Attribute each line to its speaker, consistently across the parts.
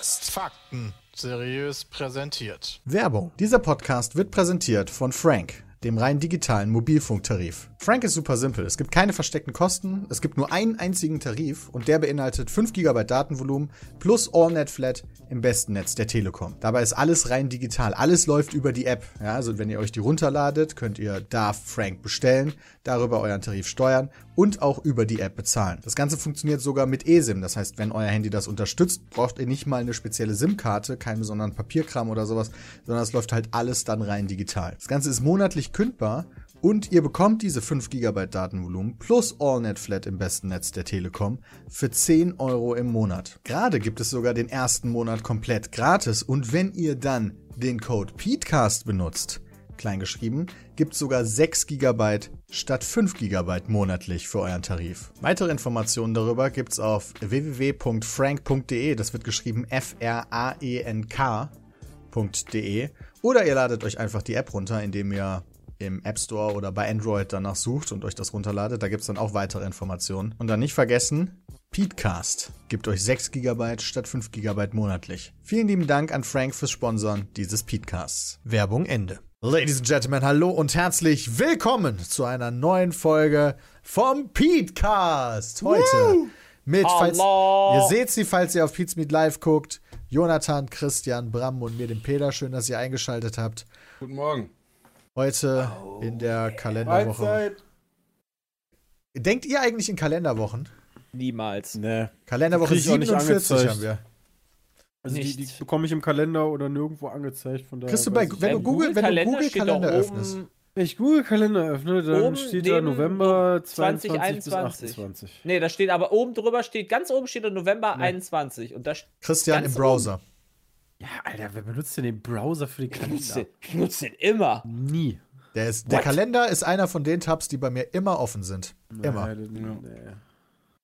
Speaker 1: Fakten seriös präsentiert.
Speaker 2: Werbung. Dieser Podcast wird präsentiert von Frank, dem rein digitalen Mobilfunktarif. Frank ist super simpel. Es gibt keine versteckten Kosten. Es gibt nur einen einzigen Tarif und der beinhaltet 5 GB Datenvolumen plus AllNet Flat im besten Netz der Telekom. Dabei ist alles rein digital. Alles läuft über die App. Ja, also wenn ihr euch die runterladet, könnt ihr da Frank bestellen, darüber euren Tarif steuern und auch über die App bezahlen. Das Ganze funktioniert sogar mit eSIM. Das heißt, wenn euer Handy das unterstützt, braucht ihr nicht mal eine spezielle SIM-Karte, keinen besonderen Papierkram oder sowas, sondern es läuft halt alles dann rein digital. Das Ganze ist monatlich kündbar und ihr bekommt diese 5 GB Datenvolumen plus AllNet Flat im besten Netz der Telekom für 10 Euro im Monat. Gerade gibt es sogar den ersten Monat komplett gratis und wenn ihr dann den Code PETECAST benutzt, kleingeschrieben, gibt sogar 6 GB statt 5 GB monatlich für euren Tarif. Weitere Informationen darüber gibt's auf www.frank.de, e. das wird geschrieben E F-R-A-E-N-K.de E. oder ihr ladet euch einfach die App runter, indem ihr im App Store oder bei Android danach sucht und euch das runterladet. Da gibt's dann auch weitere Informationen. Und dann nicht vergessen, Petecast gibt euch 6 GB statt 5 GB monatlich. Vielen lieben Dank an Frank fürs Sponsoren dieses Petecasts. Werbung Ende. Ladies and Gentlemen, hallo und herzlich willkommen zu einer neuen Folge vom Petecast. Heute mit, falls ihr seht sie, falls ihr auf Pete's Meet Live guckt, Jonathan, Christian, Bram und mir, dem Peter. Schön, dass ihr eingeschaltet habt.
Speaker 3: Guten Morgen.
Speaker 2: Heute in der Kalenderwoche.
Speaker 3: Mahlzeit.
Speaker 2: Denkt ihr eigentlich in Kalenderwochen?
Speaker 4: Niemals.
Speaker 3: Ne.
Speaker 2: Kalenderwoche
Speaker 3: Krieg ich auch nicht
Speaker 2: 47
Speaker 3: angezeigt.
Speaker 2: haben wir.
Speaker 3: Also die, die
Speaker 4: Nichts.
Speaker 3: bekomme ich im Kalender oder nirgendwo angezeigt. Von daher
Speaker 2: Kriegst du
Speaker 3: weiß
Speaker 2: bei,
Speaker 3: ich-
Speaker 2: wenn du
Speaker 4: Beim
Speaker 2: Google, wenn du
Speaker 4: Google-Kalender
Speaker 2: Google
Speaker 4: steht
Speaker 2: Kalender
Speaker 4: doch oben-
Speaker 2: öffnest.
Speaker 3: Wenn ich Google Kalender öffne, dann
Speaker 4: Oben
Speaker 3: steht da
Speaker 4: neben
Speaker 3: November
Speaker 4: 20,
Speaker 3: 22
Speaker 4: 21.
Speaker 3: bis 28.
Speaker 4: Nee, da steht aber oben drüber steht, ganz oben steht dann November 21 und da steht
Speaker 2: Christian im
Speaker 4: Ganz
Speaker 2: Browser.
Speaker 3: Ja, Alter, wer benutzt denn den Browser für die Kalender?
Speaker 4: Ich nutze den immer.
Speaker 3: Nie.
Speaker 2: Der, ist, der Kalender ist einer von den Tabs, die bei mir immer offen sind. Immer.
Speaker 3: Ja, das- nee.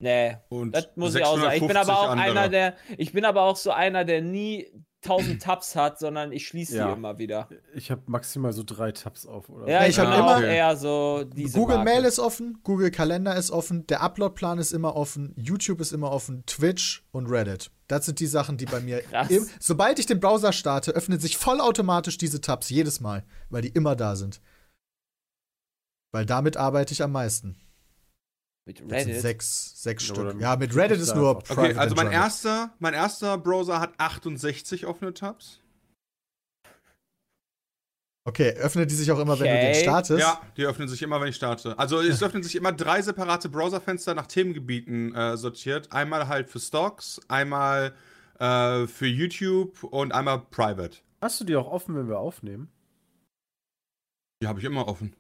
Speaker 4: Nee,
Speaker 5: Und
Speaker 4: das muss ich auch sagen. Ich bin
Speaker 5: 650
Speaker 4: aber auch
Speaker 5: andere.
Speaker 4: einer der ich bin aber auch so einer, der nie 1000 Tabs hat, sondern ich schließe
Speaker 3: Ja.
Speaker 4: die immer wieder.
Speaker 3: Ich habe maximal so drei Tabs auf. Oder
Speaker 4: Ja,
Speaker 2: ich
Speaker 4: ich
Speaker 2: hab
Speaker 4: bin auch
Speaker 2: immer-
Speaker 4: eher so diese
Speaker 2: Google
Speaker 4: Marke.
Speaker 2: Mail ist offen, Google Kalender ist offen, der Uploadplan ist immer offen, YouTube ist immer offen, Twitch und Reddit. Das sind die Sachen, die bei mir.
Speaker 4: Krass.
Speaker 2: Im, sobald ich den Browser starte, öffnen sich vollautomatisch diese Tabs jedes Mal, weil die immer da sind. Weil damit arbeite ich am meisten.
Speaker 4: mit
Speaker 2: Das sind
Speaker 4: Reddit.
Speaker 2: sechs, sechs
Speaker 3: Ja,
Speaker 2: Stück.
Speaker 3: oder
Speaker 2: Ja, mit
Speaker 3: mit
Speaker 2: Reddit ist nur
Speaker 3: Okay,
Speaker 5: Okay,
Speaker 2: Private
Speaker 5: also mein
Speaker 2: Enjoyment.
Speaker 5: erster, mein erster Browser hat 68 offene Tabs.
Speaker 2: Okay, öffnet die sich auch immer, wenn du den
Speaker 4: Okay.
Speaker 2: startest?
Speaker 5: Ja, die öffnen sich immer, wenn ich starte. Also es öffnen sich immer drei separate Browserfenster nach Themengebieten äh, sortiert. Einmal halt für Stocks, einmal äh, für YouTube und einmal Private.
Speaker 3: Hast du die auch offen, wenn wir aufnehmen?
Speaker 5: Die habe ich immer offen.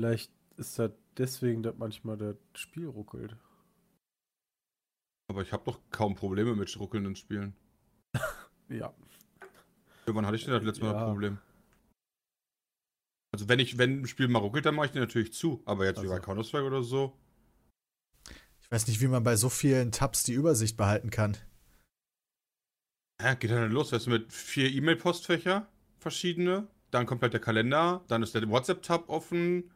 Speaker 3: Vielleicht ist das deswegen, dass manchmal das Spiel ruckelt.
Speaker 5: Aber ich habe doch kaum Probleme mit ruckelnden Spielen.
Speaker 3: Ja.
Speaker 5: Ja, Wann hatte ich denn das letzte Mal
Speaker 3: Ja.
Speaker 5: ein Problem? Also wenn ich, wenn ein Spiel mal ruckelt, dann mache ich den natürlich zu. Aber jetzt wie
Speaker 3: Also.
Speaker 5: bei Counter-Strike oder so.
Speaker 2: Ich weiß nicht, wie man bei so vielen Tabs die Übersicht behalten kann.
Speaker 5: Hä, geht dann los? Weißt du, mit vier E-Mail-Postfächer verschiedene, dann kommt halt der Kalender, dann ist der WhatsApp-Tab offen,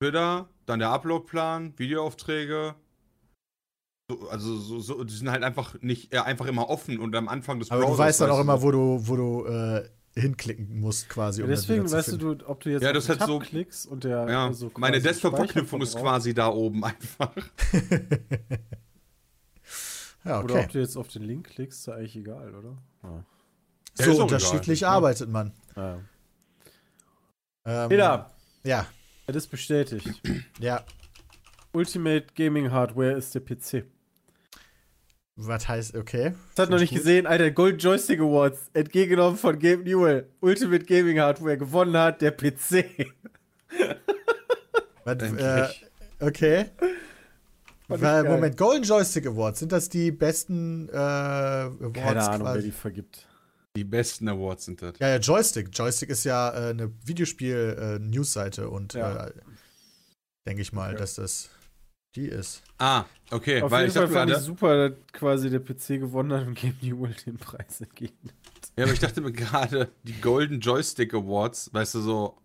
Speaker 5: Bilder, dann der Upload-Plan, Videoaufträge. So, also, so, so, die sind halt einfach nicht, äh, einfach immer offen und am Anfang des
Speaker 2: Aber du
Speaker 5: Browsers,
Speaker 2: weißt dann auch
Speaker 5: du.
Speaker 2: immer, wo du, wo du äh, hinklicken musst, quasi.
Speaker 3: Ja,
Speaker 2: um das
Speaker 3: deswegen
Speaker 2: wieder zu
Speaker 3: weißt
Speaker 2: finden.
Speaker 3: du, du, ob du jetzt
Speaker 5: Ja,
Speaker 3: auf
Speaker 5: das
Speaker 3: den
Speaker 5: hat so-
Speaker 3: klickst und der.
Speaker 5: Ja,
Speaker 3: so quasi
Speaker 5: meine
Speaker 3: speichert von
Speaker 5: Desktop-Verknüpfung ist
Speaker 3: drauf.
Speaker 5: quasi da oben einfach.
Speaker 2: ja,
Speaker 3: Oder
Speaker 2: okay.
Speaker 3: ob du jetzt auf den Link klickst, ist ja eigentlich egal, oder?
Speaker 5: Ja,
Speaker 2: so
Speaker 5: ist auch
Speaker 2: unterschiedlich
Speaker 5: egal.
Speaker 2: arbeitet man.
Speaker 3: Ja.
Speaker 4: Ah,
Speaker 2: Ähm,
Speaker 3: Peter,
Speaker 2: Ja,
Speaker 3: das ist bestätigt.
Speaker 2: ja.
Speaker 3: Ultimate Gaming Hardware ist der PC.
Speaker 2: Was heißt, okay.
Speaker 3: Das hat
Speaker 2: Finde
Speaker 3: noch
Speaker 2: ich
Speaker 3: nicht
Speaker 2: gut.
Speaker 3: gesehen, Alter. Gold Joystick Awards, entgegengenommen von Gabe Newell. Ultimate Gaming Hardware gewonnen hat der PC.
Speaker 2: Was,
Speaker 5: Denke
Speaker 2: äh,
Speaker 5: ich.
Speaker 2: okay.
Speaker 3: Fand ich
Speaker 2: Weil,
Speaker 3: geil.
Speaker 2: Moment, Golden Joystick Awards, sind das die besten äh, Awards?
Speaker 3: Keine Ahnung, wer
Speaker 2: quasi?
Speaker 3: die vergibt.
Speaker 5: Die besten Awards sind das.
Speaker 2: Ja, ja, Joystick. Joystick ist ja äh, eine Videospiel-News-Seite und
Speaker 3: Ja.
Speaker 2: äh, denke ich mal, dass das die ist.
Speaker 5: Ah, okay,
Speaker 3: Auf
Speaker 5: weil
Speaker 3: jeden
Speaker 5: ich
Speaker 3: Fall
Speaker 5: dachte
Speaker 3: fand ich
Speaker 5: gerade,
Speaker 3: super, dass quasi der PC gewonnen hat und Gabe Newell den Preis entgegen.
Speaker 5: ja, aber ich dachte mir gerade, die Golden Joystick Awards, weißt du so,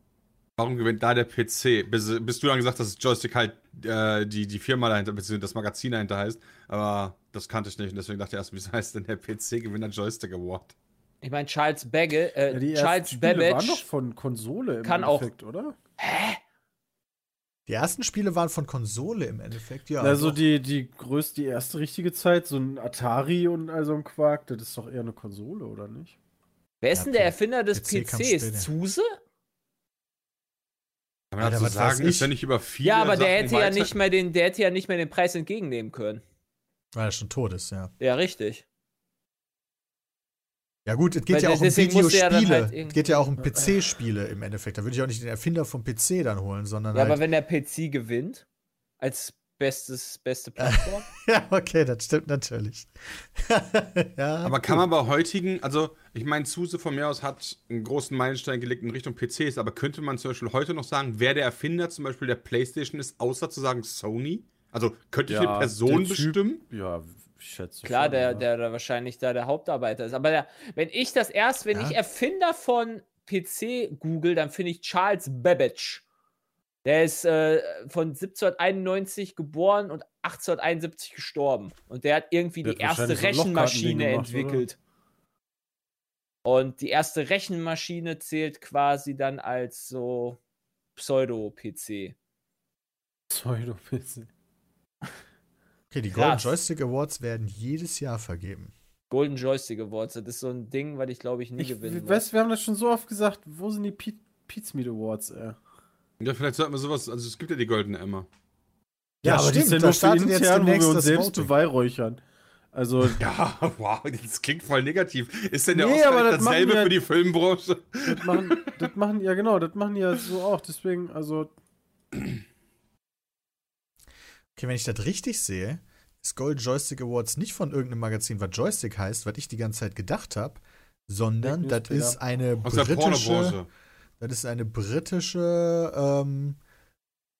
Speaker 5: Warum gewinnt da der PC? Bis, bis du dann gesagt hast, dass Joystick halt äh, die, die Firma dahinter, beziehungsweise das Magazin dahinter heißt. Aber das kannte ich nicht und deswegen dachte ich erst, wieso heißt denn der PC-Gewinner Joystick Award?
Speaker 4: Ich meine, Charles Bagge, äh,
Speaker 3: Ja, die ersten
Speaker 4: Charles
Speaker 3: Spiele waren doch
Speaker 4: Babbage.
Speaker 3: von Konsole im
Speaker 4: kann auch-
Speaker 3: Endeffekt, oder?
Speaker 2: Die ersten Spiele waren von Konsole im Endeffekt, ja.
Speaker 3: also
Speaker 2: doch.
Speaker 3: die, die größte, die erste richtige Zeit, so ein Atari und also ein Quark, das ist doch eher eine Konsole, oder nicht?
Speaker 4: Wer ist denn der Erfinder des
Speaker 2: PC kam später.
Speaker 4: PCs? Zuse?
Speaker 5: Kann man
Speaker 2: Alter,
Speaker 5: dazu
Speaker 2: was weiß
Speaker 5: sagen, ist
Speaker 2: ich?
Speaker 5: ja nicht über viele
Speaker 4: Ja, aber der
Speaker 5: Sachen
Speaker 4: hätte ja
Speaker 5: weiter-
Speaker 4: nicht mehr den, der hätte ja nicht mehr den Preis entgegennehmen können.
Speaker 2: Weil er schon tot ist, ja.
Speaker 4: Ja, richtig.
Speaker 2: Ja gut, es geht
Speaker 4: Weil
Speaker 2: ja
Speaker 4: de-
Speaker 2: auch um
Speaker 4: deswegen muss der ja dann
Speaker 2: Videospiele.
Speaker 4: halt
Speaker 2: es
Speaker 4: irgendwie-
Speaker 2: geht ja auch um PC-Spiele im Endeffekt. Da würde ich auch nicht den Erfinder vom PC dann holen, sondern
Speaker 4: Ja, aber
Speaker 2: halt.
Speaker 4: wenn der PC gewinnt, als bestes, beste Plattform.
Speaker 2: Ja, okay, das stimmt natürlich. ja,
Speaker 5: Aber kann man bei heutigen, also ich meine, Suse von mir aus hat einen großen Meilenstein gelegt in Richtung PCs, aber könnte man zum Beispiel heute noch sagen, wer der Erfinder zum Beispiel der PlayStation ist, außer zu sagen Sony? Also könnte ich
Speaker 3: Ja,
Speaker 5: eine
Speaker 3: der
Speaker 5: Person
Speaker 3: Typ-
Speaker 5: bestimmen?
Speaker 3: Ja, ich schätze.
Speaker 4: Klar,
Speaker 3: schon,
Speaker 4: der,
Speaker 3: ja.
Speaker 4: der da wahrscheinlich da der Hauptarbeiter ist. Aber der, wenn ich das erst, wenn
Speaker 2: Ja.
Speaker 4: ich Erfinder von PC google, dann finde ich Charles Babbage. Der ist äh, von 1791 geboren und 1871 gestorben. Und der hat irgendwie
Speaker 3: Der
Speaker 4: die
Speaker 3: hat
Speaker 4: erste
Speaker 3: wahrscheinlich so ein Lochkartending
Speaker 4: Rechenmaschine
Speaker 3: gemacht, oder?
Speaker 4: entwickelt. Und die erste Rechenmaschine zählt quasi dann als so Pseudo-PC.
Speaker 3: Pseudo-PC.
Speaker 2: okay, die Golden
Speaker 4: krass.
Speaker 2: Joystick Awards werden jedes Jahr vergeben.
Speaker 4: Golden Joystick Awards, das ist so ein Ding, was ich glaube ich nie
Speaker 3: Ich
Speaker 4: gewinnen werde.
Speaker 3: weiß, wir haben das schon so oft gesagt. Wo sind die Pe- Pete's Meat Awards, ey?
Speaker 5: Ja, vielleicht sollten wir sowas, also es gibt ja die goldene Emma.
Speaker 2: Ja, stimmt, da startet jetzt demnächst
Speaker 3: wir uns
Speaker 2: das
Speaker 3: selbst
Speaker 2: Voting.
Speaker 3: beweihräuchern. Also,
Speaker 5: Ja, wow, das klingt voll negativ. Ist denn der
Speaker 3: Nee,
Speaker 5: Oscar
Speaker 3: aber
Speaker 5: nicht
Speaker 3: das machen
Speaker 5: dasselbe
Speaker 3: ja-
Speaker 5: für die Filmbranche?
Speaker 3: das machen, das machen, ja genau, das machen die ja so auch. Deswegen, also,
Speaker 2: Okay, wenn ich das richtig sehe, ist Golden Joystick Awards nicht von irgendeinem Magazin, was Joystick heißt, was ich die ganze Zeit gedacht habe, sondern
Speaker 3: Fake News,
Speaker 2: das ist
Speaker 3: Peter.
Speaker 2: eine
Speaker 5: Aus der
Speaker 2: britische,
Speaker 5: Pornobranche.
Speaker 2: das ist eine britische ähm,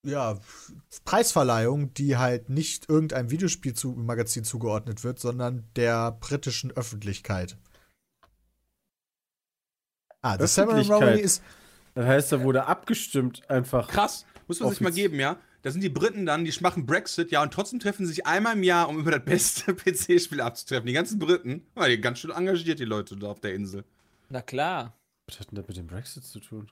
Speaker 2: ja, F- Preisverleihung, die halt nicht irgendeinem Videospiel zu, Magazin zugeordnet wird, sondern der britischen Öffentlichkeit. Ah, The Samurai
Speaker 3: Öffentlichkeit.
Speaker 2: Rowley ist
Speaker 3: das heißt, da wurde abgestimmt einfach.
Speaker 5: Krass, muss man sich mal
Speaker 3: Offiz-
Speaker 5: geben, ja? Da sind die Briten dann, die machen Brexit, ja, und trotzdem treffen sie sich einmal im Jahr, um über das beste PC-Spiel abzutreffen. Die ganzen Briten, ja, die ganz schön engagiert, die Leute da auf der Insel.
Speaker 4: Na klar.
Speaker 3: Was hat denn das mit dem Brexit zu tun?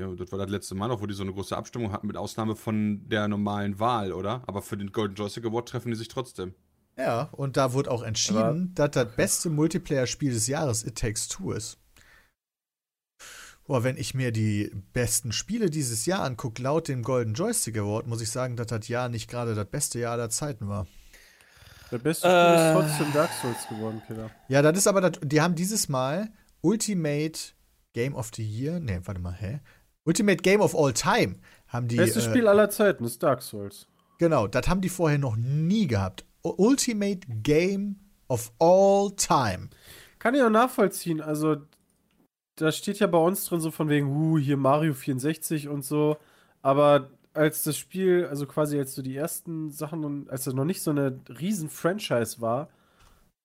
Speaker 5: Ja, das war das letzte Mal noch, wo die so eine große Abstimmung hatten, mit Ausnahme von der normalen Wahl, oder? Aber für den Golden Joystick Award treffen die sich trotzdem.
Speaker 2: Ja, und da wurde auch entschieden, dass das beste Multiplayer-Spiel des Jahres It Takes Two ist. Boah, wenn ich mir die besten Spiele dieses Jahr angucke, laut dem Golden Joystick Award, muss ich sagen, dass das Jahr nicht gerade das beste Jahr aller Zeiten war.
Speaker 3: Der beste
Speaker 4: Äh.
Speaker 3: Spiel ist trotzdem Dark Souls geworden, Peter.
Speaker 2: Ja, das ist aber, das, die haben dieses Mal Ultimate Game of the Year, nee, warte mal, hä? Ultimate Game of All Time haben die.
Speaker 3: Bestes
Speaker 2: äh,
Speaker 3: Spiel aller Zeiten ist Dark Souls.
Speaker 2: Genau, das haben die vorher noch nie gehabt. U- Ultimate Game of All Time.
Speaker 3: Kann ich auch nachvollziehen. Also, da steht ja bei uns drin so von wegen, uh, hier Mario 64 und so. Aber als das Spiel, also quasi als so die ersten Sachen und als das noch nicht so eine riesen Franchise war,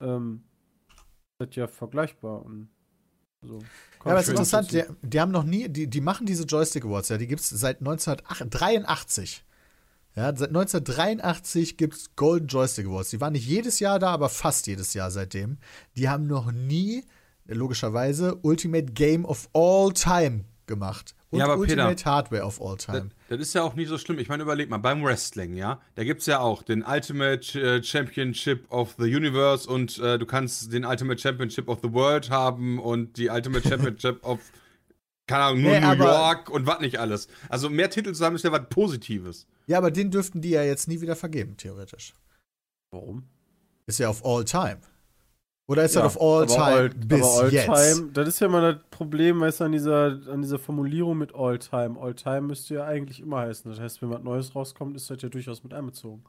Speaker 3: ähm, ist das ja vergleichbar. Und so.
Speaker 2: Ja, aber es ist
Speaker 3: Kommt
Speaker 2: interessant,
Speaker 3: dazu.
Speaker 2: die, die haben noch nie, die, die machen diese Joystick Awards, ja, die gibt es seit 1983. Ja, seit 1983 gibt es Golden Joystick Awards. Die waren nicht jedes Jahr da, aber fast jedes Jahr seitdem. Die haben noch nie, logischerweise, Ultimate Game of All Time gemacht. Und
Speaker 5: Ja, aber Peter-
Speaker 2: Ultimate Hardware of All
Speaker 5: Das,
Speaker 2: Time.
Speaker 5: Äh, das ist ja auch nicht so schlimm. Ich meine, überleg mal, beim Wrestling, ja, da gibt es ja auch den Ultimate äh, Championship of the Universe und äh, du kannst den Ultimate Championship of the World haben und die Ultimate Championship of, keine Ahnung, nur
Speaker 2: Nee,
Speaker 5: New
Speaker 2: aber-
Speaker 5: York und was nicht alles. Also mehr Titel zu haben ist ja was Positives.
Speaker 2: Ja, aber den dürften die ja jetzt nie wieder vergeben, theoretisch.
Speaker 3: Warum?
Speaker 2: Ist ja auf All Time. Oder ist das auf
Speaker 3: aber
Speaker 2: All Time
Speaker 3: all-
Speaker 2: bis
Speaker 3: aber all
Speaker 2: jetzt?
Speaker 3: Time, das ist ja mal das Problem, weißt du, an dieser, an dieser Formulierung mit All Time. All Time müsste ja eigentlich immer heißen. Das heißt, wenn was Neues rauskommt, ist das ja durchaus mit einbezogen.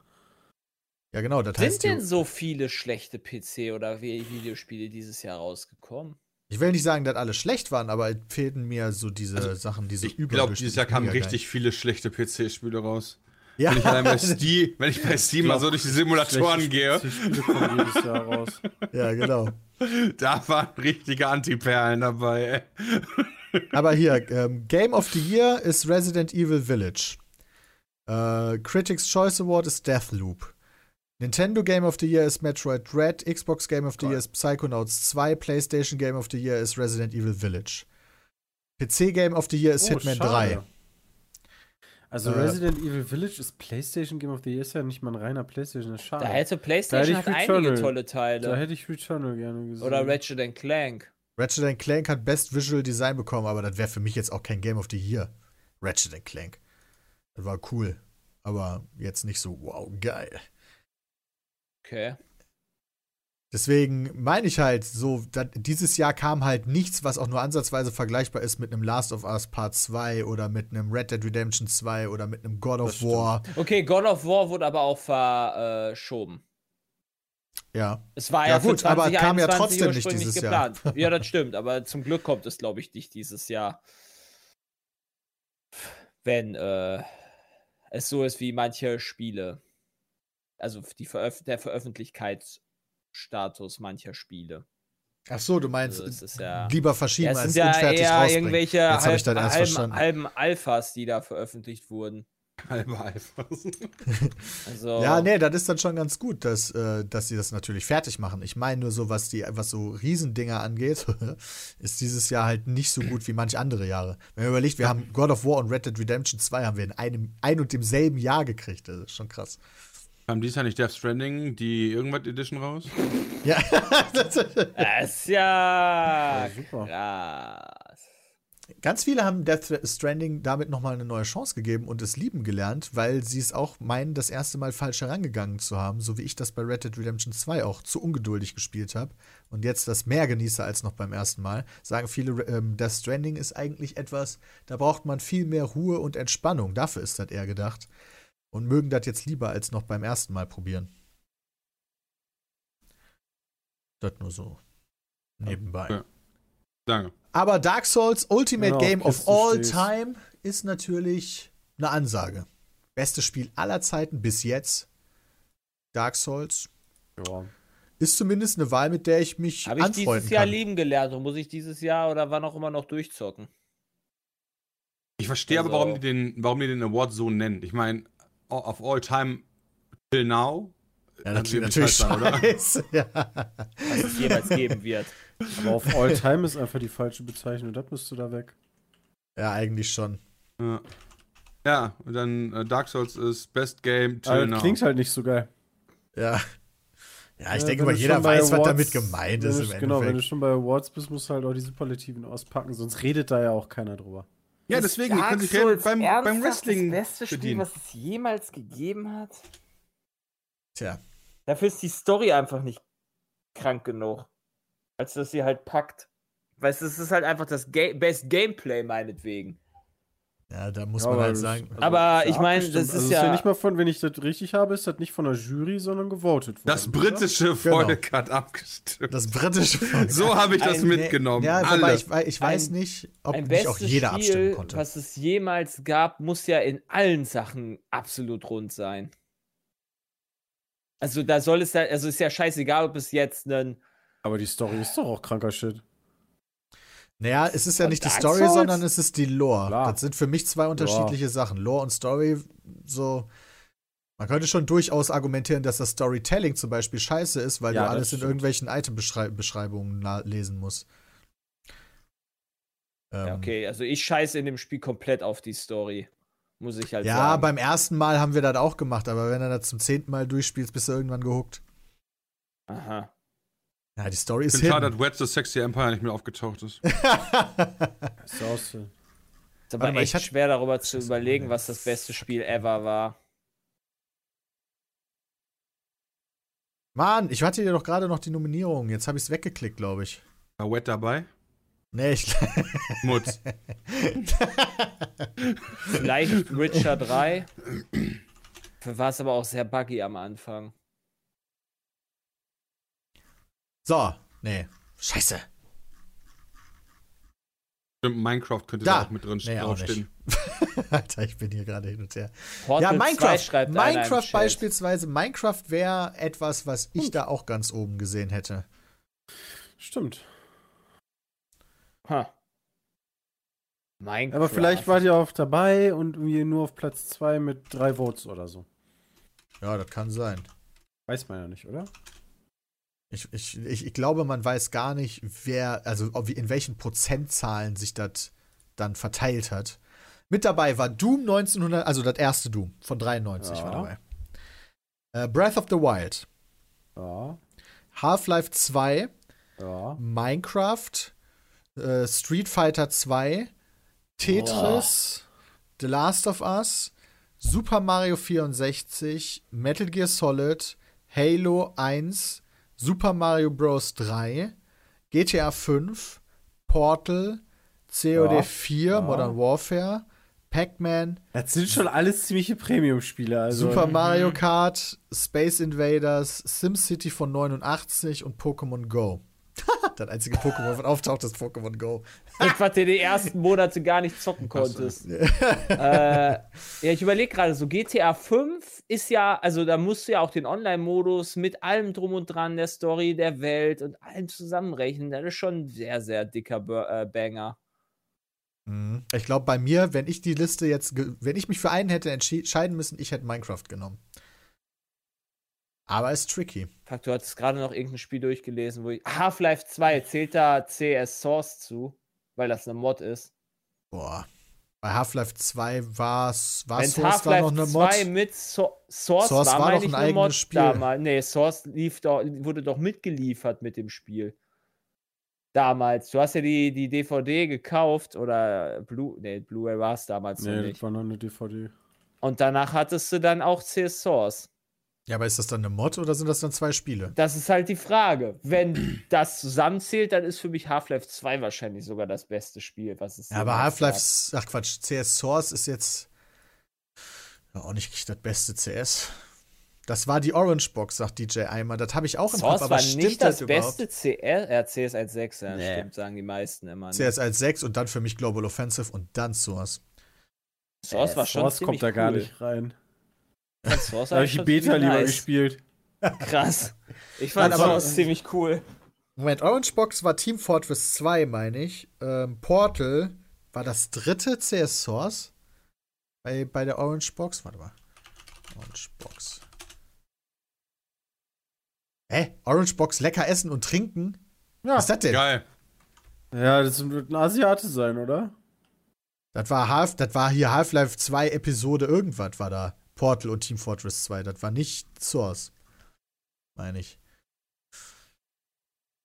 Speaker 2: Ja, genau, das heißt
Speaker 4: Sind
Speaker 2: die-
Speaker 4: denn so viele schlechte PC- oder Vi- Videospiele dieses Jahr rausgekommen?
Speaker 2: Ich will nicht sagen, dass alle schlecht waren, aber es fehlten mir so diese
Speaker 5: Also,
Speaker 2: Sachen, diese
Speaker 5: Ich glaube, dieses Jahr kamen
Speaker 2: mega
Speaker 5: richtig viele schlechte PC-Spiele raus.
Speaker 2: geil. Ja,
Speaker 5: Wenn ich allein bei Steam, wenn ich bei Steam mal so durch die Simulatoren
Speaker 3: Schlechte
Speaker 5: gehe,
Speaker 3: Spiele kommen jedes Jahr raus.
Speaker 2: ja, genau.
Speaker 5: da waren richtige Antiperlen dabei. ey.
Speaker 2: Aber hier, ähm, Game of the Year ist Resident Evil Village. Äh, Critics Choice Award ist Deathloop. Nintendo Game of the Year ist Metroid Dread. Xbox Game of the Year ist Psychonauts 2. PlayStation Game of the Year ist Resident Evil Village. PC Game of the Year
Speaker 5: Oh,
Speaker 2: ist Hitman 3.
Speaker 3: Oh, Also
Speaker 2: Äh.
Speaker 3: Resident Evil Village ist PlayStation Game of the Year, ist ja nicht mal ein reiner PlayStation, das ist schade.
Speaker 4: Da hätte PlayStation
Speaker 3: Da hätte ich
Speaker 4: hat einige
Speaker 3: Returnal.
Speaker 4: tolle
Speaker 3: Da
Speaker 4: Teile.
Speaker 3: hätte ich Returnal gerne gesehen.
Speaker 4: Oder Ratchet and Clank.
Speaker 2: Ratchet and Clank hat Best Visual Design bekommen, aber das wäre für mich jetzt auch kein Game of the Year. Ratchet and Clank. Das war cool, aber jetzt nicht so wow, geil.
Speaker 4: Okay.
Speaker 2: Deswegen meine ich halt so, da- dieses Jahr kam halt nichts, was auch nur ansatzweise vergleichbar ist mit einem Last of Us Part 2 oder mit einem Red Dead Redemption 2 oder mit einem God of
Speaker 5: stimmt.
Speaker 2: War.
Speaker 4: Okay, God of War wurde aber auch verschoben.
Speaker 2: Ja.
Speaker 4: Es war
Speaker 2: Ja
Speaker 4: ja, für
Speaker 2: gut, aber kam ja
Speaker 4: 2021
Speaker 2: trotzdem nicht
Speaker 4: ursprünglich
Speaker 2: dieses Jahr.
Speaker 4: geplant. Ja, das stimmt, aber zum Glück kommt es, glaube ich, nicht dieses Jahr. Wenn äh, es so ist wie manche Spiele. Also die Veröf der Veröffentlichkeitsstatus mancher Spiele.
Speaker 2: Ach so, du meinst
Speaker 4: Also es ist ja.
Speaker 2: lieber verschieben
Speaker 4: Ja, es
Speaker 2: als
Speaker 4: sind ja
Speaker 2: unfertig
Speaker 4: eher
Speaker 2: rausbringen.
Speaker 4: irgendwelche
Speaker 2: Jetzt habe ich
Speaker 4: halb-
Speaker 2: das erst
Speaker 4: halben,
Speaker 2: verstanden.
Speaker 4: halben Alphas, die da veröffentlicht wurden.
Speaker 5: Halber Eifer.
Speaker 4: Also,
Speaker 2: Ja, ne. nee, das ist dann schon ganz gut, dass, äh, dass sie das natürlich fertig machen. Ich meine nur so, was die, was so Riesendinger angeht, ist dieses Jahr halt nicht so gut wie manch andere Jahre. Wenn man überlegt, wir haben God of War und Red Dead Redemption 2 haben wir in einem ein und demselben Jahr gekriegt. Das ist schon krass.
Speaker 5: Haben dies Jahr nicht Death Stranding, die irgendwas Edition raus?
Speaker 2: Ja, das,
Speaker 4: Das ist ja
Speaker 3: Ja, super.
Speaker 4: krass.
Speaker 2: ganz viele haben Death Stranding damit nochmal eine neue Chance gegeben und es lieben gelernt, weil sie es auch meinen, das erste Mal falsch herangegangen zu haben, so wie ich das bei Red Dead Redemption 2 auch zu ungeduldig gespielt habe und jetzt das mehr genieße als noch beim ersten Mal. Sagen viele, ähm, Death Stranding ist eigentlich etwas, da braucht man viel mehr Ruhe und Entspannung. Dafür ist das eher gedacht. Und mögen das jetzt lieber als noch beim ersten Mal probieren. Das nur so. Nebenbei.
Speaker 5: Ja. Danke.
Speaker 2: Aber Dark Souls Ultimate
Speaker 3: Genau,
Speaker 2: Game of
Speaker 3: Kiste
Speaker 2: All
Speaker 3: stehst.
Speaker 2: Time ist natürlich eine Ansage. Bestes Spiel aller Zeiten bis jetzt. Dark Souls
Speaker 3: Ja.
Speaker 2: ist zumindest eine Wahl, mit der ich mich
Speaker 4: Habe ich
Speaker 2: anfreunden
Speaker 4: dieses Jahr
Speaker 2: kann.
Speaker 4: lieben gelernt und muss ich dieses Jahr oder wann auch immer noch durchzocken?
Speaker 5: Ich verstehe aber,
Speaker 4: Also-
Speaker 5: warum die, den, warum die den Award so nennen. Ich meine, o- of all time till now.
Speaker 2: ja, das
Speaker 5: Kann
Speaker 2: klingt
Speaker 5: sie mir
Speaker 2: natürlich
Speaker 5: scheiße an, oder?
Speaker 2: scheiße. Ja.
Speaker 4: Was es jemals geben wird.
Speaker 3: Aber auf All Time ist einfach die falsche Bezeichnung, das müsste da weg.
Speaker 2: ja, eigentlich schon.
Speaker 5: Ja, äh, ja und dann äh, Dark Souls ist Best Game till
Speaker 3: Aber
Speaker 2: Also,
Speaker 5: now.
Speaker 3: das klingt halt nicht so geil.
Speaker 2: Ja. Ja, ich
Speaker 3: Ja,
Speaker 2: denke
Speaker 3: wenn
Speaker 2: mal,
Speaker 3: du
Speaker 2: jeder
Speaker 3: schon bei
Speaker 2: weiß, was
Speaker 3: Awards-
Speaker 2: damit gemeint
Speaker 3: wenn
Speaker 2: ist
Speaker 3: du-
Speaker 2: im
Speaker 3: Genau, wenn du
Speaker 2: Endeffekt.
Speaker 3: schon bei Awards bist, musst du halt auch die Superlativen auspacken, sonst redet da ja auch keiner drüber.
Speaker 5: ja, deswegen, die können sich halt beim, beim Wrestling
Speaker 4: Das beste Spiel,
Speaker 5: bedienen.
Speaker 4: was es jemals gegeben hat.
Speaker 2: Tja.
Speaker 4: Dafür ist die Story einfach nicht krank genug. Als dass sie halt packt. Weißt du, es ist halt einfach das Ga Best Gameplay, meinetwegen.
Speaker 2: Ja, da muss
Speaker 3: Ja,
Speaker 2: man
Speaker 3: aber
Speaker 2: halt
Speaker 3: das-
Speaker 2: sagen.
Speaker 3: also
Speaker 4: Aber
Speaker 3: ist ja
Speaker 4: ich meine,
Speaker 3: abgestimmt.
Speaker 4: das
Speaker 3: Also
Speaker 4: ist
Speaker 3: ist ja
Speaker 4: ja-
Speaker 3: nicht mal von, wenn ich das richtig habe, ist das nicht von der Jury, sondern gewotet worden.
Speaker 5: Das
Speaker 3: oder?
Speaker 5: britische
Speaker 2: Genau.
Speaker 5: Volk hat abgestimmt.
Speaker 2: Das britische Volk.
Speaker 5: So habe ich das
Speaker 4: Ein-
Speaker 5: mitgenommen.
Speaker 2: Ja, wobei
Speaker 5: Alle.
Speaker 2: ich, wei- ich weiß
Speaker 4: Ein-
Speaker 2: nicht, ob
Speaker 4: Ein
Speaker 2: nicht auch
Speaker 4: bestes
Speaker 2: jeder abstimmen
Speaker 4: Spiel,
Speaker 2: konnte.
Speaker 4: was es jemals gab, muss ja in allen Sachen absolut rund sein. Also da soll es ja, also ist ja scheißegal, ob es jetzt ein
Speaker 3: Aber die Story ist doch auch kranker Shit.
Speaker 2: Naja, es ist ja
Speaker 4: Von
Speaker 2: nicht die
Speaker 4: Dark
Speaker 2: Story,
Speaker 4: Souls?
Speaker 2: sondern es ist die Lore.
Speaker 3: Klar.
Speaker 2: Das sind für mich zwei unterschiedliche Sachen. Lore und Story, so. Man könnte schon durchaus argumentieren, dass das Storytelling zum Beispiel scheiße ist, weil
Speaker 3: Ja,
Speaker 2: du
Speaker 3: das
Speaker 2: alles in
Speaker 3: stimmt.
Speaker 2: irgendwelchen Item-Beschreibungen na- lesen musst. Ähm,
Speaker 4: Ja, okay, also ich scheiße in dem Spiel komplett auf die Story. Muss ich halt
Speaker 2: ja,
Speaker 4: sagen.
Speaker 2: beim ersten Mal haben wir das auch gemacht, aber wenn du das zum zehnten Mal durchspielst, bist du irgendwann gehuckt.
Speaker 4: Aha.
Speaker 2: Ja, die Story
Speaker 5: Ich
Speaker 2: ist
Speaker 5: bin schade,
Speaker 2: hin.
Speaker 5: dass Wedge the Sexy Empire nicht mehr aufgetaucht ist.
Speaker 3: Ist ja auch
Speaker 4: Ist
Speaker 3: so.
Speaker 4: aber
Speaker 2: Warte mal, ich
Speaker 4: echt
Speaker 2: hatte-
Speaker 4: schwer darüber zu
Speaker 2: Scheiße,
Speaker 4: überlegen,
Speaker 2: Mann,
Speaker 4: was das beste Spiel ever war.
Speaker 2: Mann, ich hatte dir doch gerade noch die Nominierung. Jetzt habe ich es weggeklickt, glaube ich.
Speaker 5: War Wet dabei?
Speaker 2: Nee, ich.
Speaker 5: Mutz.
Speaker 4: Vielleicht Witcher 3. Dafür War es aber auch sehr buggy am Anfang.
Speaker 2: So, nee. Scheiße.
Speaker 5: Stimmt, Minecraft könnte
Speaker 2: Da.
Speaker 5: da auch mit drin
Speaker 2: Nee, auch
Speaker 5: draufstehen.
Speaker 2: Alter, ich bin hier gerade hin und her.
Speaker 4: Portal
Speaker 2: ja,
Speaker 4: 2
Speaker 2: Minecraft.
Speaker 4: schreibt einer im
Speaker 2: Minecraft
Speaker 4: Chat.
Speaker 2: beispielsweise. Minecraft wäre etwas, was ich da auch ganz oben gesehen hätte.
Speaker 3: Stimmt.
Speaker 4: Ha. Minecraft.
Speaker 3: Aber vielleicht war die auch dabei und irgendwie nur auf Platz 2 mit drei Votes oder so.
Speaker 2: Ja, das kann sein.
Speaker 3: Weiß man ja nicht, oder?
Speaker 2: Ich, ich, ich, ich glaube, man weiß gar nicht, wer, also ob- wie- in welchen Prozentzahlen sich das dann verteilt hat. Mit dabei war Doom 1900, also das erste Doom von 93 war
Speaker 3: Ja.
Speaker 2: dabei. Äh, Breath of the Wild,
Speaker 3: Ja.
Speaker 2: Half-Life 2,
Speaker 3: Ja.
Speaker 2: Minecraft, äh, Street Fighter 2, Tetris, The Last of Us, Super Mario 64, Metal Gear Solid, Halo 1, Super Mario Bros. 3, GTA 5, Portal, COD
Speaker 3: Ja.
Speaker 2: 4, Modern Warfare, Pac-Man,
Speaker 3: Das sind schon alles ziemliche Premium-Spiele. Also,
Speaker 4: ne?
Speaker 2: Super
Speaker 4: Mhm.
Speaker 2: Mario Kart, Space Invaders, SimCity von 89 und Pokémon Go. das einzige Pokémon, was auftaucht, ist Pokémon Go.
Speaker 4: Das, was du die ersten Monate gar nicht zocken konntest. äh, ja, ich überlege gerade, so GTA 5 ist ja, also da musst du ja auch den Online-Modus mit allem drum und dran, der Story, der Welt und allem zusammenrechnen. Das ist schon ein sehr, sehr dicker Bur- äh, Banger. Mhm.
Speaker 2: Ich glaube, bei mir, wenn ich die Liste jetzt, ge- wenn ich mich für einen hätte entschi- entscheiden müssen, ich hätte Minecraft genommen. Aber ist tricky.
Speaker 4: Fuck, du hattest gerade noch irgendein Spiel durchgelesen, wo ich. Half-Life 2 zählt da CS Source zu, weil das eine Mod ist.
Speaker 2: Boah. Bei Half-Life 2 war es war
Speaker 4: Wenn
Speaker 2: es war noch
Speaker 4: Half-Life
Speaker 2: eine
Speaker 4: 2
Speaker 2: Mod.
Speaker 4: mit so Source,
Speaker 2: Source
Speaker 4: war,
Speaker 2: war
Speaker 4: meine
Speaker 2: doch
Speaker 4: ich,
Speaker 2: ein
Speaker 4: eine
Speaker 2: eigenes
Speaker 4: Mod
Speaker 2: Spiel.
Speaker 4: damals. Nee, Source lief doch, wurde doch mitgeliefert mit dem Spiel. Damals. Du hast ja die, die DVD gekauft oder Blu- nee, Blu-ray war es damals noch
Speaker 3: Nee, das
Speaker 4: nicht.
Speaker 3: war noch eine DVD.
Speaker 4: Und danach hattest du dann auch CS Source.
Speaker 2: Ja, aber ist das dann eine Mod oder sind das dann zwei Spiele?
Speaker 4: Das ist halt die Frage. Wenn das zusammenzählt, dann ist für mich Half-Life 2 wahrscheinlich sogar das beste Spiel, was es
Speaker 2: Ja, aber
Speaker 4: jemals gab.
Speaker 2: Half-Life, ach Quatsch, CS Source ist jetzt ja, auch nicht das beste CS. Das war die Orange Box, sagt DJ Eimer. Das habe ich auch im Kopf,
Speaker 4: Source
Speaker 2: aber
Speaker 4: war
Speaker 2: stimmt
Speaker 4: nicht das
Speaker 2: überhaupt?
Speaker 4: beste CR, äh, CS 1.6, ja,
Speaker 3: Nee.
Speaker 4: stimmt, sagen die meisten immer. ne?
Speaker 2: CS als 6 und dann für mich Global Offensive und dann Source.
Speaker 4: Source war schon
Speaker 3: Äh, Source
Speaker 4: ziemlich
Speaker 3: kommt da gar
Speaker 4: cool.
Speaker 3: nicht rein.
Speaker 4: Fand Source
Speaker 3: Da habe ich die
Speaker 4: schon
Speaker 3: Beta
Speaker 4: ziemlich
Speaker 3: lieber
Speaker 4: nice.
Speaker 3: gespielt. Also
Speaker 4: Krass. Ich fand
Speaker 2: Nein, aber-
Speaker 4: Source ziemlich cool.
Speaker 2: Moment, Orange Box war Team Fortress 2, meine ich. Ähm, Portal war das dritte CS Source bei, bei der Orange Box. Warte mal. Orange Box. Hä? Orange Box, lecker essen und trinken? Was ist das denn?
Speaker 5: Geil.
Speaker 3: Ja, das wird ein Asiate sein, oder?
Speaker 2: Das war, Half, das war hier Half-Life 2 Episode irgendwas war da. Portal und Team Fortress 2. Das war nicht Source. Meine ich.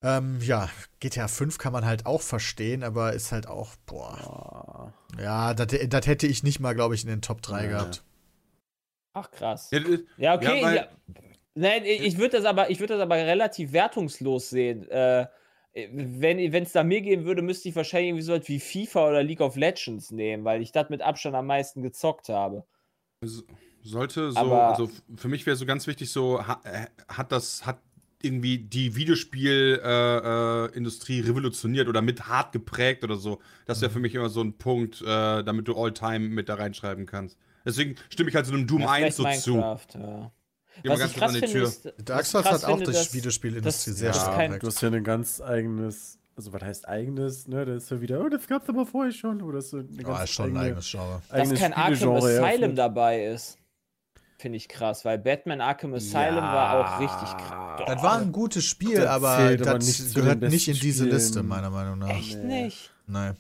Speaker 2: Ähm, ja, GTA 5 kann man halt auch verstehen, aber ist halt auch, boah.
Speaker 3: Ah.
Speaker 2: Ja, das das hätte ich nicht mal, glaube ich, in den Top 3
Speaker 3: Nee.
Speaker 2: gehabt.
Speaker 4: Ach krass.
Speaker 5: Ja, halt- das ist-
Speaker 4: Ja, okay.
Speaker 5: Ja,
Speaker 4: Ja,
Speaker 5: weil-
Speaker 4: Nein, ich, ich würde das, aber- ich würd das aber relativ wertungslos sehen. Äh, wenn es da mir gehen würde, müsste ich wahrscheinlich irgendwie so etwas wie FIFA oder League of Legends nehmen, weil ich das mit Abstand am meisten gezockt habe.
Speaker 5: Sollte so,
Speaker 4: Aber-
Speaker 5: also f- für mich wäre so ganz wichtig, so ha, äh, hat das, hat irgendwie die Videospielindustrie äh, Industrie revolutioniert oder mit hart geprägt oder so. Das
Speaker 4: Mhm.
Speaker 5: wäre für mich immer so ein Punkt, äh, damit du All-Time mit da reinschreiben kannst. Deswegen stimme ich halt so einem Doom
Speaker 4: Ja,
Speaker 5: 1 so
Speaker 4: vielleicht
Speaker 5: zu. Geh
Speaker 4: Minecraft, Ja.
Speaker 5: mal
Speaker 4: Was ich
Speaker 5: ganz kurz
Speaker 4: krass
Speaker 5: an die
Speaker 4: finde,
Speaker 5: Tür.
Speaker 4: ist, was
Speaker 2: Dark
Speaker 4: ich
Speaker 2: Souls
Speaker 4: krass
Speaker 2: hat auch
Speaker 4: finde,
Speaker 2: durch
Speaker 4: dass-
Speaker 2: Videospielindustrie
Speaker 4: das-
Speaker 2: sehr
Speaker 4: das ist
Speaker 2: stark
Speaker 4: kein-
Speaker 2: geprägt.
Speaker 3: Du hast ja ein ganz eigenes, also was heißt eigenes, ne? Das ist ja wieder, oh, das gab's aber vorher schon. Oder das ist so eine ganz
Speaker 2: Ja, Ah, ist schon ein
Speaker 3: eigene,
Speaker 2: eigenes Genre.
Speaker 4: dass
Speaker 3: eigenes
Speaker 4: kein Arkham
Speaker 3: Spielegenre
Speaker 4: Asylum
Speaker 3: eröffnet.
Speaker 4: dabei ist. Finde ich krass, weil Batman Arkham Asylum war auch richtig krass.
Speaker 5: Ja.
Speaker 2: Das war ein gutes Spiel,
Speaker 3: Das
Speaker 2: aber
Speaker 3: zählt
Speaker 2: das
Speaker 3: aber nicht zu den
Speaker 2: gehört
Speaker 3: besten
Speaker 2: nicht in diese
Speaker 3: Spielen.
Speaker 2: Liste, meiner Meinung nach.
Speaker 4: Echt
Speaker 3: Oh, Nee.
Speaker 4: nicht?
Speaker 2: Nein.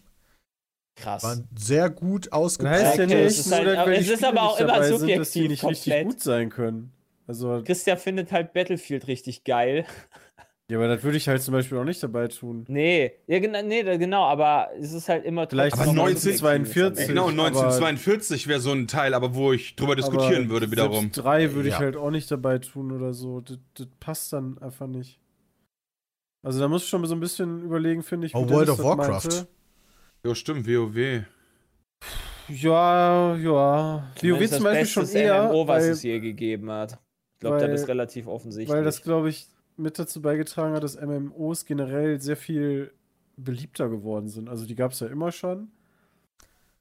Speaker 4: Krass.
Speaker 2: War sehr gut ausgeprägt.
Speaker 3: Das heißt ja
Speaker 4: Okay, es
Speaker 3: nicht,
Speaker 4: ist
Speaker 3: nur,
Speaker 4: halt-
Speaker 3: dass, weil
Speaker 4: es
Speaker 3: die
Speaker 4: ist
Speaker 3: Spiele
Speaker 4: aber auch
Speaker 3: nicht
Speaker 4: immer
Speaker 3: dabei sind, dass die
Speaker 4: subjektiv
Speaker 3: nicht
Speaker 4: komplett.
Speaker 3: richtig gut sein können. Also,
Speaker 4: Christian findet halt Battlefield richtig geil.
Speaker 3: ja, aber das würde ich halt zum Beispiel auch nicht dabei tun.
Speaker 4: Nee, ja, genau, nee, da- genau, aber es ist halt immer
Speaker 3: Vielleicht
Speaker 4: trotzdem
Speaker 5: Aber
Speaker 4: noch
Speaker 3: 1942.
Speaker 4: subjektiv am
Speaker 5: Genau,
Speaker 4: Ende.
Speaker 3: aber-
Speaker 5: 1942 wäre so ein Teil, aber wo ich drüber diskutieren
Speaker 3: Aber
Speaker 5: würde wiederum.
Speaker 3: Selbst drei würde ich
Speaker 2: Ja.
Speaker 3: halt auch nicht dabei tun oder so. Das, das passt dann einfach nicht. Also da muss ich schon so ein bisschen überlegen, finde ich. wie
Speaker 2: Oh,
Speaker 3: Dennis
Speaker 2: World of
Speaker 3: das
Speaker 2: Warcraft.
Speaker 3: meinte.
Speaker 5: Jo, stimmt, WoW.
Speaker 3: Ja, ja. WoW
Speaker 4: Zumindest
Speaker 3: zum
Speaker 4: das
Speaker 3: Beispiel schon
Speaker 4: beste
Speaker 3: eher,
Speaker 4: MMO, was es
Speaker 3: weil,
Speaker 4: je gegeben hat. Ich glaube, das
Speaker 3: weil-
Speaker 4: ist relativ offensichtlich.
Speaker 3: weil das, glaube ich, mit dazu beigetragen hat, dass MMOs generell sehr viel beliebter geworden sind. Also die gab es ja immer schon.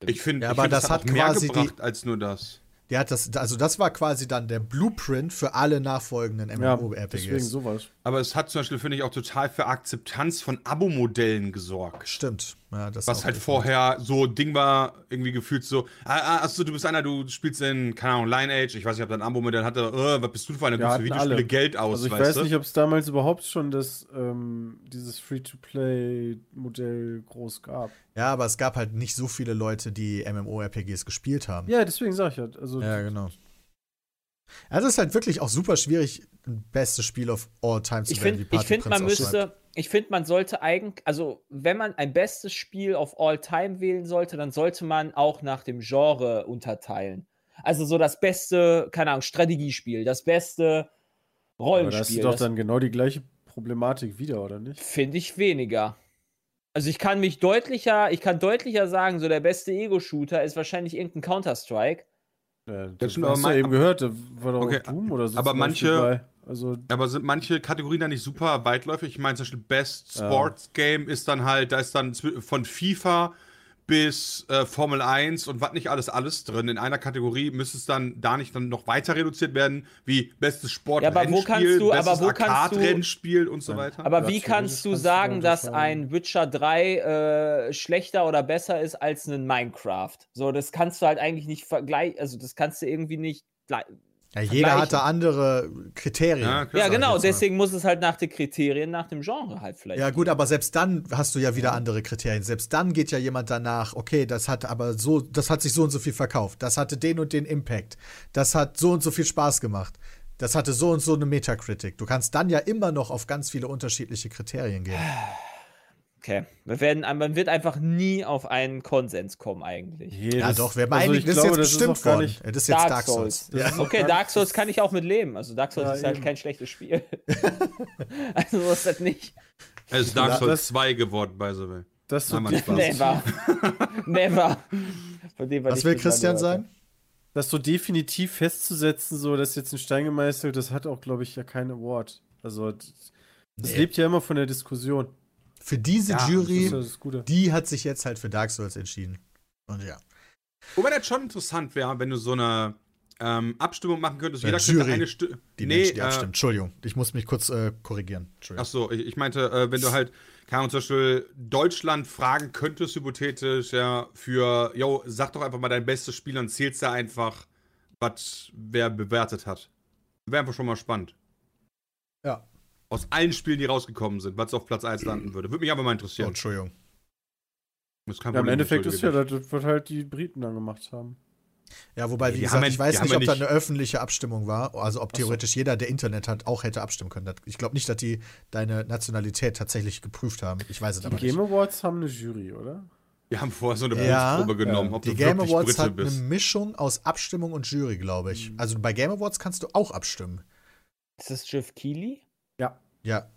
Speaker 5: Ich finde,
Speaker 2: Ja,
Speaker 5: ich
Speaker 2: aber
Speaker 5: find,
Speaker 2: das hat
Speaker 5: auch mehr
Speaker 2: quasi die-
Speaker 5: gebracht als nur das.
Speaker 2: Der hat das, also das war quasi dann der Blueprint für alle nachfolgenden
Speaker 3: Ja,
Speaker 2: MMORPGs.
Speaker 3: deswegen sowas.
Speaker 5: Aber es hat zum Beispiel, finde ich, auch total für Akzeptanz von Abo-Modellen gesorgt.
Speaker 2: Stimmt. Ja, das
Speaker 5: Was
Speaker 2: auch
Speaker 5: halt
Speaker 3: ne?
Speaker 2: definitiv.
Speaker 5: vorher so Ding war, irgendwie gefühlt so, ah, ah, achso, du bist einer, du spielst in, keine Ahnung, Lineage, ich weiß nicht, ob dein Abo-Modell hatte, äh, was bist du für einer,
Speaker 3: Ja,
Speaker 5: gibst du
Speaker 3: hatten
Speaker 5: Videospiele
Speaker 3: alle.
Speaker 5: Geld aus,
Speaker 3: Also ich
Speaker 5: weißt
Speaker 3: weiß
Speaker 5: du?
Speaker 3: nicht, ob es damals überhaupt schon das, ähm, dieses Free-to-Play-Modell groß gab.
Speaker 2: Ja, aber es gab halt nicht so viele Leute, die MMORPGs gespielt haben.
Speaker 3: Ja, deswegen sage ich halt. Also
Speaker 2: Ja, genau. Also es ist halt wirklich auch super schwierig, ein bestes Spiel of all time zu
Speaker 4: Ich
Speaker 2: werden, wie
Speaker 4: finde, ich find, man
Speaker 2: auch schreibt.
Speaker 4: müsste, ich finde, man sollte eigentlich, also wenn man ein bestes Spiel of all time wählen sollte, dann sollte man auch nach dem Genre unterteilen. Also so das beste, keine Ahnung, Strategiespiel, das beste
Speaker 3: aber da hast du
Speaker 4: Rollenspiel.
Speaker 3: doch
Speaker 4: Das
Speaker 3: dann genau die gleiche Problematik wieder, oder nicht?
Speaker 4: finde ich weniger. Also ich kann mich deutlicher, ich kann deutlicher sagen, so der beste Ego-Shooter ist wahrscheinlich irgendein Counter-Strike.
Speaker 3: Ja,
Speaker 5: Das
Speaker 3: das
Speaker 5: stimmt, aber
Speaker 3: hast du
Speaker 5: man-
Speaker 3: ja eben gehört, da war doch
Speaker 5: genau, Okay,
Speaker 3: auch Doom oder so.
Speaker 5: aber
Speaker 3: zum Beispiel
Speaker 5: manche-
Speaker 3: bei. Also,
Speaker 5: Aber sind manche Kategorien da nicht super weitläufig? Ich meine, zum Beispiel Best
Speaker 3: Ja.
Speaker 5: Sports Game ist dann halt, da ist dann zw- von FIFA bis äh, Formel 1 und was nicht alles alles drin. In einer Kategorie müsste es dann da nicht dann noch weiter reduziert werden, wie bestes Sport
Speaker 4: Ja, aber wo kannst du- aber wo kannst du-
Speaker 5: Rennspiel und so weiter.
Speaker 4: Aber
Speaker 3: Ja,
Speaker 4: wie
Speaker 3: theoretisch
Speaker 4: kannst du
Speaker 3: kannst du
Speaker 4: sagen, dass
Speaker 3: unterscheiden.
Speaker 4: ein Witcher 3 äh, schlechter oder besser ist als ein Minecraft? So, das kannst du halt eigentlich nicht vergleichen. Also, das kannst du irgendwie nicht. glei-
Speaker 2: Ja, jeder
Speaker 4: vergleichen.
Speaker 2: hat da andere Kriterien.
Speaker 5: Ja,
Speaker 2: Ja,
Speaker 5: klar.
Speaker 4: Ja,
Speaker 5: sag ich
Speaker 4: genau.
Speaker 2: jetzt mal.
Speaker 4: Deswegen muss es halt nach den Kriterien, nach dem Genre halt vielleicht.
Speaker 2: gut, aber selbst dann hast du ja wieder andere Kriterien. Selbst dann geht ja jemand danach, okay, das hat aber so, das hat sich so und so viel verkauft, das hatte den und den Impact, das hat so und so viel Spaß gemacht, das hatte so und so eine Metacritic. Du kannst dann ja immer noch auf ganz viele unterschiedliche Kriterien gehen.
Speaker 4: Okay. Wir werden, man wird einfach nie auf einen Konsens kommen, eigentlich.
Speaker 3: jedes,
Speaker 2: ja, doch, wir
Speaker 3: also
Speaker 2: meinen,
Speaker 3: ich
Speaker 2: das ist
Speaker 3: glaube,
Speaker 2: jetzt
Speaker 3: das ist
Speaker 2: bestimmt
Speaker 3: auch gar
Speaker 2: worden.
Speaker 3: nicht.
Speaker 2: Das ist jetzt Dark Souls.
Speaker 4: Das
Speaker 2: Ja.
Speaker 4: ist- Okay, Dark Souls kann ich auch mit leben. Also, Dark Souls
Speaker 3: Ja,
Speaker 4: ist halt
Speaker 3: eben.
Speaker 4: kein schlechtes Spiel. also, so ist das nicht.
Speaker 5: Es ist Dark
Speaker 3: Ja,
Speaker 5: Souls
Speaker 3: das-
Speaker 5: 2 geworden, by the way.
Speaker 3: Das so
Speaker 5: Nein, Mann,
Speaker 3: die-
Speaker 5: Spaß.
Speaker 4: Never. Never. Von dem,
Speaker 2: Was
Speaker 4: ich
Speaker 2: will
Speaker 4: bislang
Speaker 2: Christian
Speaker 4: gehört habe.
Speaker 2: sagen?
Speaker 3: das so definitiv festzusetzen, so dass jetzt ein Stein gemeißelt, das hat auch, glaube ich, ja keinen Award. Also d- das
Speaker 2: Nee.
Speaker 3: lebt ja immer von der Diskussion.
Speaker 2: Für diese
Speaker 5: Ja,
Speaker 3: Das ist ja
Speaker 2: Jury,
Speaker 3: das Gute.
Speaker 2: die hat sich jetzt halt für Dark Souls entschieden. Und ja.
Speaker 5: Wobei das schon interessant wäre, wenn du so eine ähm, Abstimmung machen könntest.
Speaker 2: Ja,
Speaker 5: Jeder könnte
Speaker 2: Jury.
Speaker 5: eine Stimme.
Speaker 2: Die Menschen, die
Speaker 3: äh,
Speaker 2: abstimmen. Entschuldigung, ich muss mich kurz äh, korrigieren.
Speaker 5: Ach
Speaker 2: Entschuldigung.
Speaker 5: so, ich, ich meinte, äh, wenn du halt, keine Ahnung, zum Beispiel Deutschland fragen könntest, hypothetisch, ja, für, yo, sag doch einfach mal dein bestes Spiel, dann zählst du einfach, was wer bewertet hat. Wäre einfach schon mal spannend.
Speaker 2: Ja.
Speaker 5: Aus allen Spielen, die rausgekommen sind, was auf Platz 1 landen würde. Würde mich aber mal
Speaker 2: Oh,
Speaker 5: interessieren.
Speaker 2: Entschuldigung.
Speaker 5: Ist kein
Speaker 3: Ja, Im
Speaker 5: Problem,
Speaker 3: Endeffekt ist ja,
Speaker 5: entschuldige
Speaker 3: das das, was halt die Briten dann gemacht haben.
Speaker 2: Ja, wobei, wie
Speaker 5: Die haben
Speaker 2: gesagt,
Speaker 5: ja-
Speaker 2: ich weiß
Speaker 5: die haben
Speaker 2: nicht,
Speaker 5: ja
Speaker 2: ob da
Speaker 5: nicht-
Speaker 2: eine öffentliche Abstimmung war. Also ob
Speaker 3: Ach so.
Speaker 2: theoretisch jeder, der Internet hat, auch hätte abstimmen können. Das- Ich glaube nicht, dass die deine Nationalität tatsächlich geprüft haben. Ich weiß es
Speaker 3: Die
Speaker 2: aber
Speaker 3: Game
Speaker 2: nicht.
Speaker 3: Awards haben eine Jury, oder?
Speaker 5: dich. Wir haben vorher so eine
Speaker 2: Ja,
Speaker 5: Berufsprobe genommen,
Speaker 3: ja.
Speaker 5: ob
Speaker 2: Die
Speaker 5: du
Speaker 2: Game
Speaker 5: wirklich
Speaker 2: Awards
Speaker 5: Brite
Speaker 2: hat eine
Speaker 5: bist.
Speaker 2: Mischung aus Abstimmung und Jury, glaube
Speaker 3: Mhm.
Speaker 2: ich. Also bei Game Awards kannst du auch abstimmen.
Speaker 4: Ist das Jeff Keighley?
Speaker 2: Ja,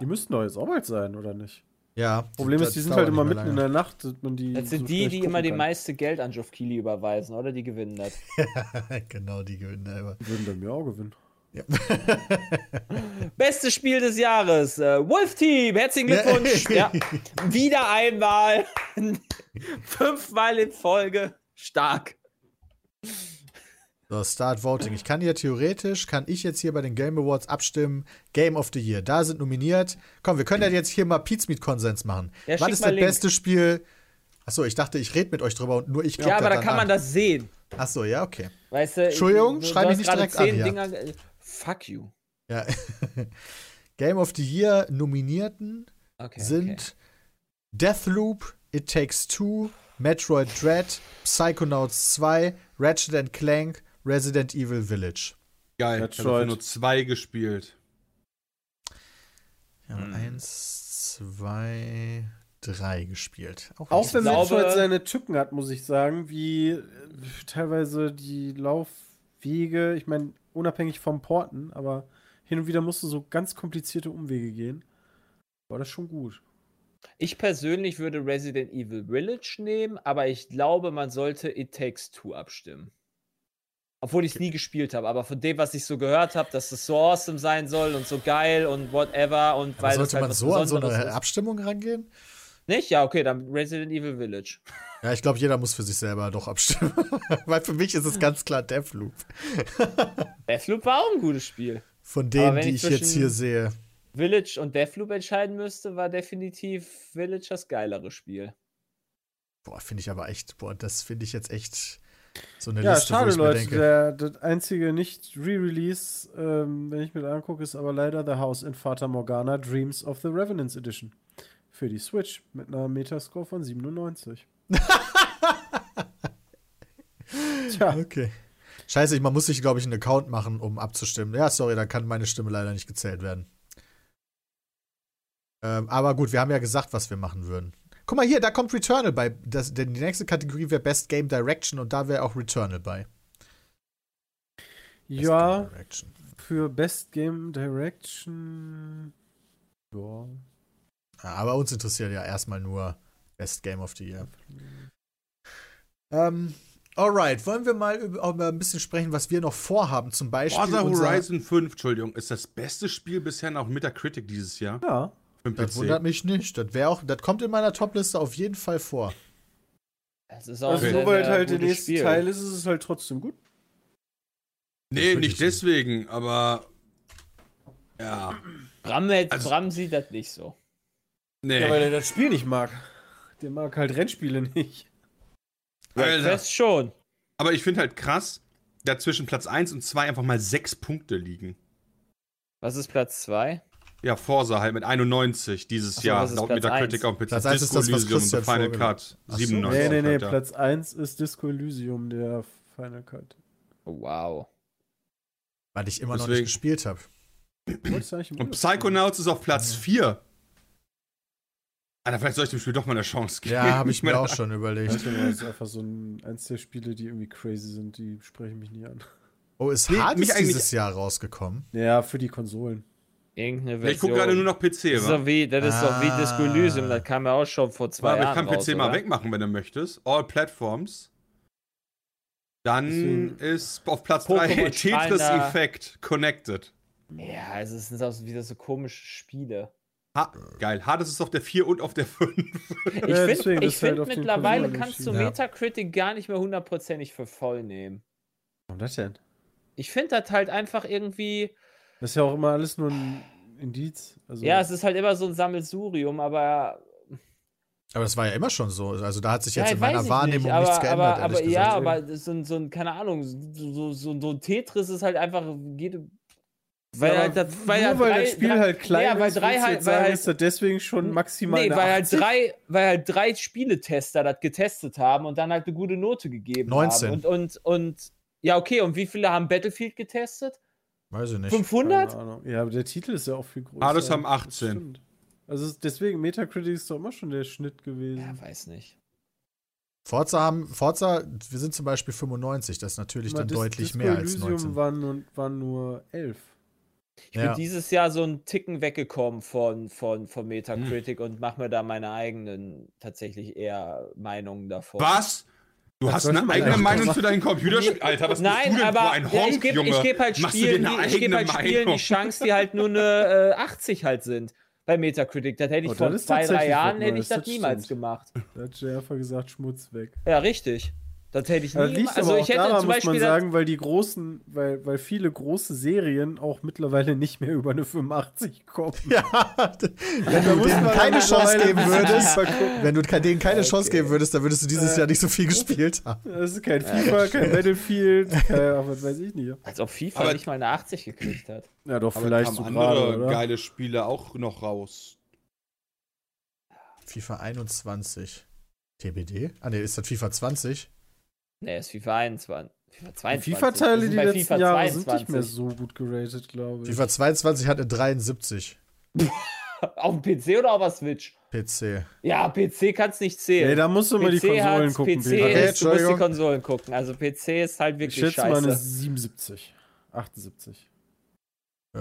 Speaker 3: Die müssten doch jetzt auch bald sein, oder nicht?
Speaker 2: ja.
Speaker 3: Problem
Speaker 2: Das
Speaker 3: ist, die sind
Speaker 2: dauert
Speaker 3: halt
Speaker 2: nicht
Speaker 3: immer
Speaker 2: mehr
Speaker 3: mitten in
Speaker 2: lange.
Speaker 3: der Nacht, dass man die.
Speaker 4: Das sind
Speaker 3: so
Speaker 4: die,
Speaker 3: schlecht
Speaker 4: die
Speaker 3: gucken
Speaker 4: immer die
Speaker 3: kann.
Speaker 4: meiste Geld an Geoff Keighley überweisen, oder? Die gewinnen das.
Speaker 2: genau, die gewinnen selber.
Speaker 3: Die Würden bei mir auch gewinnen.
Speaker 2: Ja.
Speaker 4: Bestes Spiel des Jahres. Äh, Wolf Team, herzlichen Glückwunsch. ja. Wieder einmal. Fünfmal in Folge. Stark.
Speaker 2: So, Start Voting. Ich kann hier theoretisch, kann ich jetzt hier bei den Game Awards abstimmen, Game of the Year. Da sind nominiert. Komm, wir können ja jetzt hier mal Pizmeet-Konsens machen.
Speaker 4: Ja,
Speaker 2: Was
Speaker 4: schick
Speaker 2: ist
Speaker 4: mal
Speaker 2: das
Speaker 4: Link.
Speaker 2: beste Spiel? Achso, ich dachte, ich rede mit euch drüber und nur ich
Speaker 4: Ja, aber da kann man das sehen.
Speaker 2: das. Achso, ja, okay.
Speaker 4: Weißt du,
Speaker 2: Entschuldigung,
Speaker 4: du- du
Speaker 2: schreib mich
Speaker 4: hast
Speaker 2: nicht
Speaker 4: gerade
Speaker 2: direkt an, ja.
Speaker 4: Dinger ge- Fuck you.
Speaker 2: Ja. Game of the Year Nominierten
Speaker 4: Okay,
Speaker 2: sind
Speaker 4: Okay.
Speaker 2: Deathloop, It Takes Two, Metroid Dread, Psychonauts 2, Ratchet and Clank, Resident Evil Village.
Speaker 5: Geil, ich
Speaker 3: Detroit.
Speaker 5: habe nur zwei gespielt.
Speaker 2: Ja, eins, zwei, drei gespielt.
Speaker 3: Auch wenn
Speaker 4: glaube-
Speaker 3: Metroid seine Tücken hat, muss ich sagen, wie äh, teilweise die Laufwege, ich meine, unabhängig vom Porten, aber hin und wieder musst du so ganz komplizierte Umwege gehen. War das schon gut.
Speaker 4: Ich persönlich würde Resident Evil Village nehmen, aber ich glaube, man sollte It Takes Two abstimmen. Obwohl ich es nie gespielt habe, aber von dem, was ich so gehört habe, dass es so awesome sein soll und so geil und whatever und
Speaker 2: Aber
Speaker 4: weil das
Speaker 2: sollte
Speaker 4: halt
Speaker 2: man
Speaker 4: was
Speaker 2: so an so eine
Speaker 4: Besonderes ist.
Speaker 2: Abstimmung rangehen?
Speaker 4: Nicht? Ja, okay, dann Resident Evil Village.
Speaker 2: Ja, ich glaube, jeder muss für sich selber doch abstimmen. Weil für mich ist es ganz klar Deathloop.
Speaker 4: Deathloop war auch ein gutes Spiel.
Speaker 2: Von
Speaker 4: Aber
Speaker 2: denen,
Speaker 4: wenn
Speaker 2: die
Speaker 4: ich
Speaker 2: ich jetzt
Speaker 4: zwischen-
Speaker 2: hier sehe.
Speaker 4: Village und Deathloop entscheiden müsste, war definitiv Village das geilere Spiel.
Speaker 2: Boah, finde ich aber echt, boah, das finde ich jetzt echt so eine
Speaker 3: Ja,
Speaker 2: Liste, wo
Speaker 3: schade,
Speaker 2: ich mir
Speaker 3: Leute.
Speaker 2: denke.
Speaker 3: Der, das einzige Nicht-Re-Release, ähm, wenn ich mir das angucke, ist aber leider The House in Fata Morgana Dreams of the Revenants Edition. Für die Switch mit einer Metascore von 97. Tja,
Speaker 2: Okay. Scheiße, ich- man muss sich, glaube ich, einen Account machen, um abzustimmen. Ja, sorry, dann kann meine Stimme leider nicht gezählt werden. Ähm, aber gut, wir haben ja gesagt, was wir machen würden. Guck mal hier, da kommt Returnal bei. Das, denn die nächste Kategorie wäre Best Game Direction und da wäre auch Returnal bei. Best
Speaker 3: ja,
Speaker 2: Game Direction.
Speaker 3: für Best Game Direction. Ja.
Speaker 2: Ja, aber uns interessiert ja erstmal nur Best Game of the Year. Ähm, alright, wollen wir mal über, über ein bisschen sprechen, was wir noch vorhaben? Zum Beispiel.
Speaker 5: Forza
Speaker 2: unser-
Speaker 5: Horizon 5, Entschuldigung, ist das beste Spiel bisher nach Metacritic dieses Jahr.
Speaker 3: Ja,
Speaker 5: Für den
Speaker 2: Das
Speaker 5: PC.
Speaker 2: wundert mich nicht. Das wäre auch, das kommt in meiner Topliste auf jeden Fall vor.
Speaker 4: Das ist auch
Speaker 3: also
Speaker 5: Okay.
Speaker 4: sehr,
Speaker 3: nur weil
Speaker 4: sehr
Speaker 3: halt der
Speaker 4: gutes
Speaker 3: nächste
Speaker 4: Spiel.
Speaker 3: Teil ist, ist es halt trotzdem gut.
Speaker 5: Nee,
Speaker 2: Das
Speaker 5: nicht
Speaker 2: würde ich
Speaker 5: deswegen, aber. Ja.
Speaker 4: Bram, hält-
Speaker 5: Also-
Speaker 4: Bram sieht das nicht so.
Speaker 5: Nee.
Speaker 3: Ja, weil er das Spiel nicht mag. Der mag halt Rennspiele nicht.
Speaker 5: Alter.
Speaker 4: Das schon.
Speaker 5: Also, Aber ich finde halt krass, da zwischen Platz 1 und 2 einfach mal 6 Punkte liegen.
Speaker 4: Was ist Platz 2?
Speaker 5: Ja, Forza halt mit 91 dieses
Speaker 4: Ach so,
Speaker 5: Jahr,
Speaker 4: was ist
Speaker 5: laut
Speaker 4: Platz eins?
Speaker 5: Metacritic auf PC.
Speaker 2: Platz eins ist das, was
Speaker 5: Elysium, The
Speaker 2: Christian
Speaker 5: Final
Speaker 2: vorgenommen
Speaker 5: Cut
Speaker 2: Ach so.
Speaker 5: 97.
Speaker 3: Nee, nee, nee,
Speaker 5: Alter.
Speaker 3: Platz 1 ist Disco Elysium, der Final Cut.
Speaker 4: Oh, Wow.
Speaker 2: Weil ich immer noch
Speaker 5: Deswegen.
Speaker 2: nicht gespielt habe.
Speaker 3: Wolltest du eigentlich im
Speaker 5: Und
Speaker 3: Urlaub
Speaker 5: Psychonauts ist auf Platz 4. Alter, vielleicht soll ich dem Spiel doch mal eine Chance geben.
Speaker 2: Ja, habe ich mir auch schon überlegt.
Speaker 3: sein? Das ist einfach so ein, eins der Spiele, die irgendwie crazy sind, die sprechen mich nie an.
Speaker 2: Oh, ist
Speaker 5: Nee,
Speaker 2: Hades
Speaker 5: mich eigentlich-
Speaker 2: dieses Jahr rausgekommen?
Speaker 3: Ja, für die Konsolen.
Speaker 4: Irgendeine
Speaker 5: Ja,
Speaker 4: Version.
Speaker 5: ich gucke gerade nur noch PC,
Speaker 4: Das ist
Speaker 5: wa?
Speaker 4: doch wie, das ist doch
Speaker 2: Ah.
Speaker 4: wie Disco Elysium, das kam ja auch schon vor zwei
Speaker 5: Aber ich
Speaker 4: Jahren
Speaker 5: kann PC
Speaker 4: raus,
Speaker 5: mal
Speaker 4: oder?
Speaker 5: wegmachen, wenn du möchtest. All Platforms. Dann
Speaker 3: Deswegen-
Speaker 5: ist auf Platz
Speaker 4: Pokémon
Speaker 5: 3 Tetris
Speaker 4: Steiner.
Speaker 5: Effect Connected.
Speaker 4: Ja, also es sind auch so- wieder so komische Spiele.
Speaker 5: Ha Geil. Hades ist auf der 4 und auf der 5.
Speaker 4: Ich
Speaker 3: Ja,
Speaker 4: finde,
Speaker 3: deswegen
Speaker 4: ich
Speaker 3: ist halt
Speaker 4: find,
Speaker 3: auf den
Speaker 4: mittlerweile
Speaker 3: Konsolen
Speaker 4: kannst du
Speaker 2: entschieden. Ja.
Speaker 4: Metacritic gar nicht mehr hundertprozentig für voll nehmen.
Speaker 3: Warum das denn?
Speaker 4: Ich finde das halt einfach irgendwie,
Speaker 3: Das ist ja auch immer alles nur ein Indiz. Also,
Speaker 4: ja, es ist halt immer so ein Sammelsurium, aber
Speaker 2: Aber das war ja immer schon so. Also da hat sich
Speaker 4: ja,
Speaker 2: jetzt in
Speaker 4: ich
Speaker 2: meiner
Speaker 4: weiß ich
Speaker 2: Wahrnehmung
Speaker 4: nicht, aber,
Speaker 2: nichts geändert,
Speaker 4: aber, aber
Speaker 2: ehrlich
Speaker 4: ja,
Speaker 2: gesagt.
Speaker 4: aber das ist so ein, so ein, keine Ahnung, so, so, so, so ein Tetris ist halt einfach, jede, weil
Speaker 3: Ja,
Speaker 4: halt
Speaker 3: aber
Speaker 4: das, weil
Speaker 3: nur
Speaker 4: halt
Speaker 3: weil
Speaker 4: drei-
Speaker 3: das Spiel
Speaker 4: drei-
Speaker 3: halt klein
Speaker 4: ja, weil
Speaker 3: ist,
Speaker 4: drei
Speaker 3: willst du
Speaker 4: halt-
Speaker 3: jetzt
Speaker 4: weil
Speaker 3: sagen,
Speaker 4: halt-
Speaker 3: ist das deswegen schon maximal
Speaker 4: Nee,
Speaker 3: eine
Speaker 4: weil halt,
Speaker 3: 80?
Speaker 4: drei, weil halt drei Spieletester das getestet haben und dann halt eine gute Note gegeben
Speaker 2: 19.
Speaker 4: haben. Und, und, und ja, okay, und wie viele haben Battlefield getestet?
Speaker 2: Weiß ich nicht.
Speaker 4: 500?
Speaker 3: Keine Ahnung. Ja, aber der Titel ist ja auch viel größer.
Speaker 5: Hades haben
Speaker 3: Das
Speaker 5: 18.
Speaker 3: stimmt. Also es- deswegen, Metacritic ist doch immer schon der Schnitt gewesen.
Speaker 4: Ja, weiß nicht.
Speaker 2: Forza haben, Forza, wir sind zum Beispiel 95, das ist natürlich
Speaker 3: Mal
Speaker 2: dann
Speaker 3: Dis-
Speaker 2: deutlich
Speaker 3: Disco
Speaker 2: mehr als
Speaker 3: Elysium
Speaker 2: 19.
Speaker 3: Waren nur, waren nur 11.
Speaker 4: Ich
Speaker 2: Ja.
Speaker 4: bin dieses Jahr so einen Ticken weggekommen von, von, von Metacritic und mache mir da meine eigenen tatsächlich eher Meinungen davon.
Speaker 5: Was? Du
Speaker 3: Was
Speaker 5: hast
Speaker 3: soll
Speaker 5: eine
Speaker 3: ich denn
Speaker 5: eigene
Speaker 3: eigentlich
Speaker 5: Meinung
Speaker 3: machen?
Speaker 5: zu deinen Computerspielen? Alter, was bist
Speaker 4: Nein,
Speaker 5: du denn
Speaker 4: aber
Speaker 5: für ein
Speaker 4: ja,
Speaker 5: Honk,
Speaker 4: ich gebe
Speaker 5: Junge?
Speaker 4: geb halt,
Speaker 5: Machst du dir
Speaker 4: Spielen,
Speaker 5: eine
Speaker 4: die- ich geb
Speaker 5: eigene
Speaker 4: halt Spielen die
Speaker 5: Meinung?
Speaker 4: Chance, die halt nur eine äh, 80 halt sind bei Metacritic. Das hätte ich
Speaker 3: Oh,
Speaker 4: vor
Speaker 3: das ist
Speaker 4: zwei, drei
Speaker 3: tatsächlich was
Speaker 4: Jahren hätte ich
Speaker 3: Neues,
Speaker 4: das
Speaker 3: das
Speaker 4: niemals
Speaker 3: stimmt.
Speaker 4: gemacht.
Speaker 3: Da hat Schärfer gesagt, Schmutz weg.
Speaker 4: Ja, richtig. Das hätte ich nie.
Speaker 3: Das liegt
Speaker 4: also
Speaker 3: aber auch
Speaker 4: ich hätte
Speaker 3: daran,
Speaker 4: zum
Speaker 3: muss
Speaker 4: Beispiel
Speaker 3: man
Speaker 4: das-
Speaker 3: sagen, weil die großen, weil, weil viele große Serien auch mittlerweile nicht mehr über eine 85 kommen.
Speaker 2: Ja, wenn du denen keine Chance
Speaker 3: mittlerweile
Speaker 2: geben
Speaker 3: ein bisschen
Speaker 2: würdest,
Speaker 3: tiefer gucken.
Speaker 2: wenn du denen keine Chance
Speaker 4: Okay.
Speaker 2: geben würdest, dann würdest du dieses
Speaker 3: Äh.
Speaker 2: Jahr nicht so viel gespielt haben.
Speaker 3: Das ist kein FIFA, kein Battlefield, kein, ach, was weiß ich nicht.
Speaker 4: als ob FIFA
Speaker 5: Aber-
Speaker 4: nicht mal eine 80 gekriegt hat.
Speaker 3: Ja, doch,
Speaker 5: Aber
Speaker 3: vielleicht
Speaker 5: kamen
Speaker 3: so
Speaker 5: andere
Speaker 3: gerade, oder?
Speaker 5: geile Spiele auch noch raus.
Speaker 2: FIFA 21. TBD? Ah ne, ist das FIFA 20?
Speaker 4: Nee, ist FIFA 21. FIFA
Speaker 3: Die
Speaker 4: 22. Wir
Speaker 3: FIFA-Teile
Speaker 4: sind
Speaker 3: die
Speaker 4: bei
Speaker 3: letzten
Speaker 4: FIFA
Speaker 3: Jahre sind nicht mehr so gut geratet, glaube ich.
Speaker 2: FIFA 22 hat eine 73
Speaker 4: Auf dem PC oder auf der Switch?
Speaker 2: PC.
Speaker 4: Ja, PC kannst nicht zählen.
Speaker 3: Nee, da musst du mal die
Speaker 4: PC
Speaker 3: Konsolen
Speaker 4: hat's,
Speaker 3: gucken.
Speaker 4: PC
Speaker 3: Peter.
Speaker 2: Okay,
Speaker 4: ist, du musst die
Speaker 2: Entschuldigung.
Speaker 4: Konsolen gucken. Also PC ist halt
Speaker 3: ich
Speaker 4: wirklich
Speaker 3: schätze mal
Speaker 4: scheiße.
Speaker 3: eine 77, 78.
Speaker 2: Äh,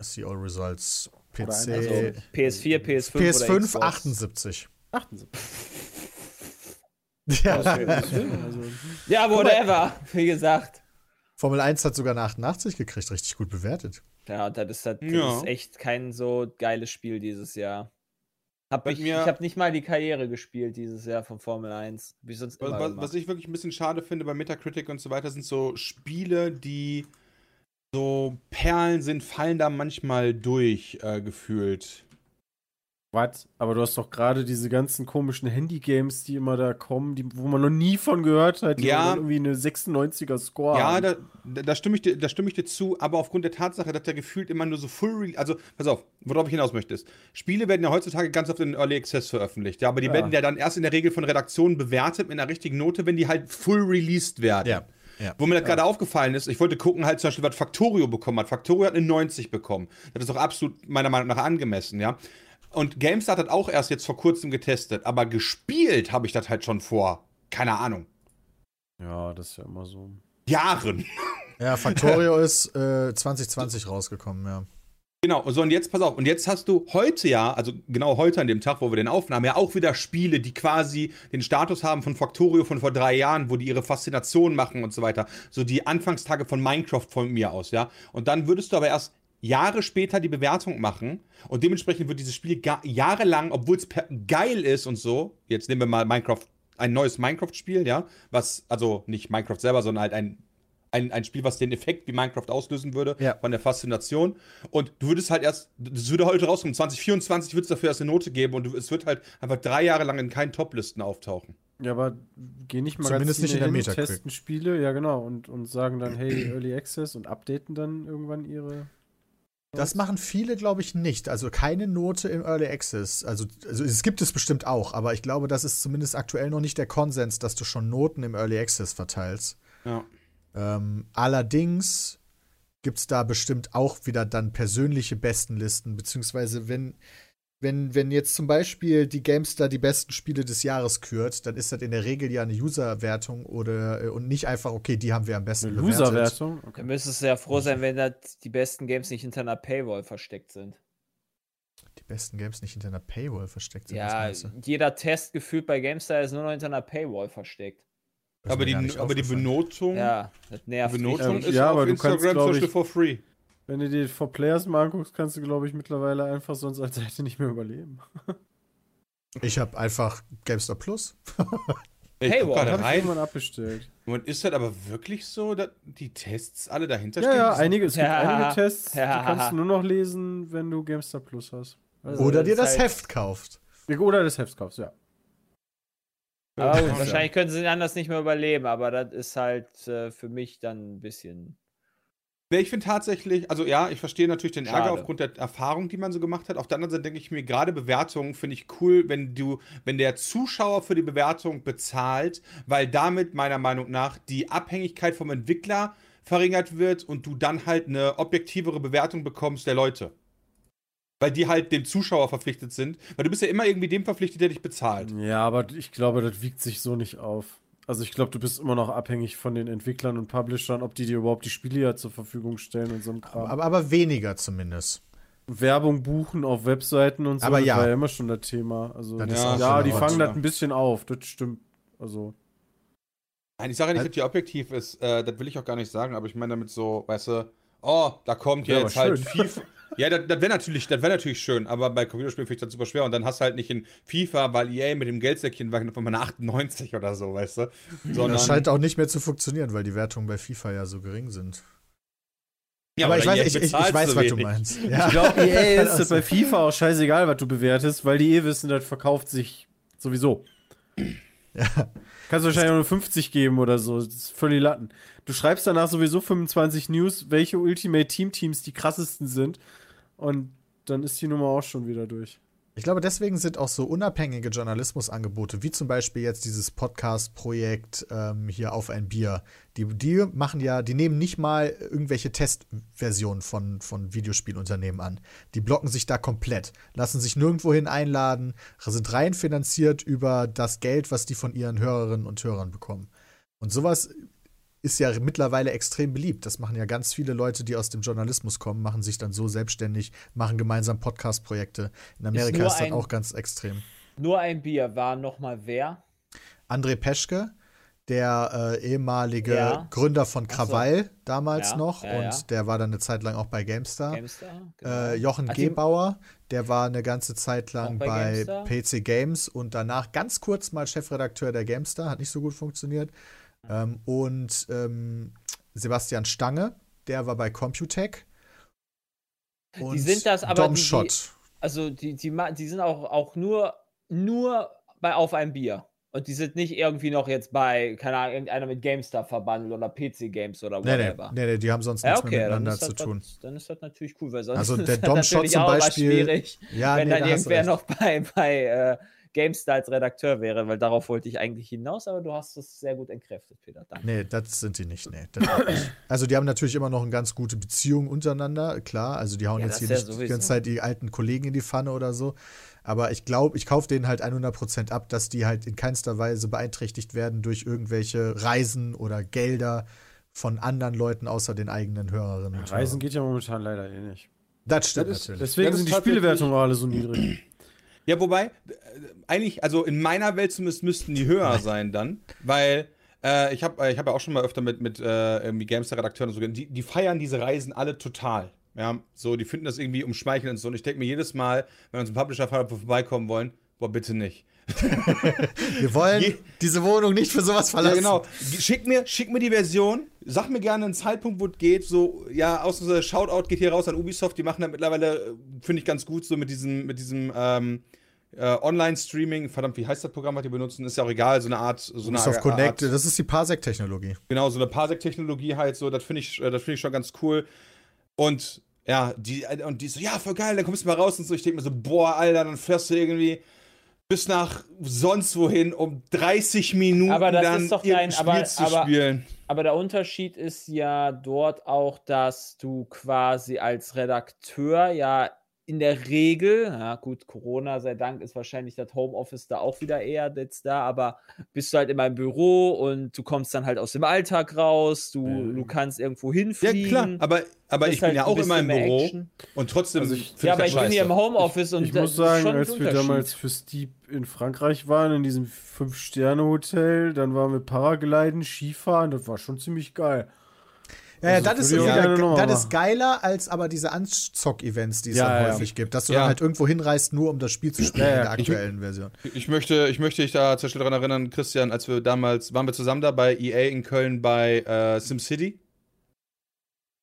Speaker 2: see all results.
Speaker 3: Oder
Speaker 2: PC.
Speaker 3: einer
Speaker 4: also
Speaker 3: so.
Speaker 4: PS4, PS5, oder
Speaker 2: PS5
Speaker 4: Xbox.
Speaker 2: 78.
Speaker 3: 78.
Speaker 2: Ja.
Speaker 3: also,
Speaker 4: Ja, whatever. Wie gesagt.
Speaker 2: Formel 1 hat sogar eine 88 gekriegt, richtig gut bewertet.
Speaker 4: Ja, das ist, halt, das, das
Speaker 5: Ja.
Speaker 4: ist echt kein so geiles Spiel dieses Jahr. Hab
Speaker 5: Bei
Speaker 4: ich ich
Speaker 5: mir-
Speaker 4: habe nicht mal die Karriere gespielt dieses Jahr von Formel 1. Wie sonst
Speaker 5: Was,
Speaker 4: immer
Speaker 5: was,
Speaker 4: gemacht.
Speaker 5: was ich wirklich ein bisschen schade finde bei Metacritic und so weiter, sind so Spiele, die so Perlen sind, fallen da manchmal durch, äh, gefühlt.
Speaker 3: Was? Aber du hast doch gerade diese ganzen komischen Handy-Games, die immer da kommen, die, wo man noch nie von gehört hat, die
Speaker 5: Ja.
Speaker 3: dann irgendwie eine 96er-Score
Speaker 5: Ja,
Speaker 3: haben.
Speaker 5: da, da, da, stimme ich dir, da stimme ich dir zu, aber aufgrund der Tatsache, dass der gefühlt immer nur so full Re Also, pass auf, worauf ich hinaus möchte, ist, Spiele werden ja heutzutage ganz oft in Early Access veröffentlicht. Ja, aber die
Speaker 3: Ja.
Speaker 5: werden ja dann erst in der Regel von Redaktionen bewertet mit einer richtigen Note, wenn die halt full released werden.
Speaker 2: Ja, ja.
Speaker 5: Wo mir das gerade aufgefallen ist, ich wollte gucken, halt zum Beispiel, was Factorio bekommen hat. Factorio hat eine 90 bekommen. Das ist doch absolut meiner Meinung nach angemessen, ja. Und GameStar hat auch erst jetzt vor kurzem getestet, aber gespielt habe ich das halt schon vor, keine Ahnung,
Speaker 3: ja, das ist ja immer so.
Speaker 5: Jahren.
Speaker 2: Ja, Factorio ist äh, 2020 rausgekommen, ja.
Speaker 5: Genau, so und jetzt, pass auf, und jetzt hast du heute ja, also genau heute an dem Tag, wo wir den aufnahmen, ja auch wieder Spiele, die quasi den Status haben von Factorio von vor drei Jahren, wo die ihre Faszination machen und so weiter. So die Anfangstage von Minecraft von mir aus, ja. Und dann würdest du aber erst Jahre später die Bewertung machen und dementsprechend wird dieses Spiel ga- jahrelang, obwohl es per- geil ist und so, jetzt nehmen wir mal Minecraft, ein neues Minecraft-Spiel, ja, was, also nicht Minecraft selber, sondern halt ein ein, ein Spiel, was den Effekt wie Minecraft auslösen würde,
Speaker 2: Ja.
Speaker 5: von der Faszination. Und du würdest halt erst, das würde heute rauskommen, 2024 wird es dafür erst eine Note geben und du, es wird halt einfach drei Jahre lang in keinen Toplisten auftauchen.
Speaker 3: Ja, aber gehen nicht mal
Speaker 2: Zumindest nicht in der Metacritic.
Speaker 3: testen Spiele, ja genau, und, und sagen dann, hey, Early Access und updaten dann irgendwann ihre.
Speaker 2: Das machen viele, glaube ich, nicht. Also keine Note im Early Access. Also, also es gibt es bestimmt auch, aber ich glaube, das ist zumindest aktuell noch nicht der Konsens, dass du schon Noten im Early Access verteilst.
Speaker 5: Ja.
Speaker 2: Ähm, allerdings gibt es da bestimmt auch wieder dann persönliche Bestenlisten, beziehungsweise wenn, wenn, wenn jetzt zum Beispiel die GameStar die besten Spiele des Jahres kürt, dann ist das in der Regel ja eine User-Wertung oder äh, und nicht einfach, okay, die haben wir am besten
Speaker 3: Eine
Speaker 2: bewertet.
Speaker 3: Loser-Wertung.
Speaker 4: Dann
Speaker 3: Okay.
Speaker 4: müsstest du ja froh sein, wenn da die besten Games nicht hinter einer Paywall versteckt sind.
Speaker 2: Die besten Games nicht hinter einer Paywall versteckt sind. was
Speaker 4: ja,
Speaker 2: meinst du?
Speaker 4: jeder Test gefühlt bei GameStar ist nur noch hinter einer Paywall versteckt.
Speaker 2: Das ist
Speaker 5: Aber
Speaker 2: mir
Speaker 5: die,
Speaker 2: gar nicht
Speaker 5: aber die
Speaker 2: aufgefallen.
Speaker 5: Benotung,
Speaker 4: Ja, das
Speaker 5: die
Speaker 4: nervt mich.
Speaker 5: Benotung
Speaker 3: Ähm,
Speaker 5: ist
Speaker 3: ja,
Speaker 5: auf
Speaker 3: aber du kannst,
Speaker 5: Instagram zum
Speaker 3: glaub
Speaker 5: Beispiel
Speaker 3: ich-
Speaker 5: for free.
Speaker 3: Wenn du dir For Players mal anguckst, kannst du, glaube ich, mittlerweile einfach sonst als Seite nicht mehr überleben.
Speaker 2: Ich habe einfach GameStar Plus.
Speaker 5: Ich
Speaker 4: Hey,
Speaker 5: guck
Speaker 4: wow,
Speaker 5: gerade
Speaker 4: hab
Speaker 3: Hab ich
Speaker 5: rein.
Speaker 3: irgendwann abbestellt.
Speaker 5: Und ist das aber wirklich so, dass die Tests alle dahinter
Speaker 3: Ja, ja,
Speaker 5: stehen?
Speaker 3: einige, es gibt
Speaker 4: Ja.
Speaker 3: einige Tests,
Speaker 4: Ja.
Speaker 3: die kannst du nur noch lesen, wenn du GameStar Plus hast.
Speaker 4: Also,
Speaker 2: Oder dir
Speaker 4: ist
Speaker 2: das
Speaker 4: halt-
Speaker 2: Heft kauft.
Speaker 3: Oder des Hefts kaufst, ja.
Speaker 4: Aber
Speaker 5: Ja.
Speaker 4: gut, wahrscheinlich können sie den anders nicht mehr überleben, aber das ist halt äh, für mich dann ein bisschen.
Speaker 5: Nee, ich finde tatsächlich, also ja, ich verstehe natürlich den Ärger
Speaker 4: Schade.
Speaker 5: aufgrund der Erfahrung, die man so gemacht hat. Auf der anderen Seite denke ich mir, gerade Bewertungen finde ich cool, wenn du, wenn der Zuschauer für die Bewertung bezahlt, weil damit meiner Meinung nach die Abhängigkeit vom Entwickler verringert wird und du dann halt eine objektivere Bewertung bekommst der Leute. Weil die halt dem Zuschauer verpflichtet sind. Weil du bist ja immer irgendwie dem verpflichtet, der dich bezahlt.
Speaker 3: Ja, aber ich glaube, das wiegt sich so nicht auf. Also ich glaube, du bist immer noch abhängig von den Entwicklern und Publishern, ob die dir überhaupt die Spiele ja zur Verfügung stellen und so ein Kram.
Speaker 2: Aber, aber weniger zumindest.
Speaker 3: Werbung buchen auf Webseiten und so,
Speaker 2: Aber
Speaker 3: das
Speaker 2: ja.
Speaker 3: war ja immer schon das Thema. Also
Speaker 2: Das
Speaker 5: ist
Speaker 3: ja,
Speaker 5: auch
Speaker 3: ja
Speaker 5: schon
Speaker 3: die
Speaker 5: ein
Speaker 3: fangen
Speaker 5: Thema.
Speaker 3: das ein bisschen auf, das stimmt. Also
Speaker 5: Nein, ich sage ja nicht,
Speaker 2: Also-
Speaker 5: dass die objektiv ist, äh, das will ich auch gar nicht sagen, aber ich meine damit so, weißt du, oh, da kommt
Speaker 3: Wär
Speaker 5: jetzt
Speaker 3: aber
Speaker 5: halt
Speaker 3: schön.
Speaker 5: FIFA. Ja, das, das wäre natürlich, das wär natürlich schön, aber bei Computerspielen finde ich das super schwer und dann hast du halt nicht in FIFA, weil EA mit dem Geldsäckchen war von einer 98 oder so, weißt du, sondern...
Speaker 2: das scheint auch nicht mehr zu funktionieren, weil die Wertungen bei FIFA ja so gering sind.
Speaker 5: ja,
Speaker 2: aber ich
Speaker 5: bei
Speaker 2: weiß,
Speaker 5: EA
Speaker 2: ich, ich, ich
Speaker 5: bezahlst
Speaker 2: weiß was du
Speaker 5: wenig.
Speaker 2: meinst. Ja.
Speaker 3: ich glaube, EA
Speaker 2: Kann
Speaker 3: ist
Speaker 2: auch
Speaker 3: das bei
Speaker 2: sein.
Speaker 3: FIFA auch scheißegal, was du bewertest, weil die eh wissen, das verkauft sich sowieso.
Speaker 2: Ja.
Speaker 3: Kannst du wahrscheinlich auch nur 50 geben oder so. Das ist völlig Latten. Du schreibst danach sowieso 25 News, welche Ultimate Team Teams die krassesten sind. Und dann ist die Nummer auch schon wieder durch.
Speaker 2: Ich glaube, deswegen sind auch so unabhängige Journalismusangebote, wie zum Beispiel jetzt dieses Podcast-Projekt ähm, hier auf ein Bier, die, die machen ja, die nehmen nicht mal irgendwelche Testversionen von, von Videospielunternehmen an. Die blocken sich da komplett, lassen sich nirgendwohin einladen, sind rein finanziert über das Geld, was die von ihren Hörerinnen und Hörern bekommen. Und sowas ist ja mittlerweile extrem beliebt. Das machen ja ganz viele Leute, die aus dem Journalismus kommen, machen sich dann so selbstständig, machen gemeinsam Podcast-Projekte. In Amerika
Speaker 4: nur
Speaker 2: ist, das
Speaker 4: ein-
Speaker 2: auch ganz extrem.
Speaker 4: Nur ein Bier war nochmal wer?
Speaker 2: André Peschke, der äh, ehemalige
Speaker 4: Ja.
Speaker 2: Gründer von
Speaker 4: so.
Speaker 2: Krawall damals
Speaker 4: Ja,
Speaker 2: noch
Speaker 4: ja,
Speaker 2: und
Speaker 4: ja.
Speaker 2: der war dann eine Zeit lang auch bei GameStar.
Speaker 4: Gamestar? Genau.
Speaker 2: Äh, Jochen
Speaker 4: Hat die-
Speaker 2: Gebauer, der war eine ganze Zeit lang
Speaker 4: Also Auch
Speaker 2: bei,
Speaker 4: bei GameStar?
Speaker 2: PC Games und danach ganz kurz mal Chefredakteur der GameStar, hat nicht so gut funktioniert. Ähm, und ähm, Sebastian Stange, der war bei Computec.
Speaker 4: Die sind das aber,
Speaker 2: Dom
Speaker 4: die- die-
Speaker 2: Schott.
Speaker 4: Also die, die, ma- die sind auch, auch nur, nur bei auf einem Bier. Und die sind nicht irgendwie noch jetzt bei, keine Ahnung, irgendeiner mit GameStar verbandelt oder PC Games oder
Speaker 2: Nee, nee,
Speaker 4: whatever.
Speaker 2: nee, nee, die haben sonst
Speaker 4: Ja,
Speaker 2: nichts
Speaker 4: okay,
Speaker 2: mehr
Speaker 4: dann
Speaker 2: miteinander
Speaker 4: ist,
Speaker 2: zu
Speaker 4: das,
Speaker 2: tun.
Speaker 4: Das, dann ist das natürlich cool, weil sonst
Speaker 2: Also
Speaker 4: ist
Speaker 2: der
Speaker 4: das
Speaker 2: Dom
Speaker 4: natürlich
Speaker 2: Schott zum
Speaker 4: auch immer
Speaker 2: Beispiel-
Speaker 4: schwierig,
Speaker 2: Ja,
Speaker 4: wenn
Speaker 2: nee,
Speaker 4: dann
Speaker 2: da hast du
Speaker 4: irgendwer
Speaker 2: recht.
Speaker 4: noch bei, bei äh, GameStar als Redakteur wäre, weil darauf wollte ich eigentlich hinaus, aber du hast es sehr gut entkräftet, Peter. Danke.
Speaker 2: Nee, das sind die nicht, nee. Das nicht. Also die haben natürlich immer noch eine ganz gute Beziehung untereinander, klar. Also die hauen
Speaker 4: Ja,
Speaker 2: jetzt
Speaker 4: das
Speaker 2: hier
Speaker 4: ja
Speaker 2: nicht die
Speaker 4: sowieso.
Speaker 2: ganze Zeit die alten Kollegen in die Pfanne oder so. Aber ich glaube, ich kaufe denen halt 100% ab, dass die halt in keinster Weise beeinträchtigt werden durch irgendwelche Reisen oder Gelder von anderen Leuten außer den eigenen Hörerinnen und
Speaker 3: Reisen
Speaker 2: Hörern.
Speaker 3: geht ja momentan leider eh nicht.
Speaker 2: Das stimmt
Speaker 5: Das ist-
Speaker 2: natürlich.
Speaker 3: Deswegen
Speaker 5: Das ist
Speaker 3: sind die Spielewertungen auch alle so niedrig.
Speaker 5: Ja, wobei, äh, eigentlich, also in meiner Welt zumindest müssten die höher sein dann, weil äh, ich habe ich hab ja auch schon mal öfter mit, mit äh, irgendwie Gamester-Redakteuren und so, ge- die, die feiern diese Reisen alle total. Ja, so, die finden das irgendwie umschmeichelnd und so. Und ich denke mir jedes Mal, wenn uns ein Publisher vorbeikommen wollen, boah, bitte nicht.
Speaker 2: Wir wollen
Speaker 5: Je-
Speaker 2: diese Wohnung nicht für sowas
Speaker 5: Ja,
Speaker 2: verlassen.
Speaker 5: genau. G- Schick mir, schick mir die Version, sag mir gerne einen Zeitpunkt, wo es geht. So, ja, außer Shoutout geht hier raus an Ubisoft. Die machen da mittlerweile, äh, finde ich, ganz gut, so mit diesem, mit diesem ähm, äh, Online-Streaming. Verdammt, wie heißt das Programm, was die benutzen? Ist ja auch egal, so eine Art. So eine
Speaker 2: Ubisoft
Speaker 5: Art,
Speaker 2: Connect, das ist die Parsec-Technologie.
Speaker 5: Genau, so eine Parsec-Technologie halt, so, das finde ich, äh, das finde ich schon ganz cool. Und ja, die, äh, und die so, ja, voll geil, dann kommst du mal raus und so. Ich denke mir so, boah, Alter, dann fährst du irgendwie bis nach sonst wohin, um 30 Minuten
Speaker 4: Aber das
Speaker 5: dann
Speaker 4: ist doch
Speaker 5: irgendein
Speaker 4: dein- aber-
Speaker 5: Spiel zu
Speaker 4: aber-
Speaker 5: spielen.
Speaker 4: Aber der Unterschied ist ja dort auch, dass du quasi als Redakteur ja in der Regel, ja gut, Corona sei Dank ist wahrscheinlich das Homeoffice da auch wieder eher jetzt da, aber bist du halt in meinem Büro und du kommst dann halt aus dem Alltag raus, du, du kannst irgendwo
Speaker 5: Ja,
Speaker 4: hinfliegen.
Speaker 5: klar, aber, aber ich
Speaker 4: bist
Speaker 5: bin
Speaker 4: halt
Speaker 5: ja
Speaker 4: ein
Speaker 5: auch immer
Speaker 4: bisschen
Speaker 5: im
Speaker 4: mehr
Speaker 5: Büro
Speaker 4: Action.
Speaker 5: und trotzdem
Speaker 3: Also ich-
Speaker 5: find
Speaker 4: Ja, aber
Speaker 5: das
Speaker 4: ich bin
Speaker 5: scheiße.
Speaker 4: hier im Homeoffice und
Speaker 3: ich
Speaker 4: das
Speaker 3: muss
Speaker 4: ist
Speaker 3: sagen,
Speaker 4: schon ein
Speaker 3: als wir
Speaker 4: Unterschied.
Speaker 3: damals für Steep in Frankreich waren, in diesem Fünf-Sterne-Hotel, dann waren wir Paragliden, Skifahren, das war schon ziemlich geil.
Speaker 2: Ja, ja,
Speaker 3: Also,
Speaker 2: das ist,
Speaker 3: würde ich
Speaker 2: irgendwie-
Speaker 3: gerne nochmal
Speaker 2: das ist
Speaker 3: machen.
Speaker 2: geiler als aber diese Anzock-Events, die es
Speaker 3: Ja,
Speaker 2: dann
Speaker 3: ja.
Speaker 2: häufig gibt, dass du
Speaker 5: Ja.
Speaker 2: dann halt irgendwo hinreist, nur um das Spiel zu spielen
Speaker 3: Ja, ja.
Speaker 2: in der
Speaker 5: Ich-
Speaker 2: aktuellen Version.
Speaker 5: Ich möchte, ich möchte dich da zum Beispiel daran erinnern, Christian, als wir damals, waren wir zusammen da bei EA in Köln bei äh, SimCity?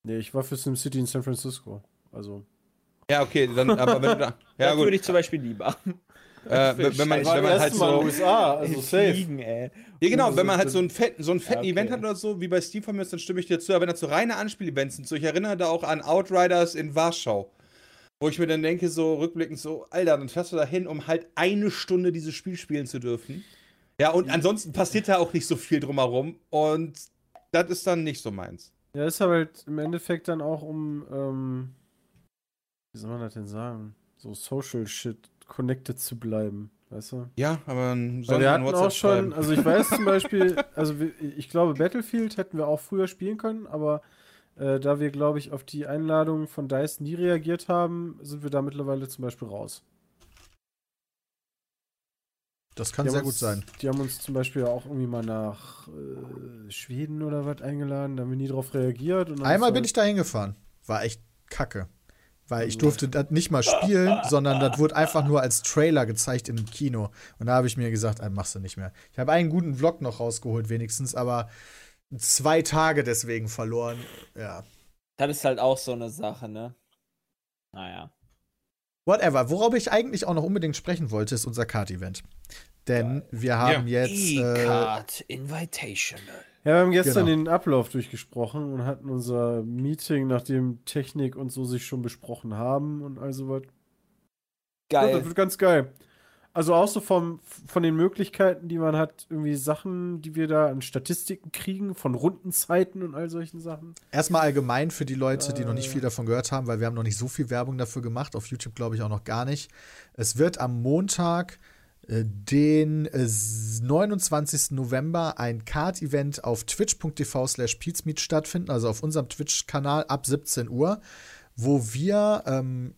Speaker 3: Nee, ich war für SimCity in San Francisco. Also,
Speaker 5: Ja, okay, dann, aber wenn du da, ja
Speaker 4: das
Speaker 5: gut,
Speaker 4: würde ich zum Beispiel lieber.
Speaker 5: äh, wenn wenn man,
Speaker 4: Ich war
Speaker 5: wenn man halt so,
Speaker 3: USA,
Speaker 4: also
Speaker 5: Also
Speaker 4: Fliegen, ey.
Speaker 5: Ja, genau, wenn man halt
Speaker 3: Das-
Speaker 5: so einen fetten, so einen fetten
Speaker 4: Ja, okay.
Speaker 5: Event hat oder so, wie bei Steam von mir ist, dann stimme ich dir zu. Aber wenn das so reine Anspiel-Events sind, so ich erinnere da auch an Outriders in Warschau, wo ich mir dann denke, so rückblickend so, Alter, dann fährst du da hin, um halt eine Stunde dieses Spiel spielen zu dürfen. Ja, und
Speaker 4: Mhm.
Speaker 5: ansonsten passiert da auch nicht so viel drumherum und das ist dann nicht so meins.
Speaker 3: Ja, ist aber halt im Endeffekt dann auch um, ähm, wie soll man das denn sagen? So Social Shit connected zu bleiben, weißt du?
Speaker 5: Ja, aber dann
Speaker 3: Weil
Speaker 5: soll
Speaker 3: wir
Speaker 5: man
Speaker 3: hatten
Speaker 5: WhatsApp
Speaker 3: auch schon,
Speaker 5: schreiben.
Speaker 3: also ich weiß zum Beispiel, also wir- ich glaube, Battlefield hätten wir auch früher spielen können, aber äh, da wir, glaube ich, auf die Einladung von DICE nie reagiert haben, sind wir da mittlerweile zum Beispiel raus.
Speaker 2: Das kann
Speaker 3: Die haben
Speaker 2: sehr gut
Speaker 3: uns,
Speaker 2: sein.
Speaker 3: Die haben uns zum Beispiel auch irgendwie mal nach äh, Schweden oder was eingeladen, da haben wir nie drauf reagiert. Und dann
Speaker 2: Einmal
Speaker 3: ist
Speaker 2: bin
Speaker 3: halt-
Speaker 2: ich da hingefahren. War echt kacke. Weil ich
Speaker 3: Ja.
Speaker 2: durfte das nicht mal spielen, sondern das wurde einfach nur als Trailer gezeigt in einem Kino. Und da habe ich mir gesagt, ah, machst du nicht mehr. Ich habe einen guten Vlog noch rausgeholt, wenigstens, aber zwei Tage deswegen verloren. Ja.
Speaker 4: Das ist halt auch so eine Sache, ne? Naja.
Speaker 2: Whatever. Worauf ich eigentlich auch noch unbedingt sprechen wollte, ist unser Card-Event. Denn wir haben jetzt. Äh,
Speaker 4: E-Card Invitational.
Speaker 3: Ja, wir haben gestern
Speaker 2: Genau.
Speaker 3: den Ablauf durchgesprochen und hatten unser Meeting, nachdem Technik und so sich schon besprochen haben und all so was. Ja, das
Speaker 4: Geil.
Speaker 3: wird ganz geil. Also auch so vom, von den Möglichkeiten, die man hat, irgendwie Sachen, die wir da an Statistiken kriegen, von Rundenzeiten und all solchen Sachen.
Speaker 2: Erstmal allgemein für die Leute, die noch nicht
Speaker 3: Äh.
Speaker 2: viel davon gehört haben, weil wir haben noch nicht so viel Werbung dafür gemacht, auf YouTube glaube ich auch noch gar nicht. Es wird am Montag, äh, den äh, 29. November, ein Card-Event auf twitch.tv slash peatsmeet stattfinden, also auf unserem Twitch-Kanal ab 17 Uhr, wo wir ähm,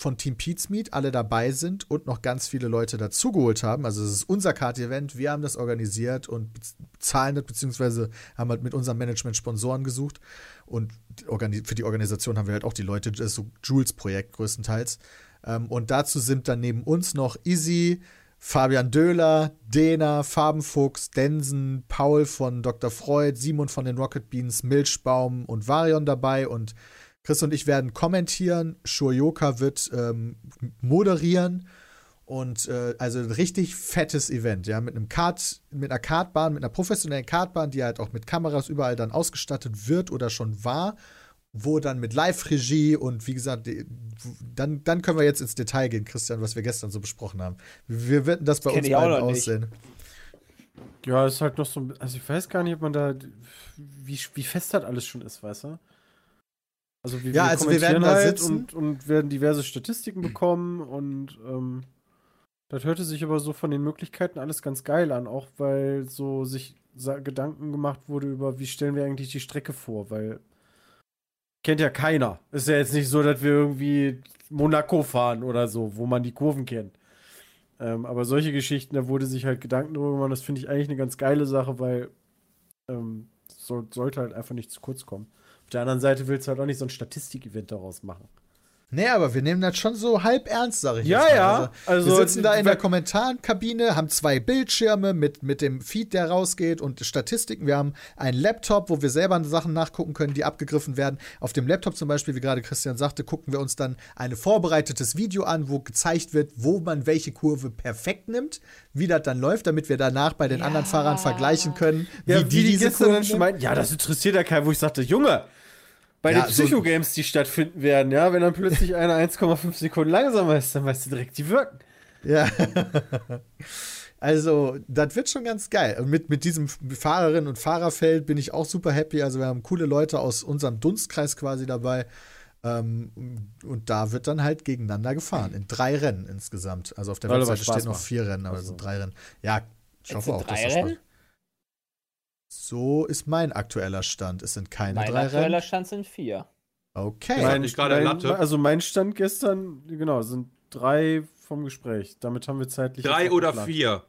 Speaker 2: von Team Pizmeet alle dabei sind und noch ganz viele Leute dazugeholt haben. Also es ist unser Card-Event, wir haben das organisiert und bez- bezahlen das, beziehungsweise haben halt mit unserem Management Sponsoren gesucht. Und die Organi- für die Organisation haben wir halt auch die Leute, das ist so Jules-Projekt größtenteils. Ähm, und dazu sind dann neben uns noch Izzy, Fabian Döhler, Dena, Farbenfuchs, Densen, Paul von Dr. Freud, Simon von den Rocket Beans, Milchbaum und Varion dabei und Chris und ich werden kommentieren, Shurioka wird ähm, moderieren und äh, also ein richtig fettes Event, ja, mit einem Kart, mit einer Kartbahn, mit einer professionellen Kartbahn, die halt auch mit Kameras überall dann ausgestattet wird oder schon war, wo dann mit Live-Regie und wie gesagt, die- dann, dann können wir jetzt ins Detail gehen, Christian, was wir gestern so besprochen haben. Wir werden das bei
Speaker 4: kenn
Speaker 2: uns
Speaker 4: ich auch
Speaker 2: beiden
Speaker 4: noch nicht.
Speaker 2: aussehen.
Speaker 3: Ja, ist halt noch so ein. Also ich weiß gar nicht, ob man da. Wie, wie fest das alles schon ist, weißt du? Also wir,
Speaker 2: Ja, also wir werden
Speaker 3: kommentieren
Speaker 2: da
Speaker 3: halt
Speaker 2: sitzen.
Speaker 3: Und, und werden diverse Statistiken bekommen und ähm, das hörte sich aber so von den Möglichkeiten alles ganz geil an, auch weil so sich sa- Gedanken gemacht wurde über, wie stellen wir eigentlich die Strecke vor, weil kennt ja keiner. Ist ja jetzt nicht so, dass wir irgendwie Monaco fahren oder so, wo man die Kurven kennt. Ähm, aber solche Geschichten, da wurde sich halt Gedanken drüber gemacht. Das finde ich eigentlich eine ganz geile Sache, weil ähm, so, sollte halt einfach nicht zu kurz kommen. Auf der anderen Seite willst du halt auch nicht so ein Statistik-Event daraus machen.
Speaker 2: Nee, aber wir nehmen das schon so halb ernst, sag ich
Speaker 3: Ja,
Speaker 2: jetzt mal.
Speaker 3: ja,
Speaker 2: wir
Speaker 3: also-
Speaker 2: sitzen da in der Kommentarkabine, haben zwei Bildschirme mit, mit dem Feed, der rausgeht und Statistiken. Wir haben einen Laptop, wo wir selber Sachen nachgucken können, die abgegriffen werden. Auf dem Laptop zum Beispiel, wie gerade Christian sagte, gucken wir uns dann ein vorbereitetes Video an, wo gezeigt wird, wo man welche Kurve perfekt nimmt, wie das dann läuft, damit wir danach bei den anderen Fahrern vergleichen können, Kurven nehmen.
Speaker 3: meinten, ja, das interessiert ja keinen, wo ich sagte, Junge, bei
Speaker 2: Ja,
Speaker 3: den
Speaker 2: so-
Speaker 3: Psycho-Games, die stattfinden werden, ja, wenn dann plötzlich einer 1,5 Sekunden langsamer ist, dann weißt du direkt, die wirken.
Speaker 2: Ja. Also, das wird schon ganz geil. Und Mit, mit diesem Fahrerinnen- und Fahrerfeld bin ich auch super happy. Also, wir haben coole Leute aus unserem Dunstkreis quasi dabei. Ähm, und da wird dann halt gegeneinander gefahren. In drei Rennen insgesamt. Also, auf der
Speaker 3: Soll aber
Speaker 2: Webseite
Speaker 3: Spaß
Speaker 2: stehen noch
Speaker 3: machen.
Speaker 2: vier Rennen, aber es
Speaker 3: Also.
Speaker 2: sind drei Rennen. Ja, ich hoffe
Speaker 4: sind
Speaker 2: auch,
Speaker 4: drei
Speaker 2: dass das
Speaker 4: Rennen?
Speaker 2: Spaß- So ist mein aktueller Stand. Es sind keine
Speaker 4: Mein
Speaker 2: drei Rennen.
Speaker 4: aktueller Stand sind vier.
Speaker 2: Okay.
Speaker 5: Nein. ich gerade Latte.
Speaker 3: also mein Stand gestern, genau, sind drei vom Gespräch. Damit haben wir zeitlich. jetzt
Speaker 5: Drei
Speaker 3: auch
Speaker 5: oder
Speaker 3: geplant.
Speaker 5: vier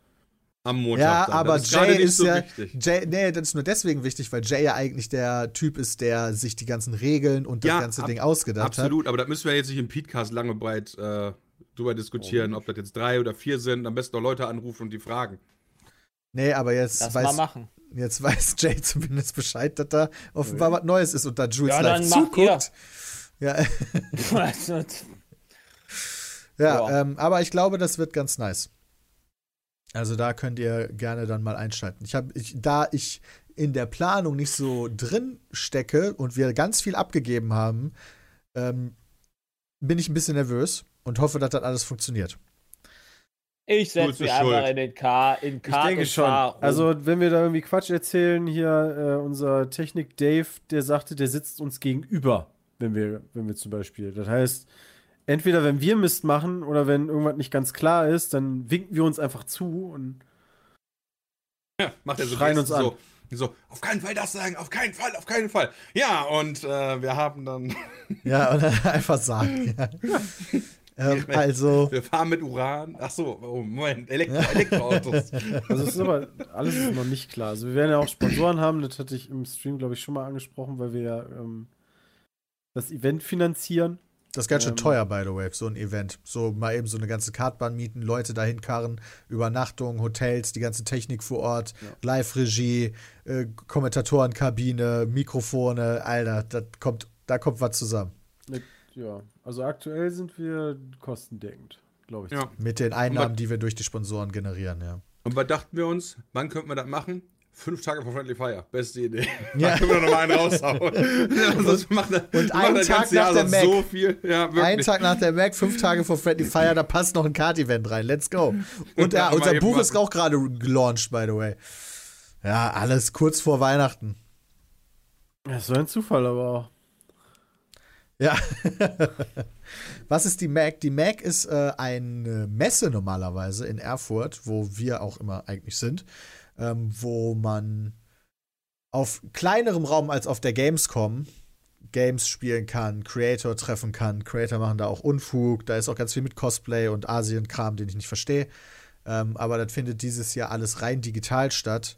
Speaker 5: am Montag.
Speaker 2: Ja,
Speaker 5: dann.
Speaker 2: aber
Speaker 5: das ist gerade
Speaker 2: Jay
Speaker 5: nicht
Speaker 2: ist
Speaker 5: so
Speaker 2: ja.
Speaker 5: wichtig.
Speaker 2: Jay, nee, das ist nur deswegen wichtig, weil Jay ja eigentlich der Typ ist, der sich die ganzen Regeln und das
Speaker 5: Ja,
Speaker 2: ganze
Speaker 5: ab-
Speaker 2: Ding ausgedacht
Speaker 5: Absolut, aber da müssen wir jetzt nicht im Podcast lange breit äh, drüber
Speaker 2: Oh.
Speaker 5: diskutieren, ob das jetzt drei oder vier sind. Am besten noch Leute anrufen und die fragen.
Speaker 2: hat. Nee, aber jetzt
Speaker 4: Lass mal
Speaker 2: weiß,
Speaker 4: machen.
Speaker 2: jetzt weiß Jay zumindest Bescheid, dass da offenbar was Neues ist und da Jules
Speaker 4: Ja,
Speaker 2: live
Speaker 4: dann macht
Speaker 2: zuguckt. Ja,
Speaker 4: Also,
Speaker 2: ja
Speaker 4: Ja.
Speaker 2: ähm, aber ich glaube, das wird ganz nice. Also da könnt ihr gerne dann mal einschalten. Ich habe, ich, da ich in der Planung nicht so drin stecke und wir ganz viel abgegeben haben, ähm, bin ich ein bisschen nervös und hoffe, dass das alles funktioniert.
Speaker 4: ich
Speaker 5: Du bist
Speaker 4: setze mich einfach
Speaker 5: schuld.
Speaker 4: in den Car, in
Speaker 3: Ich
Speaker 4: Kart
Speaker 3: denke
Speaker 4: und
Speaker 3: schon.
Speaker 4: fahr um. rum.
Speaker 3: Also, wenn wir da irgendwie Quatsch erzählen, hier äh, unser Technik Dave, der sagte, der sitzt uns gegenüber, wenn wir, wenn wir zum Beispiel. Das heißt, entweder wenn wir Mist machen oder wenn irgendwas nicht ganz klar ist, dann winken wir uns einfach zu und
Speaker 5: Macht er so
Speaker 3: Schreien uns
Speaker 5: Gesten, so, so, auf keinen Fall das sagen, auf keinen Fall, auf keinen Fall. Ja, und äh, wir haben dann,
Speaker 2: Ja, und dann einfach sagen. Ja. ähm, also,
Speaker 5: wir fahren mit Uran. Ach so, oh, Moment, Elektro, Elektroautos.
Speaker 3: also es ist aber alles ist noch nicht klar. Also wir werden ja auch Sponsoren haben, das hatte ich im Stream, glaube ich, schon mal angesprochen, weil wir ja ähm, das Event finanzieren.
Speaker 2: das ist ganz schön
Speaker 3: Ähm,
Speaker 2: teuer, by the way, so ein Event. So mal eben so eine ganze Kartbahn mieten, Leute dahin karren, Übernachtung, Hotels, die ganze Technik vor Ort, Live-Regie, äh, Kommentatorenkabine, Mikrofone, Alter, das kommt, da kommt was zusammen.
Speaker 3: Mit, ja, also aktuell sind wir kostendeckend, glaube ich.
Speaker 5: ja.
Speaker 2: Mit den Einnahmen, die wir durch die Sponsoren generieren, ja.
Speaker 5: Und was dachten wir uns, wann könnten wir das machen? Fünf Tage vor Friendly Fire, beste Idee.
Speaker 2: Ja.
Speaker 5: Da können wir nochmal einen raushauen. Ja, sonst macht er, macht
Speaker 2: einen
Speaker 5: das
Speaker 2: Tag
Speaker 5: ganze
Speaker 2: nach
Speaker 5: Jahr
Speaker 2: der
Speaker 5: sonst
Speaker 2: Mac.
Speaker 5: so viel. Ja, wirklich.
Speaker 2: Einen Tag nach der Mac, fünf Tage vor Friendly Fire, da passt noch ein Kart-Event rein. Let's go. Und ja,
Speaker 5: Ja,
Speaker 2: unser
Speaker 5: mal eben
Speaker 2: Buch
Speaker 5: was-
Speaker 2: ist auch gerade gelauncht, by the way. Ja, alles kurz vor Weihnachten.
Speaker 3: Das war ein Zufall, aber auch.
Speaker 2: Ja. Was ist die Mac? Die Mac ist äh, eine Messe normalerweise in Erfurt, wo wir auch immer eigentlich sind, ähm, wo man auf kleinerem Raum als auf der Gamescom Games spielen kann, Creator treffen kann. Creator machen da auch Unfug. Da ist auch ganz viel mit Cosplay und Asien-Kram, den ich nicht verstehe. Ähm, aber das findet dieses Jahr alles rein digital statt.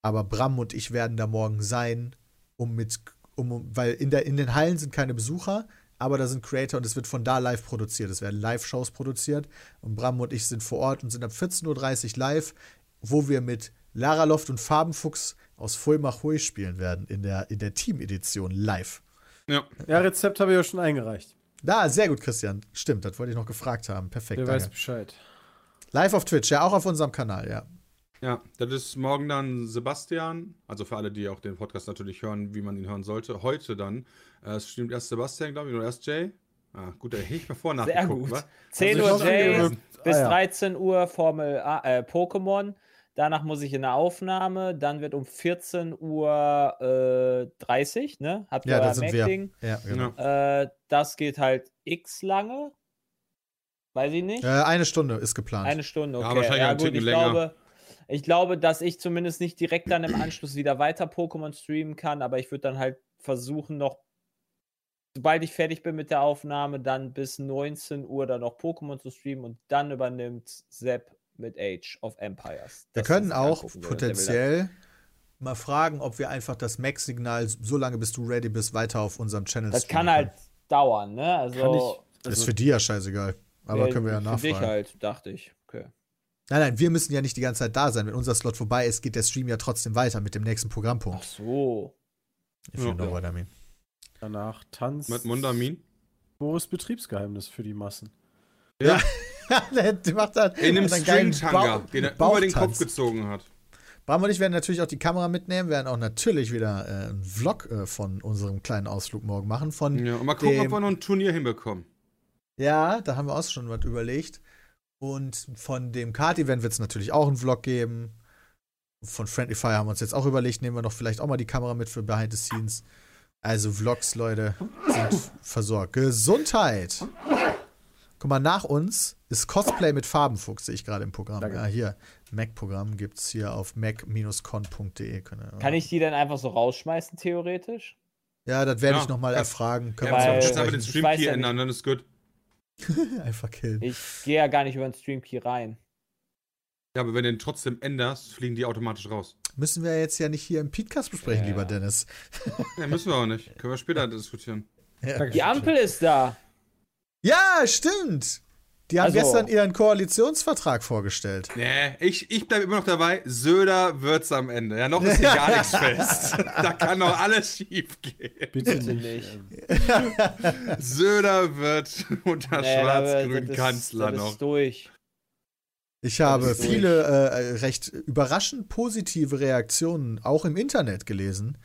Speaker 2: Aber Bram und ich werden da morgen sein, um mit, um, um- weil in, der, in den Hallen sind keine Besucher. aber da sind Creator und es wird von da live produziert. Es werden Live-Shows produziert und Bram und ich sind vor Ort und sind ab 14.30 Uhr live, wo wir mit Lara Loft und Farbenfuchs aus Fulmach Hui spielen werden in der, in der Team-Edition live.
Speaker 5: Ja.
Speaker 3: Ja, Rezept habe ich ja schon eingereicht.
Speaker 2: Da, sehr gut, Christian. Stimmt, das wollte ich noch gefragt haben. Perfekt.
Speaker 3: Wer weiß
Speaker 2: Danke.
Speaker 3: Bescheid.
Speaker 2: Live auf Twitch, ja, auch auf unserem Kanal, ja.
Speaker 5: Ja, das ist morgen dann Sebastian. Also für alle, die auch den Podcast natürlich hören, wie man ihn hören sollte. Heute dann. Äh, es stimmt erst Sebastian, glaube ich, oder erst Jay. Ah, gut, da hätte ich mir vorher
Speaker 4: Sehr
Speaker 5: nachgeguckt.
Speaker 4: gut.
Speaker 5: wa?
Speaker 4: 10
Speaker 3: Also ich
Speaker 4: Uhr
Speaker 3: hoffe, ihr
Speaker 4: Jays,
Speaker 3: mögt-
Speaker 4: bis
Speaker 3: Ah, ja.
Speaker 4: 13 Uhr Formel A, äh, Pokémon. Danach muss ich in eine Aufnahme. Dann wird um 14 Uhr äh, 30, ne? Habt ihr
Speaker 2: Ja, da
Speaker 4: euer
Speaker 2: sind wir.
Speaker 4: Mac-Ding?
Speaker 2: Ja, genau.
Speaker 4: Äh, das geht halt x lange. Weiß ich nicht.
Speaker 2: Äh, eine Stunde ist geplant.
Speaker 4: Eine Stunde,
Speaker 5: Ja,
Speaker 4: okay.
Speaker 5: wahrscheinlich einen
Speaker 4: gut,
Speaker 5: Ticken
Speaker 4: ich
Speaker 5: länger.
Speaker 4: glaube, ich glaube, dass ich zumindest nicht direkt dann im Anschluss wieder weiter Pokémon streamen kann, aber ich würde dann halt versuchen, noch, sobald ich fertig bin mit der Aufnahme, dann bis 19 Uhr dann noch Pokémon zu streamen und dann übernimmt Sepp mit Age of Empires.
Speaker 2: wir
Speaker 4: Das
Speaker 2: können
Speaker 4: ist
Speaker 2: auch
Speaker 4: angucken, wenn der will das.
Speaker 2: potenziell mal fragen, ob wir einfach das Max-Signal, so lange bis du ready bist, weiter auf unserem Channel
Speaker 4: Das
Speaker 2: streamen
Speaker 4: kann halt dauern, ne? Also,
Speaker 3: Kann ich.
Speaker 2: können. ist für die ja scheißegal. Aber
Speaker 4: äh,
Speaker 2: können wir ja
Speaker 4: Für dich
Speaker 2: nachfragen.
Speaker 4: halt, dachte ich. Okay.
Speaker 2: Nein, nein, wir müssen ja nicht die ganze Zeit da sein. Wenn unser Slot vorbei ist, geht der Stream ja trotzdem weiter mit dem nächsten
Speaker 4: Ach
Speaker 2: Programmpunkt.
Speaker 4: so.
Speaker 2: If you
Speaker 5: Ja.
Speaker 2: know what I mean.
Speaker 3: Danach tanzt
Speaker 5: Mit Mundamin.
Speaker 3: Boris Betriebsgeheimnis für die Massen.
Speaker 2: Der macht halt
Speaker 5: In einem
Speaker 2: hat einen geilen
Speaker 5: Stringtanger,
Speaker 2: Bau-
Speaker 5: den er über den
Speaker 2: Bauchtanz.
Speaker 5: Kopf gezogen hat.
Speaker 2: Bram und ich werden natürlich auch die Kamera mitnehmen, werden auch natürlich wieder äh, einen Vlog äh, von unserem kleinen Ausflug morgen machen. Von
Speaker 5: Ja, und mal gucken,
Speaker 2: Dem-
Speaker 5: ob wir noch ein Turnier hinbekommen.
Speaker 2: Ja, da haben wir auch schon was überlegt. Und von dem Kart-Event wird es natürlich auch einen Vlog geben. Von Friendly Fire haben wir uns jetzt auch überlegt, nehmen wir noch vielleicht auch mal die Kamera mit für Behind the Scenes. Also Vlogs, Leute, sind versorgt. Gesundheit! Guck mal, nach uns ist Cosplay mit Farbenfuchs, sehe ich gerade im Programm.
Speaker 3: Danke.
Speaker 2: Ja, hier, Mac-Programm gibt es hier auf mac-con.de. Könnt ihr-
Speaker 4: Kann ich die dann einfach so rausschmeißen, theoretisch?
Speaker 2: Ja, das werde
Speaker 5: Ja,
Speaker 2: ich nochmal
Speaker 5: ja.
Speaker 2: erfragen. Können
Speaker 5: Ja,
Speaker 4: Weil-
Speaker 2: wir
Speaker 5: jetzt
Speaker 2: uns
Speaker 5: haben wir den
Speaker 2: besprechen.
Speaker 5: Stream
Speaker 4: weiß
Speaker 5: hier
Speaker 4: ja nicht.
Speaker 5: ändern, dann ist gut.
Speaker 2: Einfach killen.
Speaker 4: Ich gehe ja gar nicht über den Stream Key rein.
Speaker 5: Ja, aber wenn du den trotzdem änderst, fliegen die automatisch raus.
Speaker 2: Müssen wir jetzt ja nicht hier im Podcast besprechen,
Speaker 4: Ja.
Speaker 2: lieber Dennis.
Speaker 5: Ja, müssen wir auch nicht. Können wir später diskutieren.
Speaker 2: Ja.
Speaker 4: Die Ampel ist da.
Speaker 2: Ja, stimmt. Die haben
Speaker 4: Also-
Speaker 2: gestern ihren Koalitionsvertrag vorgestellt.
Speaker 5: Nee, ich, ich bleibe immer noch dabei. Söder wird's am Ende. Ja, noch ist hier gar nichts fest. Da kann noch alles schief gehen.
Speaker 3: Bitte
Speaker 4: nicht.
Speaker 3: ähm,
Speaker 5: Söder wird unter
Speaker 4: Nee, aber
Speaker 5: schwarz-grün
Speaker 4: das ist-
Speaker 5: Kanzler
Speaker 4: das
Speaker 5: noch.
Speaker 4: Ist durch.
Speaker 2: Ich habe
Speaker 4: ist durch.
Speaker 2: viele äh, recht überraschend positive Reaktionen auch im Internet gelesen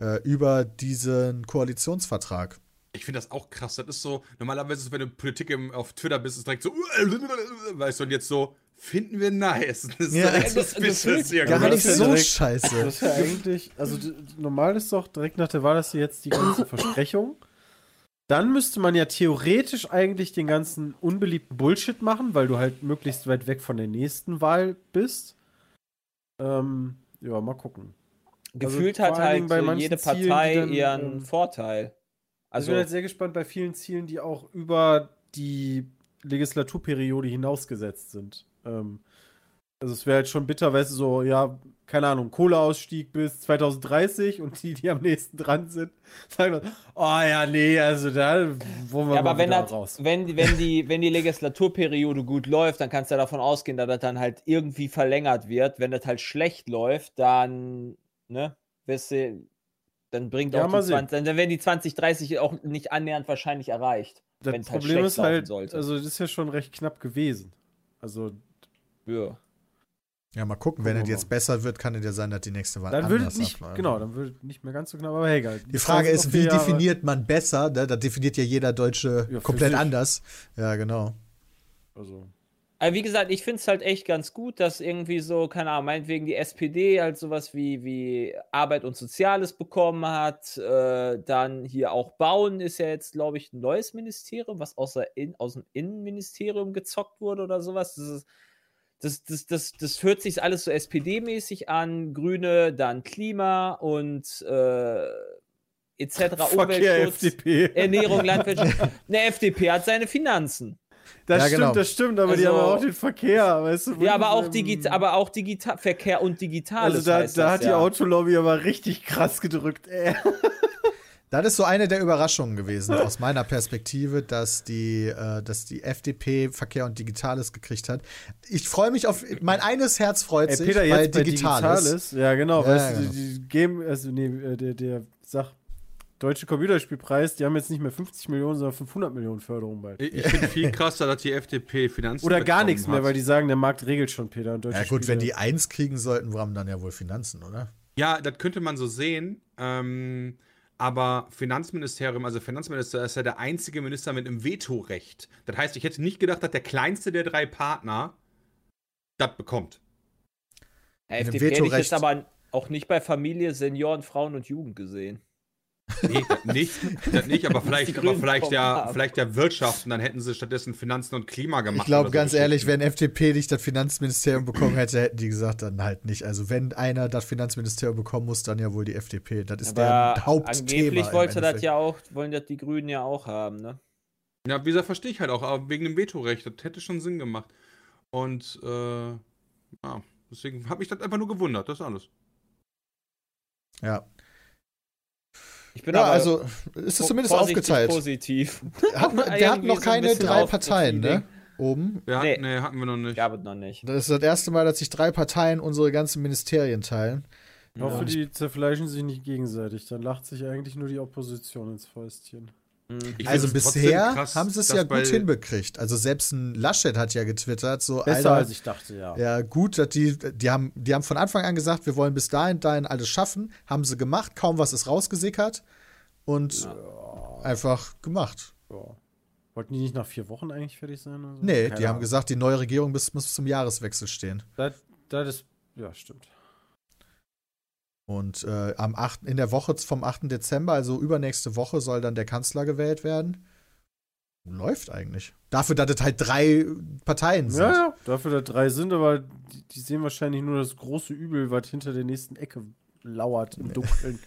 Speaker 2: äh, über diesen Koalitionsvertrag.
Speaker 5: Ich finde das auch krass. Das ist so, normalerweise, ist es, wenn du Politik im, auf Twitter bist, ist direkt so, weißt du, und jetzt so, finden wir nice. Das ist
Speaker 2: Ja.
Speaker 5: direkt
Speaker 4: Ge- gefühlt-
Speaker 5: suspicious
Speaker 2: Gar
Speaker 5: irgendwas.
Speaker 2: nicht
Speaker 3: das ist
Speaker 2: so
Speaker 3: direkt-
Speaker 2: scheiße.
Speaker 3: Das ist ja eigentlich, also d- normal ist doch direkt nach der Wahl, dass sie jetzt die ganze Versprechung. Dann müsste man ja theoretisch eigentlich den ganzen unbeliebten Bullshit machen, weil du halt möglichst weit weg von der nächsten Wahl bist. Ähm, ja, mal gucken.
Speaker 4: Gefühlt
Speaker 3: Also vor
Speaker 4: hat
Speaker 3: allen
Speaker 4: halt
Speaker 3: Dingen bei
Speaker 4: so
Speaker 3: manchen
Speaker 4: jede
Speaker 3: Zielen, die
Speaker 4: Partei
Speaker 3: dann,
Speaker 4: ihren
Speaker 3: ähm,
Speaker 4: Vorteil.
Speaker 3: Also
Speaker 4: Also,
Speaker 3: ich bin halt sehr gespannt bei vielen Zielen, die auch über die Legislaturperiode hinausgesetzt sind. Ähm, also es wäre halt schon bitter, weißt du, so, ja, keine Ahnung, Kohleausstieg bis 2030 und die, die am nächsten dran sind, sagen dann, oh ja, nee, also da wollen wir
Speaker 4: ja,
Speaker 3: mal
Speaker 4: aber wenn,
Speaker 3: wieder
Speaker 4: das,
Speaker 3: raus.
Speaker 4: wenn, wenn, die, wenn die Legislaturperiode gut läuft, dann kannst du ja davon ausgehen, dass das dann halt irgendwie verlängert wird. Wenn das halt schlecht läuft, dann, ne, wirst du, dann bringt
Speaker 3: Ja,
Speaker 4: auch
Speaker 3: mal
Speaker 4: die
Speaker 3: sehen.
Speaker 4: 20, dann werden die 2030 auch nicht annähernd wahrscheinlich erreicht.
Speaker 3: Das
Speaker 4: wenn's halt
Speaker 3: Problem
Speaker 4: schlecht
Speaker 3: ist halt,
Speaker 4: laufen sollte.
Speaker 3: also das ist ja schon recht knapp gewesen. Also
Speaker 4: Ja.
Speaker 2: Ja, mal gucken, wenn
Speaker 3: Gucken
Speaker 2: es
Speaker 3: wir
Speaker 2: jetzt besser wird, kann es ja sein, dass die nächste Wahl
Speaker 3: dann würde
Speaker 2: anders
Speaker 3: es nicht,
Speaker 2: abläuft.
Speaker 3: genau, dann würde es nicht mehr ganz so knapp, aber egal.
Speaker 2: Die Frage
Speaker 3: Chancen auf
Speaker 2: ist, wie
Speaker 3: vier Jahre-
Speaker 2: definiert man besser? Ne? Da definiert ja jeder Deutsche
Speaker 3: Ja, für
Speaker 2: komplett
Speaker 3: sich.
Speaker 2: anders. Ja, genau.
Speaker 3: Also,
Speaker 4: Aber wie gesagt, ich finde es halt echt ganz gut, dass irgendwie so, keine Ahnung, meinetwegen die SPD halt sowas wie, wie Arbeit und Soziales bekommen hat. Äh, dann hier auch Bauen ist ja jetzt, glaube ich, ein neues Ministerium, was außer in, aus dem Innenministerium gezockt wurde oder sowas. Das, ist, das, das, das, das hört sich alles so SPD-mäßig an. Grüne, dann Klima und äh, etc.
Speaker 3: fuck yeah, FDP.
Speaker 4: Ernährung, Landwirtschaft. Ne, Eine FDP hat seine Finanzen.
Speaker 3: Das
Speaker 2: Ja,
Speaker 3: stimmt,
Speaker 2: genau.
Speaker 3: das stimmt, aber die haben
Speaker 4: Also-
Speaker 3: auch den Verkehr, weißt du? wo
Speaker 4: Ja, aber auch,
Speaker 3: ähm,
Speaker 4: digita aber auch digital Verkehr und digitales.
Speaker 3: Also da,
Speaker 4: heißt
Speaker 3: da
Speaker 4: das
Speaker 3: hat die
Speaker 4: ja.
Speaker 3: Autolobby aber richtig krass gedrückt, ey.
Speaker 2: Das ist so eine der Überraschungen gewesen aus meiner Perspektive, dass die, äh, dass die FDP Verkehr und Digitales gekriegt hat. Ich freue mich auf, mein eines Herz freut
Speaker 3: Ey,
Speaker 2: sich,
Speaker 3: Peter,
Speaker 2: weil
Speaker 3: jetzt bei
Speaker 2: Digitales.
Speaker 3: Digitales. Ja, genau.
Speaker 2: Ja,
Speaker 3: weißt
Speaker 2: genau.
Speaker 3: du, die, die Game, also nee, äh, der, der Sach, Deutsche Computerspielpreis, die haben jetzt nicht mehr 50 Millionen, sondern 500 Millionen Förderung bald.
Speaker 5: Ich, ich finde viel krasser, dass die FDP Finanzen.
Speaker 3: Oder gar
Speaker 5: bekommen
Speaker 3: nichts mehr,
Speaker 5: hat.
Speaker 3: weil die sagen, der Markt regelt schon, Peter. Und deutsche
Speaker 2: Ja gut,
Speaker 3: Spiele.
Speaker 2: wenn die eins kriegen sollten, wir haben dann ja wohl Finanzen, oder?
Speaker 5: Ja, das könnte man so sehen. Ähm, aber Finanzministerium, also Finanzminister ist ja der einzige Minister mit einem Vetorecht. Das heißt, ich hätte nicht gedacht, dass der kleinste der drei Partner das bekommt.
Speaker 2: Mit
Speaker 4: Ja,
Speaker 2: dem
Speaker 4: FDP hätte ich
Speaker 2: Vetorecht.
Speaker 4: jetzt aber auch nicht bei Familie, Senioren, Frauen und Jugend gesehen.
Speaker 5: Nee, das nicht, das nicht, aber vielleicht, aber
Speaker 4: Grünen
Speaker 5: vielleicht,
Speaker 4: bekommen
Speaker 5: der,
Speaker 4: haben.
Speaker 5: vielleicht der Wirtschaft und dann hätten sie stattdessen Finanzen und Klima gemacht.
Speaker 2: Ich glaube,
Speaker 5: oder so
Speaker 2: ganz ehrlich,
Speaker 5: Geschichten.
Speaker 2: wenn FDP nicht das Finanzministerium bekommen hätte, hätten die gesagt, dann halt nicht. Also wenn einer das Finanzministerium bekommen muss, dann ja wohl die FDP. Das ist der Hauptthema.
Speaker 4: angeblich
Speaker 2: im
Speaker 4: wollte das
Speaker 2: Endeffekt.
Speaker 4: ja auch, wollen das die Grünen ja auch haben, ne?
Speaker 5: Ja, wie gesagt, verstehe ich halt auch, aber wegen dem Vetorecht, das hätte schon Sinn gemacht. Und, äh, ja, deswegen habe ich das einfach nur gewundert, das ist alles.
Speaker 2: Ja,
Speaker 4: Ich bin
Speaker 2: ja
Speaker 4: aber
Speaker 2: also ist es
Speaker 4: vor-
Speaker 2: zumindest
Speaker 4: vorsichtig
Speaker 2: aufgeteilt.
Speaker 4: positiv.
Speaker 2: Hat, man- wir hatten
Speaker 4: Irgendwie
Speaker 2: noch
Speaker 4: so ein
Speaker 2: keine
Speaker 4: bisschen
Speaker 2: drei
Speaker 4: auf- auf
Speaker 2: Parteien,
Speaker 4: Feeling.
Speaker 2: ne? Oben.
Speaker 5: Ja,
Speaker 4: Nee.
Speaker 5: nee. hatten wir noch nicht.
Speaker 4: Gab es noch nicht.
Speaker 2: Das ist das erste Mal, dass sich drei Parteien unsere ganzen Ministerien teilen.
Speaker 3: Ich hoffe,
Speaker 4: Ja.
Speaker 3: die zerfleischen sich nicht gegenseitig. Dann lacht sich eigentlich nur die Opposition ins Fäustchen.
Speaker 4: Mhm.
Speaker 5: Ich
Speaker 2: also
Speaker 5: find's trotzdem
Speaker 2: bisher
Speaker 5: krass,
Speaker 2: haben sie es
Speaker 5: dass
Speaker 2: ja
Speaker 5: bei-
Speaker 2: gut hinbekriegt. Also selbst ein Laschet hat ja getwittert, so
Speaker 3: Besser
Speaker 2: Alter,
Speaker 3: als ich dachte, ja.
Speaker 2: Ja, gut, dass die, die, haben, die haben von Anfang an gesagt, wir wollen bis dahin, dahin alles schaffen. Haben sie gemacht, kaum was ist rausgesickert und äh, einfach gemacht.
Speaker 3: Ja. Wollten die nicht nach vier Wochen eigentlich fertig sein? Oder so?
Speaker 2: Nee,
Speaker 3: Keine
Speaker 2: die haben
Speaker 3: Ahnung.
Speaker 2: gesagt, die neue Regierung muss, muss zum Jahreswechsel stehen.
Speaker 3: Das, das ist, ja, stimmt.
Speaker 2: Und äh, am 8., in der Woche vom 8. Dezember, also übernächste Woche, soll dann der Kanzler gewählt werden. Läuft eigentlich. Dafür, dass es halt drei Parteien sind.
Speaker 3: Ja, ja. Dafür da drei sind, aber die, die sehen wahrscheinlich nur das große Übel, was hinter der nächsten Ecke lauert im Dunkeln.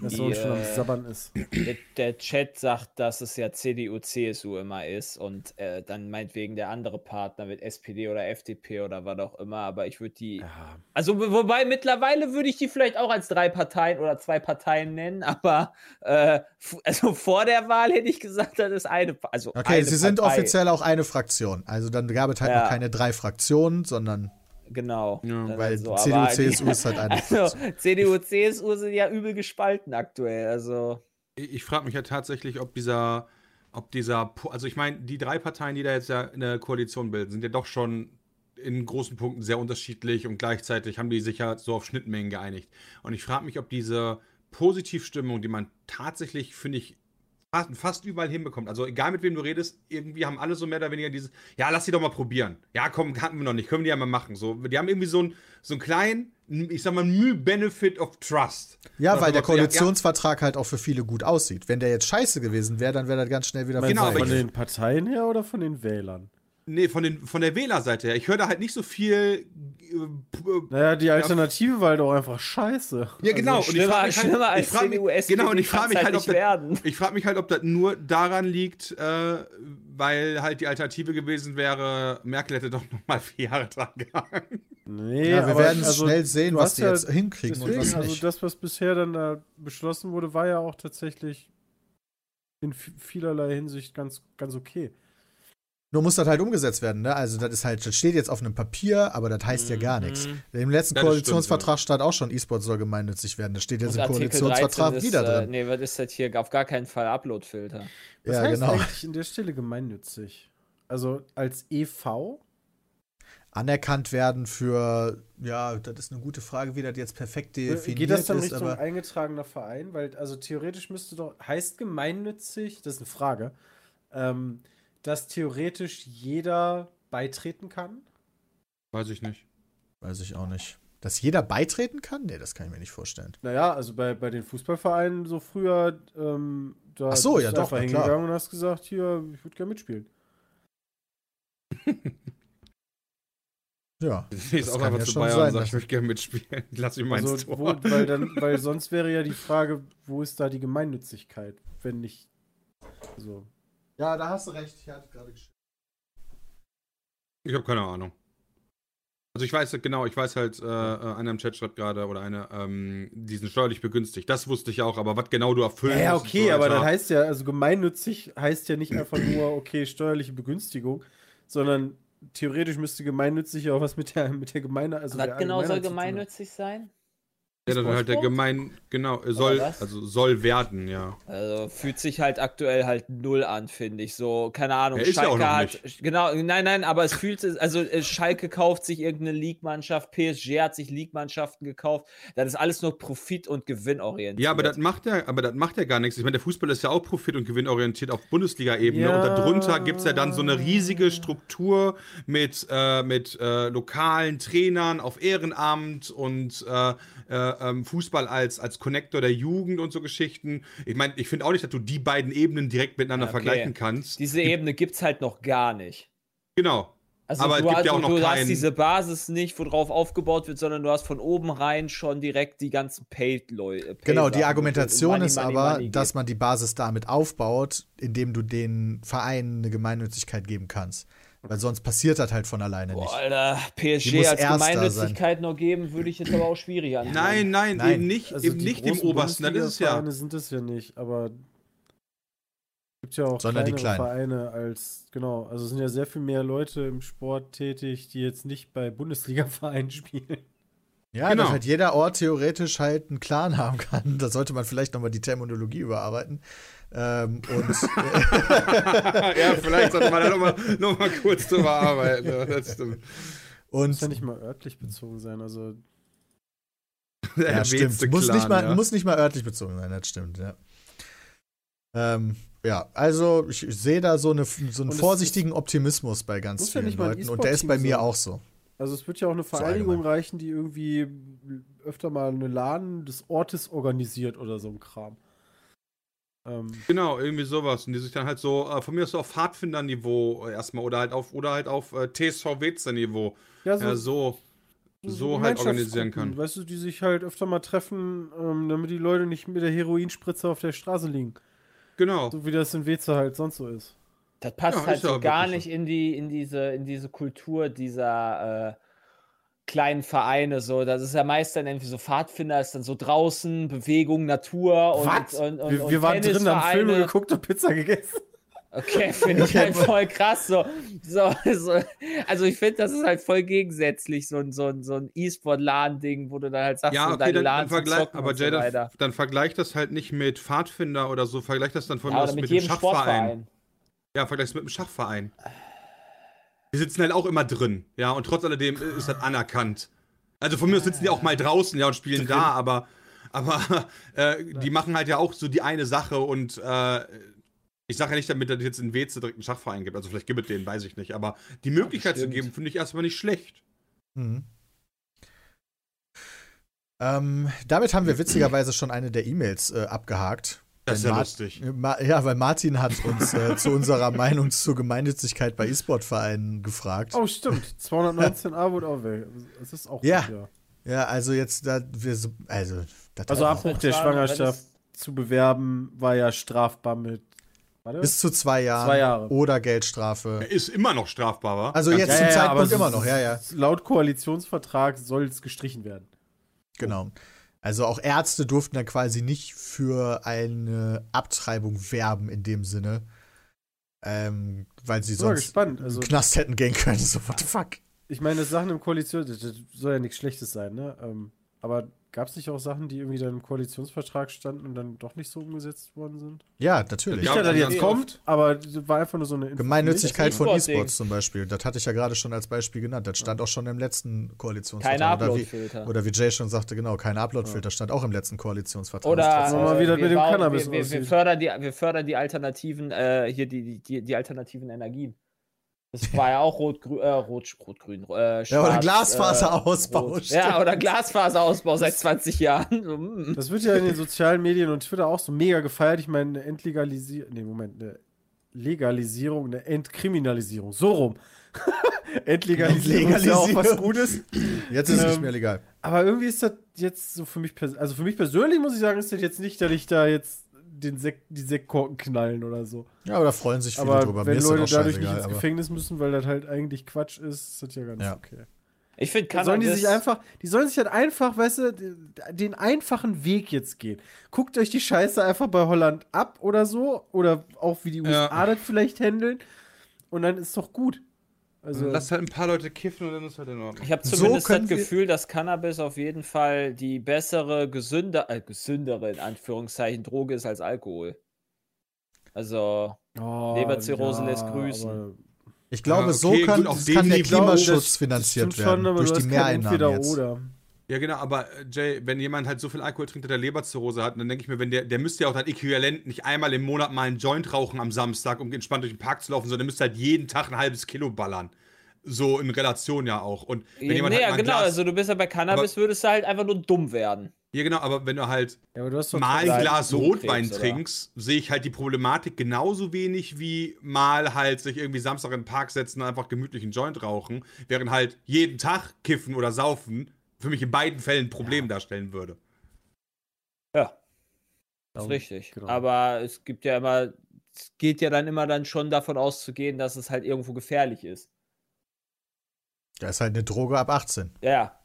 Speaker 3: das so
Speaker 4: Die,
Speaker 3: schon am
Speaker 4: äh,
Speaker 3: Sabbern ist.
Speaker 2: Genau,
Speaker 4: Der, der Chat sagt, dass es ja CDU, CSU immer ist und äh, dann meinetwegen der andere Partner mit SPD oder FDP oder was auch immer, aber ich würde die.
Speaker 3: Ja.
Speaker 4: Also, wo- wobei mittlerweile würde ich die vielleicht auch als drei Parteien oder zwei Parteien nennen, aber äh, f- also vor der Wahl hätte ich gesagt, das ist eine. Pa- Also
Speaker 2: Okay,
Speaker 4: eine
Speaker 2: sie sind
Speaker 4: Partei.
Speaker 2: offiziell auch eine Fraktion. Also dann gab es halt
Speaker 4: Ja.
Speaker 2: noch keine drei Fraktionen, sondern
Speaker 4: Genau.
Speaker 5: Ja,
Speaker 4: Das
Speaker 2: Weil
Speaker 4: ist so,
Speaker 2: CDU,
Speaker 4: aber
Speaker 2: CSU
Speaker 4: die-
Speaker 2: ist halt eine.
Speaker 4: Also, CDU, CSU sind ja übel gespalten aktuell. Also,
Speaker 5: Ich, ich frage mich ja tatsächlich, ob dieser, ob dieser, Po- also ich meine, die drei Parteien, die da jetzt ja eine Koalition bilden, sind ja doch schon in großen Punkten sehr unterschiedlich und gleichzeitig haben die sich ja so auf Schnittmengen geeinigt. Und ich frage mich, ob diese Positivstimmung, die man tatsächlich, finde ich, fa- fast überall hinbekommt. Also egal mit wem du redest, irgendwie haben alle so mehr oder weniger dieses, ja, lass sie doch mal probieren. Ja, komm, hatten wir noch nicht, können wir die ja mal machen. So, die haben irgendwie so einen, so einen kleinen, ich sag mal, Mühe-Benefit of Trust.
Speaker 2: Ja,
Speaker 5: Oder
Speaker 2: weil der
Speaker 5: sowas. Ja, ja.
Speaker 2: Koalitionsvertrag halt auch für viele gut aussieht. Wenn der jetzt scheiße gewesen wäre, dann wäre das ganz schnell wieder
Speaker 3: Meinst du
Speaker 5: Genau, aber
Speaker 3: von
Speaker 5: ich-
Speaker 3: den Parteien her oder von den Wählern?
Speaker 5: Nee, von, den, von der Wählerseite her. Ich höre da halt nicht so viel. Äh, p- äh,
Speaker 3: Naja, die Alternative war halt auch einfach scheiße.
Speaker 5: ja, genau.
Speaker 4: also schlimmer,
Speaker 5: frag
Speaker 4: schlimmer
Speaker 5: ich
Speaker 4: als
Speaker 5: frag mich-
Speaker 4: CDU, SPD
Speaker 5: Genau, und ich
Speaker 4: kann's
Speaker 5: frage mich
Speaker 4: halt
Speaker 5: halt, ob
Speaker 4: nicht
Speaker 5: das,
Speaker 4: werden.
Speaker 5: ich frag mich halt, ob das nur daran liegt, äh, weil halt die Alternative gewesen wäre, Merkel hätte doch nochmal vier Jahre dran gehangen.
Speaker 3: Nee,
Speaker 2: ja, wir
Speaker 3: aber
Speaker 2: werden
Speaker 3: also
Speaker 2: schnell sehen,
Speaker 3: du
Speaker 2: was
Speaker 3: hast
Speaker 2: die
Speaker 3: ja-
Speaker 2: jetzt hinkriegen
Speaker 3: Deswegen,
Speaker 2: und was
Speaker 3: also
Speaker 2: nicht.
Speaker 3: das, was bisher dann da beschlossen wurde, war ja auch tatsächlich in vi- vielerlei Hinsicht ganz, ganz okay.
Speaker 2: Nur muss das halt umgesetzt werden, ne? Also das ist halt, das steht jetzt auf einem Papier, aber das heißt ja gar nichts. Im letzten
Speaker 5: Mhm. Ja, das
Speaker 2: Koalitionsvertrag stand auch schon, E-Sport soll gemeinnützig werden. Das steht jetzt
Speaker 4: Und
Speaker 2: im
Speaker 4: Artikel
Speaker 2: Koalitionsvertrag
Speaker 4: 13 ist,
Speaker 2: wieder
Speaker 4: Äh,
Speaker 2: drin.
Speaker 4: nee, was ist das hier? Auf gar keinen Fall Uploadfilter.
Speaker 3: Das
Speaker 2: ja,
Speaker 3: heißt
Speaker 2: genau.
Speaker 3: eigentlich in der Stelle gemeinnützig. Also als EV?
Speaker 2: Anerkannt werden für, ja, das ist eine gute Frage, wie das jetzt perfekt definiert
Speaker 3: Äh, Geht das dann
Speaker 2: ist,
Speaker 3: Richtung
Speaker 2: aber
Speaker 3: eingetragener Verein? Weil, also theoretisch müsste doch, heißt gemeinnützig, das ist eine Frage, ähm, dass theoretisch jeder beitreten kann?
Speaker 5: Weiß ich nicht.
Speaker 2: weiß ich auch nicht. Dass jeder beitreten kann? Nee, das kann ich mir nicht vorstellen.
Speaker 3: Naja, also bei, bei den Fußballvereinen so früher, ähm, da
Speaker 2: Ach so,
Speaker 3: bist
Speaker 2: ja
Speaker 3: du
Speaker 2: doch,
Speaker 3: einfach
Speaker 2: na klar.
Speaker 3: hingegangen und hast gesagt, hier, ich würde gerne mitspielen.
Speaker 2: Ja.
Speaker 5: Das ist auch
Speaker 2: kann
Speaker 5: einfach
Speaker 2: ja
Speaker 5: zu
Speaker 2: schon
Speaker 5: Bayern
Speaker 2: sein,
Speaker 5: und sag,
Speaker 2: dass-
Speaker 5: ich möchte gerne mitspielen. Lass mich meins
Speaker 3: Also, wo,
Speaker 5: Tor.
Speaker 3: weil, dann, weil sonst wäre ja die Frage, wo ist da die Gemeinnützigkeit, wenn nicht so.
Speaker 2: Ja, da hast du recht. Ich hatte gerade geschrieben.
Speaker 5: Ich habe keine Ahnung. Also ich weiß halt genau, ich weiß halt, äh, äh, einer im Chat schreibt gerade oder eine, ähm, die sind steuerlich begünstigt. Das wusste ich ja auch, aber was genau du erfüllen
Speaker 3: Ja,
Speaker 5: musst und
Speaker 3: okay,
Speaker 5: so,
Speaker 3: aber
Speaker 5: Alter.
Speaker 3: dann heißt ja, also gemeinnützig heißt ja nicht einfach nur, okay, steuerliche Begünstigung, sondern theoretisch müsste gemeinnützig ja auch was mit der, mit der Gemeinde, also
Speaker 4: Was
Speaker 3: der
Speaker 4: genau soll
Speaker 3: Allgemeinheit
Speaker 4: gemeinnützig sein?
Speaker 5: Ja, dann halt der
Speaker 4: Sport?
Speaker 5: gemein, genau, äh, soll,
Speaker 4: was?
Speaker 5: also soll werden, ja.
Speaker 4: Also fühlt sich halt aktuell halt null an, finde ich. So, keine Ahnung,
Speaker 5: Er ist ja auch noch
Speaker 4: hat. Genau, nein, nein, aber es fühlt sich, also äh, Schalke kauft sich irgendeine League-Mannschaft, PSG hat sich League-Mannschaften gekauft. Das ist alles nur Profit- und Gewinnorientiert.
Speaker 5: Ja, aber das macht ja, aber das macht ja gar nichts. Ich meine, der Fußball ist ja auch profit- und gewinnorientiert auf Bundesliga-Ebene.
Speaker 3: Ja.
Speaker 5: Und darunter gibt es ja dann so eine riesige Struktur mit, äh, mit äh, lokalen Trainern auf Ehrenamt und äh, äh, ähm, Fußball als, als Connector der Jugend und so Geschichten. Ich meine, ich finde auch nicht, dass du die beiden Ebenen direkt miteinander
Speaker 4: Okay.
Speaker 5: vergleichen kannst.
Speaker 4: Diese Ebene gibt es halt noch gar nicht.
Speaker 5: genau.
Speaker 4: Also
Speaker 5: Aber es
Speaker 4: du,
Speaker 5: gibt ja
Speaker 4: also,
Speaker 5: auch noch
Speaker 4: du hast
Speaker 5: keinen-
Speaker 4: diese Basis nicht, worauf aufgebaut wird, sondern du hast von oben rein schon direkt die ganzen Paid-Leute. Paid
Speaker 2: Genau, die
Speaker 4: Sachen.
Speaker 2: Argumentation
Speaker 4: Money,
Speaker 2: ist
Speaker 4: Money,
Speaker 2: aber,
Speaker 4: Money geht.
Speaker 2: dass man die Basis damit aufbaut, indem du den Vereinen eine Gemeinnützigkeit geben kannst. Weil sonst passiert das halt von alleine
Speaker 4: Boah,
Speaker 2: nicht.
Speaker 4: Alter,
Speaker 2: Die
Speaker 4: PSG
Speaker 2: muss
Speaker 4: als
Speaker 2: Erster sein.
Speaker 4: Gemeinnützigkeit noch geben, würde ich jetzt aber auch schwierig ansehen.
Speaker 5: Nein, nein,
Speaker 2: Nein.
Speaker 5: eben nicht,
Speaker 3: Also
Speaker 5: eben
Speaker 3: die
Speaker 5: nicht dem
Speaker 3: großen
Speaker 5: Obersten. Das ist es ja.
Speaker 3: Bundesliga-Vereine sind es ja nicht, aber gibt ja auch
Speaker 2: Sondern die
Speaker 3: kleinere
Speaker 2: Kleinen.
Speaker 3: Vereine als, genau, also es sind ja sehr viel mehr Leute im Sport tätig, die jetzt nicht bei Bundesliga-Vereinen spielen.
Speaker 2: Ja,
Speaker 5: Genau.
Speaker 2: dass halt jeder Ort theoretisch halt einen Clan haben kann. Da sollte man vielleicht nochmal die Terminologie überarbeiten. Ähm, und
Speaker 5: ja, vielleicht sollte man da nochmal noch mal kurz drüber arbeiten. Ja, Das stimmt.
Speaker 2: und
Speaker 3: Muss ja nicht mal örtlich bezogen sein, also
Speaker 2: Ja,
Speaker 5: Der ne?
Speaker 2: stimmt.
Speaker 5: wählste
Speaker 2: muss,
Speaker 5: Clan,
Speaker 2: nicht mal,
Speaker 5: ja.
Speaker 2: muss nicht mal örtlich bezogen sein, das stimmt, ja. Ähm, ja, also ich ich sehe da so, eine, so einen
Speaker 3: Und es-
Speaker 2: vorsichtigen Optimismus bei ganz
Speaker 3: Muss ja
Speaker 2: vielen
Speaker 3: nicht mal ein
Speaker 2: Leuten und der ist bei
Speaker 3: E-Sport-Team
Speaker 2: mir
Speaker 3: sein.
Speaker 2: auch so.
Speaker 3: Also es wird ja auch eine
Speaker 2: So
Speaker 3: Vereinigung
Speaker 2: allgemein.
Speaker 3: reichen, die irgendwie öfter mal eine Laden des Ortes organisiert oder so ein Kram. Ähm,
Speaker 5: Genau, irgendwie sowas. Und die sich dann halt so, äh, von mir aus so auf Pfadfinderniveau äh, erstmal oder halt auf, oder halt auf äh, TSVW-Niveau.
Speaker 3: ja,
Speaker 4: Also
Speaker 5: Ja, so. so halt organisieren
Speaker 3: Gemeinschaftsgruppen,
Speaker 5: kann.
Speaker 3: Weißt du, die sich halt öfter mal treffen, ähm, damit die Leute nicht mit der Heroinspritze auf der Straße liegen.
Speaker 5: Genau.
Speaker 3: So wie das in Weze halt sonst so ist.
Speaker 4: Das passt
Speaker 5: Ja,
Speaker 4: halt
Speaker 5: ist ja
Speaker 4: so
Speaker 5: wirklich
Speaker 4: gar
Speaker 5: so.
Speaker 4: nicht in, die, in, diese, in diese Kultur dieser äh, kleinen Vereine. So. Das ist ja meist dann irgendwie so Pfadfinder, ist dann so draußen, Bewegung, Natur und,
Speaker 3: Was?
Speaker 4: und, und,
Speaker 3: wir
Speaker 4: und
Speaker 3: wir waren drin, haben
Speaker 4: Tennisvereine.
Speaker 3: Filme geguckt und Pizza gegessen.
Speaker 4: Okay, finde ich halt voll krass. So, so, so. Also ich finde, das ist halt voll gegensätzlich, so ein, so ein, so ein E-Sport-Laden-Ding, wo du dann halt sagst,
Speaker 5: Ja,
Speaker 4: so
Speaker 5: okay,
Speaker 4: deine
Speaker 5: dann, dann
Speaker 4: Laden zu
Speaker 5: vergleich,
Speaker 4: zocken
Speaker 5: aber
Speaker 4: und so
Speaker 5: Jay, dann,
Speaker 4: weiter.
Speaker 5: dann vergleich das halt nicht mit Pfadfinder oder so, vergleich das dann von
Speaker 4: Ja,
Speaker 5: mir
Speaker 4: oder
Speaker 5: aus
Speaker 4: mit,
Speaker 5: mit, dem
Speaker 4: jedem
Speaker 5: Schachverein.
Speaker 4: Sportverein.
Speaker 5: Ja, vergleich es mit dem Schachverein. Die sitzen halt auch immer drin, ja, und trotz alledem ist das anerkannt. Also von mir aus sitzen die auch mal draußen, ja, und spielen da, aber, aber äh, die machen halt ja auch so die eine Sache und äh, ich sage ja nicht damit, dass es jetzt in Weze direkt einen Schachverein gibt, also vielleicht gibt es den, weiß ich nicht, aber die Möglichkeit zu
Speaker 4: bestimmt.
Speaker 5: geben, finde ich erstmal nicht schlecht.
Speaker 2: Mhm. Ähm, damit haben wir witzigerweise schon eine der E-Mails äh, abgehakt.
Speaker 5: Das ist
Speaker 2: Denn
Speaker 5: ja
Speaker 2: Mar-
Speaker 5: lustig.
Speaker 2: Ma ja, weil Martin hat uns äh, zu unserer Meinung zur Gemeinnützigkeit bei E-Sport-Vereinen gefragt.
Speaker 3: Oh, stimmt. 219a wurde auch weg. Es ist auch
Speaker 2: Ja.
Speaker 3: gut,
Speaker 2: Ja, also jetzt, da wir so, also, das
Speaker 3: Also
Speaker 2: hat-
Speaker 3: Abbruch der
Speaker 4: Wenn es-
Speaker 3: Schwangerschaft zu bewerben war ja strafbar mit. Warte.
Speaker 2: bis zu zwei Jahren
Speaker 3: Zwei Jahre.
Speaker 2: oder Geldstrafe.
Speaker 5: Ist immer noch strafbar, wa?
Speaker 2: Also jetzt zum Zeitpunkt
Speaker 3: aber
Speaker 2: immer
Speaker 3: es-
Speaker 2: noch, ja, ja.
Speaker 3: Laut Koalitionsvertrag soll es gestrichen werden.
Speaker 2: Genau. Also auch Ärzte durften dann quasi nicht für eine Abtreibung werben in dem Sinne. Ähm, weil sie
Speaker 3: Ich bin mal
Speaker 2: sonst
Speaker 3: gespannt.
Speaker 2: in
Speaker 3: Also,
Speaker 2: den Knast hätten gehen können. So, what the fuck?
Speaker 3: ich meine, Sachen im Koalition, das das soll ja nichts Schlechtes sein, ne? Ähm, aber gab es nicht auch Sachen, die irgendwie dann im Koalitionsvertrag standen und dann doch nicht so umgesetzt worden sind?
Speaker 2: Ja, natürlich.
Speaker 3: nicht,
Speaker 5: Ja,
Speaker 3: dass das
Speaker 5: aber
Speaker 3: jetzt
Speaker 5: ganz
Speaker 3: kommt, aber das war einfach nur so eine Info.
Speaker 2: Gemeinnützigkeit
Speaker 4: Das
Speaker 2: von
Speaker 4: E-Sport-Ding.
Speaker 2: E-Sports zum Beispiel. Das hatte ich ja gerade schon als Beispiel genannt. Das stand auch schon im letzten
Speaker 4: Keine
Speaker 5: also
Speaker 2: Koalitionsvertrag. Oder wie,
Speaker 4: Upload-Filter.
Speaker 2: oder wie Jay schon sagte, genau, kein Uploadfilter stand auch im letzten Koalitionsvertrag.
Speaker 4: Oder
Speaker 3: Sagen wir mal, wie das
Speaker 4: wir
Speaker 3: mit dem
Speaker 4: bauen-
Speaker 3: Cannabis
Speaker 4: wir, wir, wir,
Speaker 3: aussieht.
Speaker 4: fördern die, wir fördern die alternativen, äh, hier die, die, die, die alternativen Energien. Das war ja auch rot-grün, äh, rot, rot-grün, äh, schwarz,
Speaker 2: ja, oder Glasfaserausbau.
Speaker 4: Äh, rot.
Speaker 2: stimmt.
Speaker 4: Ja, oder Glasfaserausbau seit 20 Jahren. So, mm.
Speaker 3: Das wird ja in den sozialen Medien und Twitter auch so mega gefeiert. Ich meine, eine Entlegalisierung, nee, Moment, eine Legalisierung, eine Entkriminalisierung. So rum. Entlegalisierung ist ja auch was
Speaker 2: Entlegalisierung.
Speaker 3: Gutes.
Speaker 2: Jetzt ist es nicht
Speaker 3: Ähm,
Speaker 2: mehr legal.
Speaker 3: Aber irgendwie ist das jetzt so für mich persönlich, also für mich persönlich muss ich sagen, ist das jetzt nicht, dass ich da jetzt den Sek die Sektkorken knallen oder so.
Speaker 2: Ja, aber da freuen sich viele
Speaker 3: aber
Speaker 2: drüber.
Speaker 3: wenn
Speaker 2: Mir ist das
Speaker 3: Leute
Speaker 2: auch
Speaker 3: dadurch nicht
Speaker 2: scheißegal,
Speaker 3: ins
Speaker 2: aber-
Speaker 3: Gefängnis müssen, weil das halt eigentlich Quatsch ist, ist das ja ganz
Speaker 2: Ja.
Speaker 3: okay.
Speaker 4: Ich finde,
Speaker 3: Dann sollen die sich einfach, die sollen sich halt einfach, weißt du, d- den einfachen Weg jetzt gehen. Guckt euch die Scheiße einfach bei Holland ab oder so oder auch wie die
Speaker 5: Ja.
Speaker 3: USA das vielleicht handeln und dann ist doch gut. Also
Speaker 5: Lass halt ein paar Leute kiffen und dann ist halt in Ordnung.
Speaker 4: Ich habe
Speaker 2: So
Speaker 4: zumindest
Speaker 2: können
Speaker 4: das
Speaker 2: wir-
Speaker 4: Gefühl, dass Cannabis auf jeden Fall die bessere, gesünder, äh, gesündere, in Anführungszeichen, Droge ist als Alkohol. Also,
Speaker 3: oh,
Speaker 4: Leberzirrhose lässt grüßen.
Speaker 3: aber
Speaker 2: Ich glaube,
Speaker 5: Ja,
Speaker 2: so
Speaker 5: okay,
Speaker 2: kann,
Speaker 5: gut, auf
Speaker 2: das
Speaker 5: dem
Speaker 2: kann der
Speaker 5: Niveau-
Speaker 2: Klimaschutz
Speaker 3: das
Speaker 2: finanziert
Speaker 3: stimmt
Speaker 2: werden
Speaker 3: aber
Speaker 2: durch
Speaker 3: du
Speaker 2: die
Speaker 3: hast kein
Speaker 2: Mehreinnahmen
Speaker 3: Entweder
Speaker 2: jetzt.
Speaker 3: Oder.
Speaker 5: Ja, genau, aber äh, Jay, wenn jemand halt so viel Alkohol trinkt, dass er Leberzirrhose hat, dann denke ich mir, wenn der, der müsste ja auch dann äquivalent nicht einmal im Monat mal einen Joint rauchen am Samstag, um entspannt durch den Park zu laufen, sondern der müsste halt jeden Tag ein halbes Kilo ballern. So in Relation ja auch. Und wenn
Speaker 4: nee,
Speaker 5: jemand halt
Speaker 4: ja,
Speaker 5: mal ein
Speaker 4: genau,
Speaker 5: Glas,
Speaker 4: also du bist ja bei Cannabis, würdest du halt einfach nur dumm werden.
Speaker 5: Ja, genau, aber wenn du halt
Speaker 3: Ja, aber du hast doch
Speaker 5: mal ein
Speaker 4: Leiden,
Speaker 5: Glas
Speaker 4: Lungenkrebs,
Speaker 5: Rotwein
Speaker 4: oder?
Speaker 5: trinkst, sehe ich halt die Problematik genauso wenig wie mal halt sich irgendwie Samstag in den Park setzen und einfach gemütlich einen Joint rauchen, während halt jeden Tag kiffen oder saufen für mich in beiden Fällen ein Problem darstellen würde.
Speaker 4: Ja, ist
Speaker 3: Darum-
Speaker 4: richtig.
Speaker 3: genau.
Speaker 4: Aber es gibt ja immer, es geht ja dann immer dann schon davon auszugehen, dass es halt irgendwo gefährlich ist.
Speaker 2: Da ist halt eine Droge ab 18.
Speaker 4: Ja.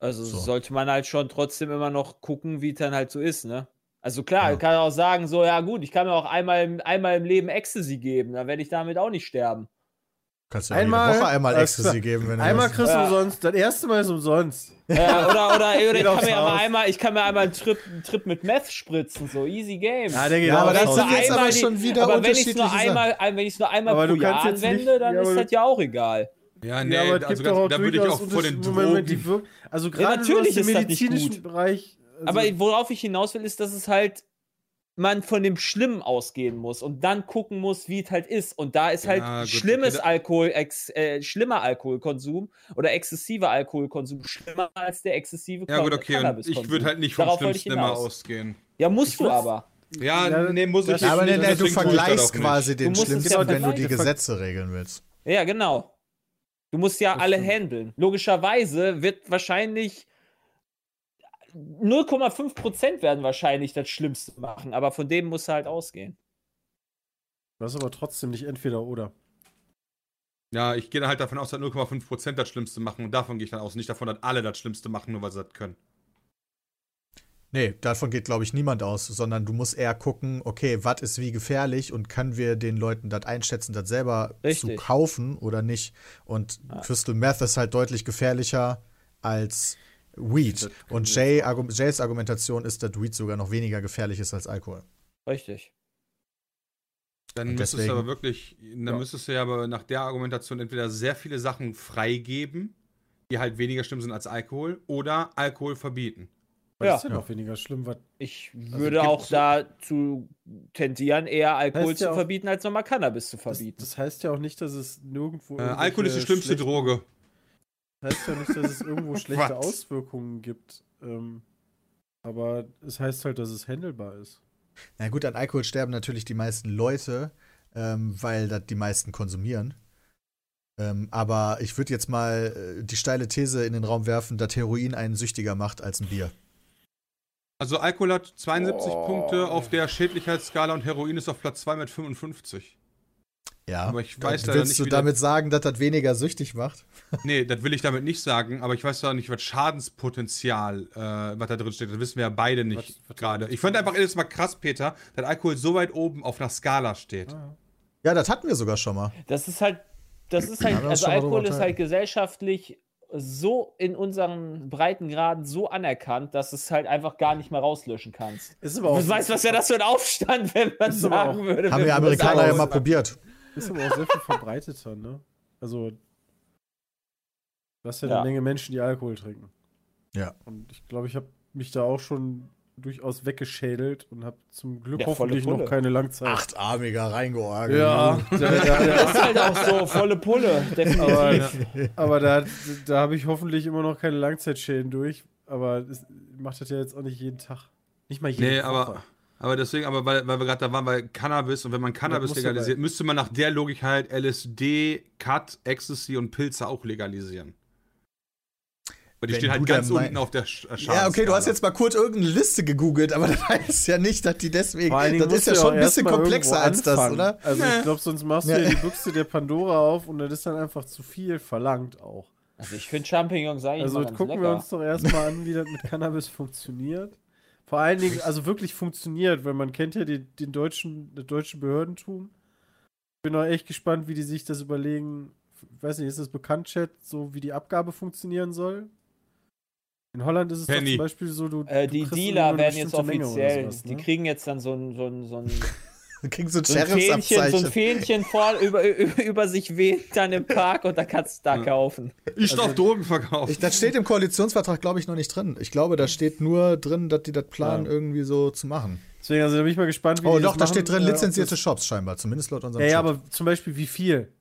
Speaker 4: Also
Speaker 2: So.
Speaker 4: sollte man halt schon trotzdem immer noch gucken, wie es dann halt so ist, ne? Also klar,
Speaker 2: Ja.
Speaker 4: ich kann auch sagen, so, ja gut, ich kann mir auch einmal, im- einmal im Leben Ecstasy geben, dann werde ich damit auch nicht sterben.
Speaker 2: Kannst du
Speaker 3: Einmal-
Speaker 2: einmal, jede Woche einmal
Speaker 3: alles klar.
Speaker 2: Ecstasy geben, wenn du
Speaker 3: Einmal
Speaker 2: willst.
Speaker 3: kriegst du
Speaker 4: Ja.
Speaker 3: umsonst, das erste Mal ist umsonst.
Speaker 4: Äh, oder oder, oder ich,
Speaker 3: Geht
Speaker 4: kann
Speaker 3: aufs
Speaker 4: mir aber
Speaker 3: Haus.
Speaker 4: einmal, ich kann mir einmal einen Trip, einen Trip mit Meth spritzen, so easy game.
Speaker 3: Ja, der geht
Speaker 2: Ja, aber
Speaker 3: auch
Speaker 2: das
Speaker 3: raus.
Speaker 2: sind jetzt aber
Speaker 4: die-
Speaker 2: schon wieder
Speaker 4: aber wenn ich's
Speaker 2: unterschiedliche
Speaker 4: nur
Speaker 2: Sachen.
Speaker 4: einmal, ein- Wenn ich es nur einmal
Speaker 3: Aber
Speaker 4: pro
Speaker 3: du
Speaker 4: Jahr
Speaker 3: kannst jetzt
Speaker 4: anwende,
Speaker 3: nicht-
Speaker 4: dann
Speaker 3: ja,
Speaker 4: ist
Speaker 3: aber
Speaker 4: das ja auch egal.
Speaker 5: Ja,
Speaker 3: Ja, aber es
Speaker 5: also
Speaker 3: gibt
Speaker 5: ganz,
Speaker 3: doch auch
Speaker 5: da würde ich
Speaker 3: durchaus
Speaker 5: auch vor den
Speaker 3: Unterschiede, Moment,
Speaker 5: Drogen.
Speaker 3: die wirk- also gerade
Speaker 4: natürlich
Speaker 3: so aus
Speaker 4: ist
Speaker 3: dem
Speaker 4: das nicht
Speaker 3: medizinischen
Speaker 4: gut.
Speaker 3: Bereich. Also,
Speaker 4: Aber worauf ich hinaus will, ist, dass es halt man von dem Schlimmen ausgehen muss und dann gucken muss, wie es halt ist. Und da ist halt
Speaker 5: Ja, gut,
Speaker 4: schlimmes
Speaker 5: okay, da-
Speaker 4: Alkohol, ex, äh, schlimmer Alkoholkonsum oder exzessiver Alkoholkonsum schlimmer als der exzessive
Speaker 5: Ja, gut, okay. Und
Speaker 4: Cannabiskonsum.
Speaker 5: ich würde halt nicht vom
Speaker 4: Darauf wollte ich
Speaker 5: Schlimmsten immer
Speaker 4: hinaus.
Speaker 5: ausgehen.
Speaker 4: Ja, musst du
Speaker 3: würd's-
Speaker 4: aber.
Speaker 5: Ja,
Speaker 3: Ja,
Speaker 5: nee, muss ich
Speaker 3: das-
Speaker 5: nicht.
Speaker 2: Ja, aber
Speaker 3: Nee,
Speaker 2: nee, nee,
Speaker 5: deswegen
Speaker 2: du
Speaker 5: tue ich das
Speaker 2: vergleichst
Speaker 5: auch nicht.
Speaker 2: quasi den
Speaker 4: musst es
Speaker 2: Schlimmsten,
Speaker 4: ja
Speaker 2: wenn du die
Speaker 4: vergleichen.
Speaker 2: Gesetze regeln willst.
Speaker 4: Ja, genau. Du musst ja
Speaker 3: Das
Speaker 4: alle
Speaker 3: stimmt.
Speaker 4: handeln. Logischerweise wird wahrscheinlich 0,5% werden wahrscheinlich das Schlimmste machen, aber von dem muss er halt ausgehen.
Speaker 3: das ist aber trotzdem nicht entweder oder.
Speaker 5: Ja, ich gehe dann halt davon aus, dass 0,5% das Schlimmste machen und davon gehe ich dann aus. Nicht davon, dass alle das Schlimmste machen, nur weil sie das können.
Speaker 2: Nee, davon geht, glaube ich, niemand aus, sondern du musst eher gucken, okay, was ist wie gefährlich und können wir den Leuten das einschätzen, das selber zu
Speaker 4: Richtig.
Speaker 2: kaufen oder nicht. Und
Speaker 4: Ja.
Speaker 2: Crystal Meth ist halt deutlich gefährlicher als Weed. Und Jay, Argu Jays Argumentation ist, dass Weed sogar noch weniger gefährlich ist als Alkohol.
Speaker 4: Richtig.
Speaker 5: Dann
Speaker 2: Und
Speaker 5: müsstest du
Speaker 2: deswegen-
Speaker 5: aber wirklich, dann
Speaker 3: Ja.
Speaker 5: müsstest du ja aber nach der Argumentation entweder sehr viele Sachen freigeben, die halt weniger schlimm sind als Alkohol, oder Alkohol verbieten. Äh,
Speaker 3: Weil
Speaker 4: Ja.
Speaker 3: das ist ja noch weniger schlimm. Was,
Speaker 4: Ich
Speaker 5: Also
Speaker 4: würde
Speaker 5: gibt's
Speaker 4: auch
Speaker 5: so-
Speaker 4: dazu tendieren, eher Alkohol
Speaker 3: Heißt ja
Speaker 4: zu
Speaker 3: auch-
Speaker 4: verbieten, als nochmal Cannabis zu
Speaker 3: das,
Speaker 4: verbieten.
Speaker 3: das heißt ja auch nicht, dass es nirgendwo.
Speaker 5: Äh, Alkohol ist die
Speaker 3: irgendwelche
Speaker 5: schlimmste
Speaker 3: schlechten-
Speaker 5: Droge.
Speaker 3: heißt ja nicht, dass es irgendwo schlechte
Speaker 5: Was?
Speaker 3: Auswirkungen gibt. Ähm, aber es heißt halt, dass es handelbar ist.
Speaker 2: Na gut, an Alkohol sterben natürlich die meisten Leute, ähm, weil das die meisten konsumieren. Ähm, aber ich würde jetzt mal äh, die steile These in den Raum werfen, dass Heroin einen süchtiger macht als ein Bier.
Speaker 5: Also Alkohol hat 72 Punkte auf der Schädlichkeitsskala und Heroin ist auf Platz 2 mit 55.
Speaker 2: Ja.
Speaker 5: Aber ich weiß
Speaker 2: Und
Speaker 5: leider
Speaker 2: willst
Speaker 5: nicht,
Speaker 2: du
Speaker 5: wie
Speaker 2: damit sagen, dass das weniger süchtig macht?
Speaker 5: Nee, das will ich damit nicht sagen, aber ich weiß doch nicht, was Schadenspotenzial, äh, was da drin steckt. Das wissen wir ja beide nicht
Speaker 3: Was- was-
Speaker 5: gerade. Ich fand einfach jedes Mal krass, Peter, dass Alkohol so weit oben auf einer Skala steht.
Speaker 2: Ja, das hatten wir sogar schon mal.
Speaker 4: Das ist halt, das ist halt,
Speaker 2: haben wir uns
Speaker 4: also
Speaker 2: schon mal drüber
Speaker 4: Alkohol ist halt
Speaker 2: unterhalten.
Speaker 4: gesellschaftlich so in unseren Breitengraden so anerkannt, dass es halt einfach gar nicht mehr rauslöschen kannst.
Speaker 3: Ist
Speaker 4: Du
Speaker 3: aber auch,
Speaker 4: weißt, was wäre das für ein Aufstand, wenn man
Speaker 3: Oh. Ist aber
Speaker 4: sagen
Speaker 3: auch-
Speaker 2: Haben
Speaker 4: würde. wir
Speaker 2: wir
Speaker 4: müssen
Speaker 2: Amerikaner ja
Speaker 4: alles-
Speaker 2: mal probiert.
Speaker 3: ist aber auch sehr viel verbreiteter, ne? Also, du hast ja,
Speaker 4: Ja.
Speaker 3: eine Menge Menschen, die Alkohol trinken.
Speaker 2: Ja.
Speaker 3: Und ich glaube, ich habe mich da auch schon durchaus weggeschädelt und habe zum Glück
Speaker 4: Ja, volle
Speaker 3: hoffentlich noch
Speaker 4: Pulle.
Speaker 3: keine Langzeit.
Speaker 2: Achtarmiger reingeorgelt.
Speaker 3: ja, da, da,
Speaker 4: Das
Speaker 3: da,
Speaker 4: ist halt auch so volle Pulle,
Speaker 3: aber,
Speaker 4: definitiv.
Speaker 3: aber da, da habe ich hoffentlich immer noch keine Langzeitschäden durch. Aber es macht das ja jetzt auch nicht jeden Tag. Nicht mal jeden
Speaker 5: Nee,
Speaker 3: Woche.
Speaker 5: aber, aber deswegen, aber weil, weil wir gerade da waren, weil Cannabis und wenn man Cannabis
Speaker 3: muss ja
Speaker 5: legalisiert, müsste man nach der Logik halt LSD, Cut, Ecstasy und Pilze auch legalisieren. Weil die
Speaker 2: Wenn
Speaker 5: stehen
Speaker 2: du
Speaker 5: halt
Speaker 2: der
Speaker 5: ganz
Speaker 2: Mei-
Speaker 5: unten auf der Sch äh,
Speaker 2: Ja, okay, du hast
Speaker 5: Schadensskala.
Speaker 2: jetzt mal kurz irgendeine Liste gegoogelt, aber das heißt ja nicht, dass die deswegen.
Speaker 3: Vor allen Dingen
Speaker 2: Das ist
Speaker 3: musst
Speaker 2: ja
Speaker 3: du
Speaker 2: schon
Speaker 3: auch
Speaker 2: ein bisschen
Speaker 3: erst mal
Speaker 2: komplexer
Speaker 3: irgendwo
Speaker 2: als das,
Speaker 3: anfangen.
Speaker 2: oder?
Speaker 3: Also ich glaube, sonst machst du
Speaker 2: Ja.
Speaker 3: ja die Büchse der Pandora auf und das ist dann einfach zu viel verlangt auch.
Speaker 4: Also ich finde Champignons eigentlich
Speaker 3: Also
Speaker 4: mal ganz
Speaker 3: gucken wir
Speaker 4: lecker.
Speaker 3: uns doch erstmal an, wie das mit Cannabis funktioniert. Vor allen Dingen, also wirklich funktioniert, weil man kennt ja den, den deutschen, das deutsche Behördentum. Ich bin auch echt gespannt, wie die sich das überlegen. Ich weiß nicht, ist das bekannt, Chat, so wie die Abgabe funktionieren soll? In Holland ist es doch
Speaker 5: Penny.
Speaker 3: zum Beispiel so, du,
Speaker 4: Äh,
Speaker 3: du
Speaker 4: die
Speaker 3: kriegst nur
Speaker 4: Dealer
Speaker 3: eine
Speaker 4: werden jetzt
Speaker 3: bestimmte Menge oder
Speaker 4: offiziell.
Speaker 3: sowas,
Speaker 4: Die
Speaker 3: ne?
Speaker 4: kriegen jetzt dann so ein, so ein, so ein,
Speaker 2: Du kriegst so ein
Speaker 4: so ein, Fähnchen, so ein
Speaker 2: Sheriffsabzeichen.
Speaker 4: Fähnchen vor, über, über, über sich weht dann im Park und da kannst du da
Speaker 5: Ja.
Speaker 4: kaufen.
Speaker 5: Ich
Speaker 2: Also
Speaker 5: darf Drogen verkaufen.
Speaker 2: Ich, das steht im Koalitionsvertrag, glaube ich, noch nicht drin. Ich glaube, da
Speaker 3: Hm.
Speaker 2: steht nur drin, dass die das planen, irgendwie so zu machen.
Speaker 3: Deswegen, also da bin ich mal gespannt, wie
Speaker 2: Oh,
Speaker 3: die
Speaker 2: doch,
Speaker 3: das
Speaker 2: da
Speaker 3: machen,
Speaker 2: steht drin,
Speaker 3: äh, ob
Speaker 2: lizenzierte
Speaker 3: das-
Speaker 2: Shops scheinbar, zumindest laut unserem
Speaker 3: Ja, ja,
Speaker 2: Chat.
Speaker 3: aber zum Beispiel wie viel?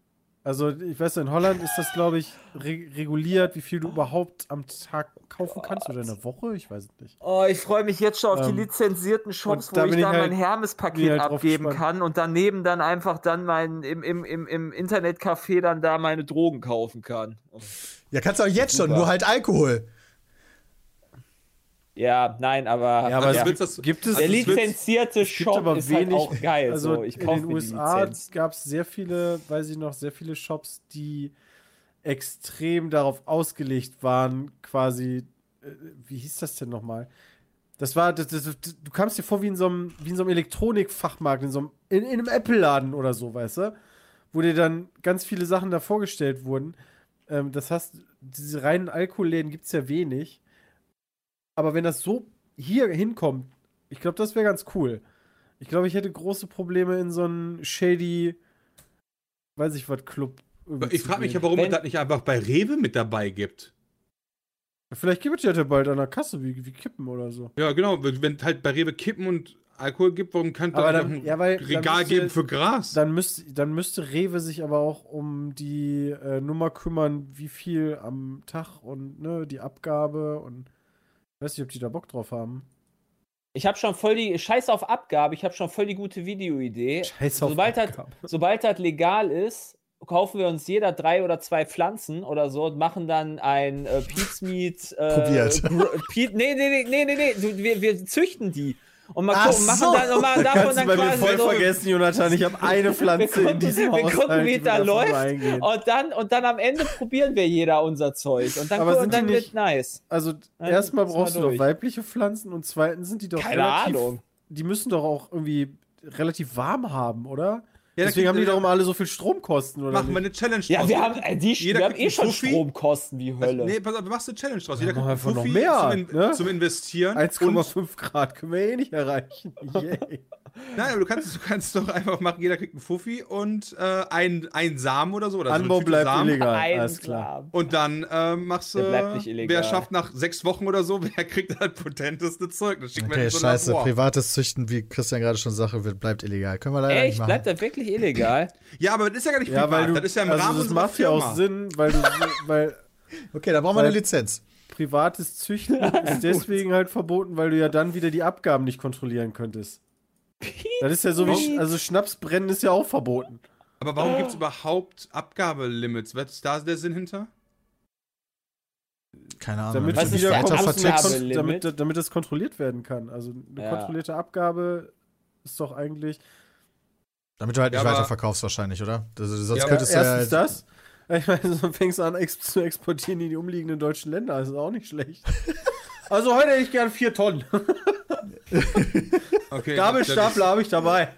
Speaker 3: Also ich weiß, in Holland ist das, glaube ich, re reguliert, wie viel du überhaupt am Tag kaufen kannst oder in der Woche, ich weiß es nicht.
Speaker 4: Oh, ich freue mich jetzt schon auf
Speaker 3: Ähm,
Speaker 4: die lizenzierten Shops,
Speaker 3: und da
Speaker 4: wo ich
Speaker 3: bin ich
Speaker 4: dann
Speaker 3: halt-
Speaker 4: mein
Speaker 3: bin
Speaker 4: Hermes-Paket
Speaker 3: halt drauf
Speaker 4: abgeben
Speaker 3: gespannt.
Speaker 4: kann und daneben dann einfach dann mein im, im, im, im Internetcafé dann da meine Drogen kaufen kann.
Speaker 2: Ja, kannst du auch jetzt schon,
Speaker 4: Super.
Speaker 2: nur halt Alkohol.
Speaker 4: Ja, nein, aber,
Speaker 3: Ja, aber
Speaker 5: Also
Speaker 3: es
Speaker 4: ja.
Speaker 5: willst das-
Speaker 3: gibt es-
Speaker 4: der
Speaker 5: also du willst-
Speaker 4: lizenzierte
Speaker 3: Es gibt
Speaker 4: Shop
Speaker 3: aber
Speaker 4: ist
Speaker 3: wenig.
Speaker 4: halt auch geil.
Speaker 3: also
Speaker 4: so. ich
Speaker 3: in
Speaker 4: kaufe
Speaker 3: den
Speaker 4: mir die
Speaker 3: USA
Speaker 4: Lizenz.
Speaker 3: gab es sehr viele, weiß ich noch, sehr viele Shops, die extrem darauf ausgelegt waren, quasi, äh, wie hieß das denn nochmal? Das war, das, das, das, du kamst dir vor wie in so einem, wie in so einem Elektronikfachmarkt, in so einem, in, in einem Apple-Laden oder so, weißt du? Wo dir dann ganz viele Sachen da vorgestellt wurden. Ähm, das heißt, diese reinen Alkoholläden gibt es ja wenig. Aber wenn das so hier hinkommt, ich glaube, das wäre ganz cool. Ich glaube, ich hätte große Probleme in so einen shady, weiß ich was, Club. irgendwie
Speaker 5: Ich
Speaker 3: zu
Speaker 5: frage mich ja,
Speaker 3: gehen.
Speaker 5: warum
Speaker 4: Wenn-
Speaker 5: es das nicht einfach bei Rewe mit dabei gibt.
Speaker 3: Vielleicht gibt es ja bald an der Kasse wie, wie Kippen oder so.
Speaker 5: Ja, genau. Wenn wenn halt bei Rewe Kippen und Alkohol gibt, warum kann es
Speaker 3: Aber
Speaker 5: da nicht
Speaker 3: dann-
Speaker 5: auch ein
Speaker 3: ja, weil dann
Speaker 5: Regal
Speaker 3: müsste-
Speaker 5: geben für Gras?
Speaker 3: Dann, müsst, dann müsste Rewe sich aber auch um die äh, Nummer kümmern, wie viel am Tag und ne, die Abgabe und ich weiß nicht, ob die da Bock drauf haben.
Speaker 4: Ich habe schon voll die Scheiß auf Abgabe. Ich habe schon voll die gute Videoidee.
Speaker 3: Scheiß
Speaker 4: Sobald das,
Speaker 3: Abgabe.
Speaker 4: sobald das legal ist, kaufen wir uns jeder drei oder zwei Pflanzen oder so und machen dann ein äh, Pete's Meat. Äh,
Speaker 2: Probiert.
Speaker 4: Gr- Pete, nee, nee, nee, nee, nee, nee. Du, wir, wir züchten die. Und mal
Speaker 2: Ach
Speaker 4: gucken,
Speaker 2: so.
Speaker 4: machen dann, und machen davon
Speaker 3: Kannst
Speaker 4: dann
Speaker 3: du bei mir
Speaker 4: quasi
Speaker 3: voll
Speaker 4: so,
Speaker 3: vergessen, Jonathan. Ich habe eine
Speaker 4: wir
Speaker 3: Pflanze in
Speaker 4: gucken,
Speaker 3: diesem
Speaker 4: wir
Speaker 3: Haushalt.
Speaker 4: gucken
Speaker 3: die
Speaker 4: wie
Speaker 3: wir
Speaker 4: es da
Speaker 3: davon
Speaker 4: läuft.
Speaker 3: reingehen.
Speaker 4: Und dann, und dann am Ende probieren wir jeder unser Zeug. Und dann,
Speaker 3: Aber
Speaker 4: gu-
Speaker 3: sind
Speaker 4: und dann
Speaker 3: die
Speaker 4: wird
Speaker 3: nicht-
Speaker 4: nice.
Speaker 3: Also
Speaker 4: Ja,
Speaker 3: erstmal
Speaker 4: jetzt
Speaker 3: brauchst
Speaker 4: mal
Speaker 3: du doch
Speaker 4: durch.
Speaker 3: weibliche Pflanzen und zweitens sind die doch
Speaker 4: Keine
Speaker 3: relativ,
Speaker 4: Ahnung.
Speaker 3: die müssen doch auch irgendwie relativ warm haben, oder?
Speaker 5: Ja, da
Speaker 3: Deswegen haben die
Speaker 5: kriegt-
Speaker 3: doch immer alle so viel Stromkosten, oder
Speaker 5: Machen wir
Speaker 3: nicht?
Speaker 5: eine Challenge
Speaker 4: Ja,
Speaker 5: draus.
Speaker 4: wir haben, äh, die,
Speaker 5: Jeder
Speaker 4: wir haben
Speaker 5: kriegt
Speaker 4: eh
Speaker 5: einen
Speaker 4: schon
Speaker 5: Fuffi.
Speaker 4: Stromkosten wie
Speaker 5: Also,
Speaker 4: Hölle.
Speaker 5: nee, pass auf, du machst eine Challenge draus. Jeder
Speaker 3: Ja, mach
Speaker 5: kriegt
Speaker 3: einfach noch
Speaker 5: Fuffi
Speaker 3: mehr,
Speaker 5: zum, In-
Speaker 3: ne?
Speaker 5: zum Investieren. und, Also
Speaker 3: 1,5 Grad können wir eh nicht erreichen. Yay.
Speaker 5: nein, aber du kannst, du kannst doch einfach machen, jeder kriegt einen Fuffi und äh, ein, ein Samen oder so. Oder so
Speaker 3: Anbau
Speaker 5: eine Tüte
Speaker 3: bleibt
Speaker 5: Samen.
Speaker 3: illegal,
Speaker 4: Ein
Speaker 3: alles klar.
Speaker 5: Und dann äh, machst du.
Speaker 4: Der bleibt nicht illegal.
Speaker 5: Wer schafft nach sechs Wochen oder so, wer kriegt das potenteste Zeug? Das schickt man
Speaker 2: Okay,
Speaker 5: in so ein
Speaker 2: scheiße,
Speaker 5: Labor.
Speaker 2: privates Züchten, wie Christian gerade schon sagte, wird, bleibt illegal. Können wir leider nicht
Speaker 4: Echt?
Speaker 2: machen.
Speaker 4: Bleibt das wirklich illegal?
Speaker 5: Ja, aber das ist ja gar nicht
Speaker 3: Ja, weil du,
Speaker 5: das ist ja im
Speaker 3: also
Speaker 5: Rahmen
Speaker 3: das
Speaker 5: unserer
Speaker 3: macht ja
Speaker 5: Firma.
Speaker 3: auch Sinn, weil du, weil
Speaker 2: okay, da brauchen wir eine
Speaker 3: Weil-
Speaker 2: Lizenz.
Speaker 3: privates Züchten ist deswegen halt verboten, weil du ja dann wieder die Abgaben nicht kontrollieren könntest. Das ist ja so wie, Sch- also Schnapsbrennen ist ja auch verboten.
Speaker 5: Aber warum gibt es überhaupt Abgabelimits? Was ist da der Sinn hinter?
Speaker 2: Keine Ahnung.
Speaker 3: Damit,
Speaker 2: damit
Speaker 4: Was
Speaker 3: du
Speaker 2: wir
Speaker 4: ist
Speaker 3: wieder
Speaker 4: der
Speaker 2: weiter
Speaker 3: kontrolliert-
Speaker 4: Abgabe-
Speaker 2: vertickst.
Speaker 4: Abgabelimit?
Speaker 3: damit, damit das kontrolliert werden kann. Also eine
Speaker 4: Ja.
Speaker 3: kontrollierte Abgabe ist doch eigentlich.
Speaker 2: Damit du halt nicht
Speaker 5: Ja, aber-
Speaker 2: weiter verkaufst wahrscheinlich, oder? Das, sonst
Speaker 5: Ja, aber
Speaker 2: könntest du ja. halt-
Speaker 3: Erstens das. Ich meine, so fängst du an ex zu exportieren in die umliegenden deutschen Länder. Das ist auch nicht schlecht. Also heute hätte ich gern vier Tonnen.
Speaker 5: Okay,
Speaker 3: Gabelstapler habe ich dabei.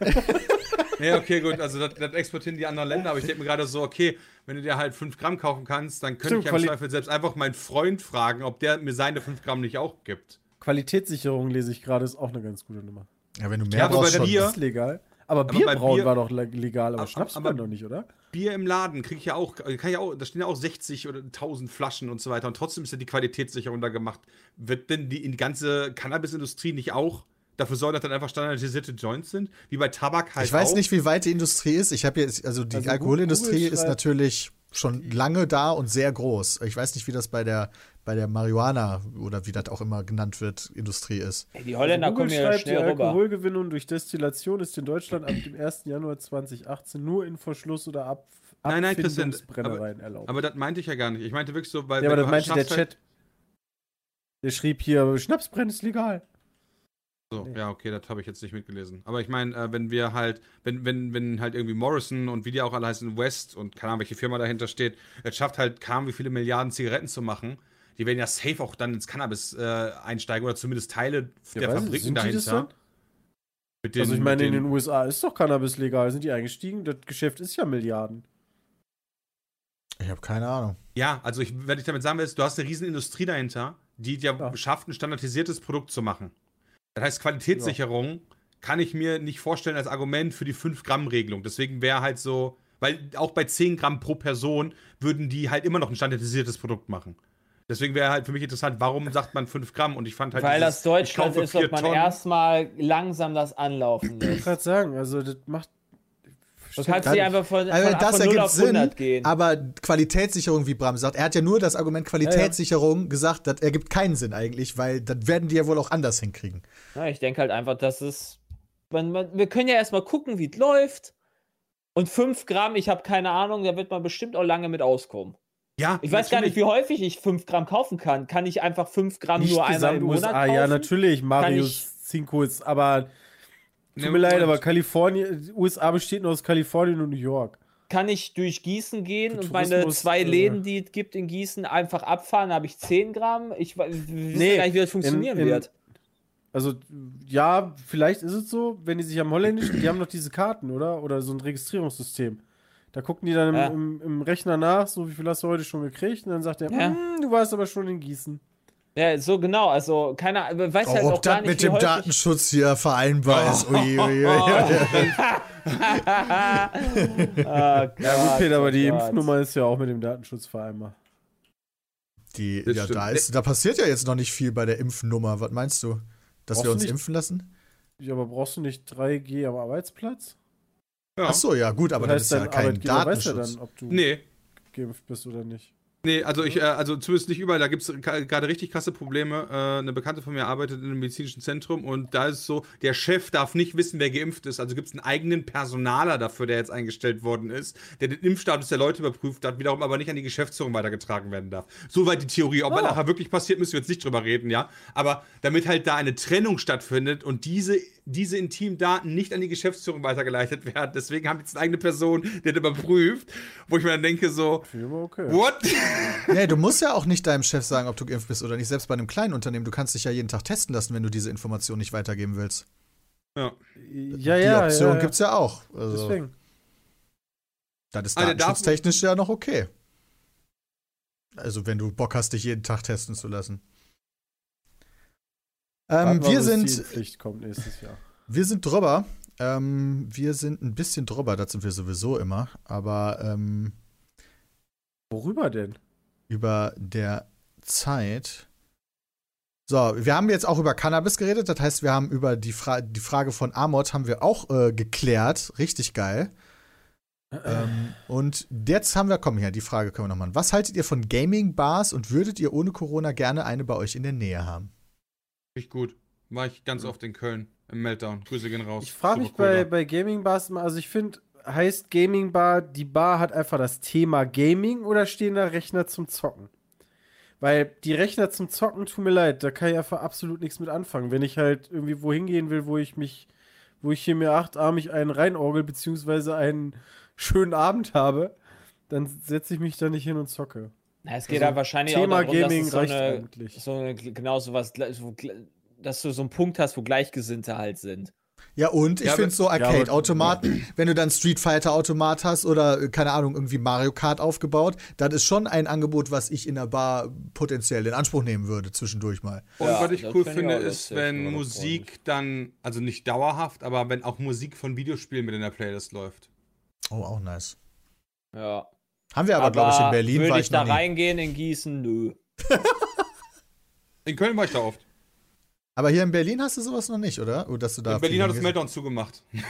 Speaker 5: Ja, okay, gut. Also das, das exportieren die anderen Länder, aber ich denke mir gerade so, okay, wenn du dir halt 5 Gramm kaufen kannst, dann könnte
Speaker 3: Stimmt,
Speaker 5: ich ja im
Speaker 3: Quali-
Speaker 5: Zweifel selbst einfach meinen Freund fragen, ob der mir seine 5 Gramm nicht auch gibt.
Speaker 3: Qualitätssicherung lese ich gerade, ist auch eine ganz gute Nummer.
Speaker 2: Ja, wenn du mehr
Speaker 5: Ja, aber
Speaker 2: brauchst
Speaker 5: bei
Speaker 2: schon.
Speaker 5: Bier-
Speaker 3: Ist legal. Aber
Speaker 5: bei
Speaker 3: Bierbrauen
Speaker 5: Bier-
Speaker 3: war doch le- legal, aber
Speaker 5: Aber-
Speaker 3: Schnaps
Speaker 5: aber-
Speaker 3: war doch nicht, oder?
Speaker 5: Bier im Laden krieg ich ja auch, äh, kann ja auch, da stehen ja auch 60 oder 1000 Flaschen und so weiter und trotzdem ist ja die Qualitätssicherung da gemacht. Wird denn die, die ganze Cannabis-Industrie nicht auch dafür sorgen, dass dann einfach standardisierte Joints sind? Wie bei Tabak halt
Speaker 2: Ich weiß
Speaker 5: auch?
Speaker 2: nicht, wie weit die Industrie ist. Ich habe jetzt, also die
Speaker 3: Also
Speaker 2: Alkoholindustrie
Speaker 3: Google
Speaker 2: ist
Speaker 3: schreibt-
Speaker 2: natürlich schon lange da und sehr groß. Ich weiß nicht, wie das bei der bei der Marihuana oder wie das auch immer genannt wird, Industrie ist.
Speaker 4: Ey, die Holländer
Speaker 3: Google
Speaker 4: kommen ja
Speaker 3: schreibt, die
Speaker 4: schnell rüber.
Speaker 3: Alkoholgewinnung durch Destillation ist in Deutschland ab dem 1. Januar 2018 nur in Verschluss oder ab
Speaker 5: Nein, nein, Christian,
Speaker 3: Abfindungsbrennereien erlaubt.
Speaker 5: Aber das meinte ich ja gar nicht. Ich meinte wirklich so, weil.
Speaker 3: ja, aber
Speaker 5: wenn
Speaker 3: das
Speaker 5: du
Speaker 3: meinte der
Speaker 5: schaffst halt-
Speaker 3: Chat. Der schrieb hier, Schnapsbrenn ist legal.
Speaker 5: So,
Speaker 4: Nee.
Speaker 5: ja, okay, das habe ich jetzt nicht mitgelesen. Aber ich meine, äh, wenn wir halt, wenn, wenn, wenn halt irgendwie Morrison und wie die auch alle heißen, West und keine Ahnung, welche Firma dahinter steht, es schafft halt kaum wie viele Milliarden Zigaretten zu machen, die werden ja safe auch dann ins Cannabis äh, einsteigen oder zumindest Teile
Speaker 3: Ja,
Speaker 5: der
Speaker 3: weiß ich,
Speaker 5: Fabriken
Speaker 3: sind die das
Speaker 5: dahinter.
Speaker 3: dann?
Speaker 5: Mit den,
Speaker 3: also ich meine,
Speaker 5: mit
Speaker 3: in den USA ist doch Cannabis legal. Sind die eingestiegen? Das Geschäft ist ja Milliarden.
Speaker 2: Ich habe keine Ahnung.
Speaker 5: Ja, also ich, wenn ich damit sagen will, ist, du hast eine riesen Industrie dahinter, die dir
Speaker 3: Ja.
Speaker 5: schafft, ein standardisiertes Produkt zu machen. Das heißt, Qualitätssicherung kann ich mir nicht vorstellen als Argument für die 5-Gramm-Regelung. Deswegen wäre halt so, weil auch bei 10 Gramm pro Person würden die halt immer noch ein standardisiertes Produkt machen. Deswegen wäre halt für mich interessant, warum sagt man 5 Gramm? Und ich fand halt
Speaker 4: Weil
Speaker 5: dieses,
Speaker 4: das Deutschland
Speaker 5: ich kaufe
Speaker 4: ist, ob
Speaker 5: vier
Speaker 4: man
Speaker 5: Tonnen.
Speaker 4: erstmal langsam das anlaufen
Speaker 3: Ich
Speaker 4: lässt.
Speaker 3: gerade sagen, also das macht.
Speaker 4: Du kannst nicht einfach von,
Speaker 2: Also
Speaker 4: Äh, von,
Speaker 2: das
Speaker 4: von 0
Speaker 2: ergibt
Speaker 4: auf
Speaker 2: Sinn,
Speaker 4: 100 gehen.
Speaker 2: aber Qualitätssicherung, wie Bram sagt, er hat ja nur das Argument Qualitätssicherung gesagt, das ergibt keinen Sinn eigentlich, weil das werden die ja wohl auch anders hinkriegen.
Speaker 4: Na, ich denke halt einfach, dass es. Man, man, wir können ja erstmal gucken, wie es läuft. Und 5 Gramm, ich habe keine Ahnung, da wird man bestimmt auch lange mit auskommen.
Speaker 5: Ja,
Speaker 4: Ich weiß gar nicht, wie häufig ich 5 Gramm kaufen kann. Kann ich einfach 5 Gramm
Speaker 3: nicht
Speaker 4: nur einmal
Speaker 3: gesamt
Speaker 4: im Monat
Speaker 3: USA.
Speaker 4: kaufen?
Speaker 3: Ja, natürlich, Marius
Speaker 4: ich-
Speaker 3: Zinkos, aber tut
Speaker 5: Nee,
Speaker 3: mir leid,
Speaker 5: Moment.
Speaker 3: aber Kalifornien, USA besteht nur aus Kalifornien und New York.
Speaker 4: Kann ich durch Gießen gehen
Speaker 3: Für
Speaker 4: und meine
Speaker 3: Tourismus,
Speaker 4: zwei
Speaker 3: äh,
Speaker 4: Läden, die es gibt in Gießen, einfach abfahren? Da habe ich 10 Gramm. Ich we- wir wissen
Speaker 3: Nee,
Speaker 4: ja gar nicht, wie das funktionieren
Speaker 3: in-
Speaker 4: wird.
Speaker 3: Also, ja, vielleicht ist es so, wenn die sich am Holländischen, die haben noch diese Karten, oder? Oder so ein Registrierungssystem. Da gucken die dann im,
Speaker 4: Ja.
Speaker 3: im, im Rechner nach, so wie viel hast du heute schon gekriegt, und dann sagt er,
Speaker 4: Ja.
Speaker 3: "Mm, du warst aber schon in Gießen.
Speaker 4: Ja, so genau. Also, keiner weiß halt auch gar
Speaker 2: Oh, das
Speaker 4: nicht,
Speaker 2: mit
Speaker 4: wie
Speaker 2: dem
Speaker 4: häufig-
Speaker 2: Datenschutz hier vereinbar ist. Ui, ui, ui.
Speaker 4: Ah,
Speaker 3: Ja, gut,
Speaker 4: Gott,
Speaker 3: Peter, aber
Speaker 4: oh
Speaker 3: die
Speaker 4: Gott.
Speaker 3: Impfnummer ist ja auch mit dem Datenschutz vereinbar.
Speaker 2: Die,
Speaker 5: Das
Speaker 2: ja, da,
Speaker 5: stimmt.
Speaker 2: ist, da passiert ja jetzt noch nicht viel bei der Impfnummer. Was meinst du? Dass wir uns
Speaker 3: Hoffentlich-
Speaker 2: impfen lassen?
Speaker 3: Ja, aber brauchst du nicht 3G am Arbeitsplatz?
Speaker 5: Ja.
Speaker 2: Ach so, ja, gut, aber das,
Speaker 3: heißt,
Speaker 2: ist ja
Speaker 3: dein
Speaker 2: kein
Speaker 3: Arbeitgeber weiß ja
Speaker 2: Datenschutz.
Speaker 3: dann, ob du
Speaker 5: Nee,
Speaker 3: geimpft bist oder nicht.
Speaker 5: Nee, also ich, äh, also zumindest nicht überall. Da gibt es gerade richtig krasse Probleme. Äh, eine Bekannte von mir arbeitet in einem medizinischen Zentrum und da ist so, der Chef darf nicht wissen, wer geimpft ist. Also gibt es einen eigenen Personaler dafür, der jetzt eingestellt worden ist, der den Impfstatus der Leute überprüft hat, wiederum aber nicht an die Geschäftsführung weitergetragen werden darf. Soweit die Theorie. Ob
Speaker 3: Ah.
Speaker 5: das nachher wirklich passiert, müssen wir jetzt nicht drüber reden, ja. Aber damit halt da eine Trennung stattfindet und diese, diese intimen Daten nicht an die Geschäftsführung weitergeleitet werden. Deswegen haben wir jetzt eine eigene Person, der das überprüft, wo ich mir dann denke so,
Speaker 3: Finde ich aber okay.
Speaker 5: what?
Speaker 2: Nee, du musst ja auch nicht deinem Chef sagen, ob du geimpft bist oder nicht. Selbst bei einem kleinen Unternehmen, du kannst dich ja jeden Tag testen lassen, wenn du diese Information nicht weitergeben willst.
Speaker 5: Ja.
Speaker 3: Ja,
Speaker 2: Die
Speaker 3: ja,
Speaker 2: Option
Speaker 3: ja, ja.
Speaker 2: gibt's ja auch. Also,
Speaker 3: Deswegen.
Speaker 2: Das ist
Speaker 5: Ah, der darf-
Speaker 2: datenschutztechnisch ja noch okay. Also, wenn du Bock hast, dich jeden Tag testen zu lassen. Ähm,
Speaker 3: Warten
Speaker 2: wir,
Speaker 3: bis
Speaker 2: sind,
Speaker 3: Die Pflicht kommt nächstes Jahr.
Speaker 2: wir sind drüber. Ähm, wir sind ein bisschen drüber, das sind wir sowieso immer. Aber ähm,
Speaker 3: Worüber denn?
Speaker 2: über der Zeit. So, wir haben jetzt auch über Cannabis geredet. Das heißt, wir haben über die, Fra die Frage von Amod haben wir auch äh, geklärt. Richtig geil. Ähm, und jetzt haben wir, komm her, die Frage können wir noch machen. Was haltet ihr von Gaming-Bars und würdet ihr ohne Corona gerne eine bei euch in der Nähe haben?
Speaker 5: Richtig gut. War ich ganz
Speaker 4: Mhm.
Speaker 5: oft in Köln im Meltdown. Grüße gehen raus.
Speaker 3: Ich frage mich
Speaker 5: Super cool
Speaker 3: bei,
Speaker 5: da.
Speaker 3: bei Gaming Bars immer, also ich finde, heißt Gaming Bar, die Bar hat einfach das Thema Gaming oder stehen da Rechner zum Zocken? Weil die Rechner zum Zocken, tut mir leid, da kann ich einfach absolut nichts mit anfangen. Wenn ich halt irgendwie wohin gehen will, wo ich mich, wo ich hier mir achtarmig einen reinorgel, beziehungsweise einen schönen Abend habe, dann setze ich mich da nicht hin und zocke.
Speaker 4: Na, es geht
Speaker 3: Also,
Speaker 4: ja wahrscheinlich
Speaker 3: Thema
Speaker 4: auch darum,
Speaker 3: Gaming
Speaker 4: dass
Speaker 3: reicht
Speaker 4: es so eine,
Speaker 3: eigentlich.
Speaker 4: so eine, genau sowas, gl- so, gl- dass du so einen Punkt hast, wo Gleichgesinnte halt sind.
Speaker 2: Ja, und ich
Speaker 5: Ja,
Speaker 2: finde so
Speaker 3: aber-
Speaker 2: Arcade-Automaten, wenn du dann Street Fighter-Automat hast oder, äh, keine Ahnung, irgendwie Mario Kart aufgebaut, das ist schon ein Angebot, was ich in der Bar potenziell in Anspruch nehmen würde, zwischendurch mal.
Speaker 5: Und
Speaker 4: Ja,
Speaker 5: was ich
Speaker 4: das
Speaker 5: cool
Speaker 4: fänd ich
Speaker 5: finde,
Speaker 4: auch
Speaker 5: ist,
Speaker 4: lustig,
Speaker 5: wenn
Speaker 4: aber
Speaker 5: Musik dann, also nicht dauerhaft, aber wenn auch Musik von Videospielen mit in der Playlist läuft.
Speaker 2: Oh, auch nice.
Speaker 4: Ja.
Speaker 2: Haben wir aber, glaube ich, in Berlin
Speaker 4: Würde
Speaker 2: war
Speaker 4: ich,
Speaker 2: ich
Speaker 4: da
Speaker 2: noch nie.
Speaker 4: reingehen in Gießen? Nö.
Speaker 5: In Köln war ich da oft.
Speaker 2: Aber hier in Berlin hast du sowas noch nicht, oder? Oh, dass du da
Speaker 5: in Berlin hat das
Speaker 2: fliegen
Speaker 5: Meltdown zugemacht.
Speaker 2: gehst.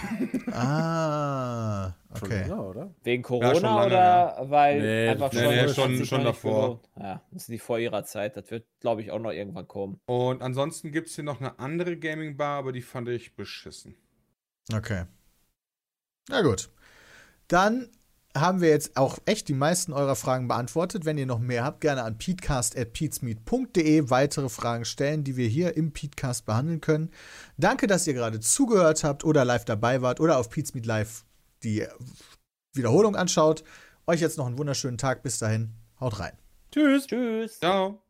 Speaker 2: Ah,
Speaker 3: Schon
Speaker 2: okay.
Speaker 3: länger, oder?
Speaker 4: Wegen Corona
Speaker 5: Ja, schon lange,
Speaker 4: oder weil
Speaker 3: Nee,
Speaker 4: einfach
Speaker 3: nee,
Speaker 4: schon,
Speaker 3: nee,
Speaker 4: das hat
Speaker 5: schon-
Speaker 4: sich
Speaker 5: schon
Speaker 4: noch nicht
Speaker 5: davor.
Speaker 4: gelohnt. Ja, das sind die vor ihrer Zeit. Das wird, glaube ich, auch noch irgendwann kommen.
Speaker 5: Und ansonsten gibt es hier noch eine andere Gaming-Bar, aber die fand ich beschissen.
Speaker 2: Okay. Na gut. Dann haben wir jetzt auch echt die meisten eurer Fragen beantwortet. Wenn ihr noch mehr habt, gerne an peatcast.peatsmeet.de weitere Fragen stellen, die wir hier im Peatcast behandeln können. Danke, dass ihr gerade zugehört habt oder live dabei wart oder auf Peatsmeet Live die Wiederholung anschaut. Euch jetzt noch einen wunderschönen Tag. Bis dahin, haut rein.
Speaker 4: Tschüss. Tschüss.
Speaker 5: Ciao.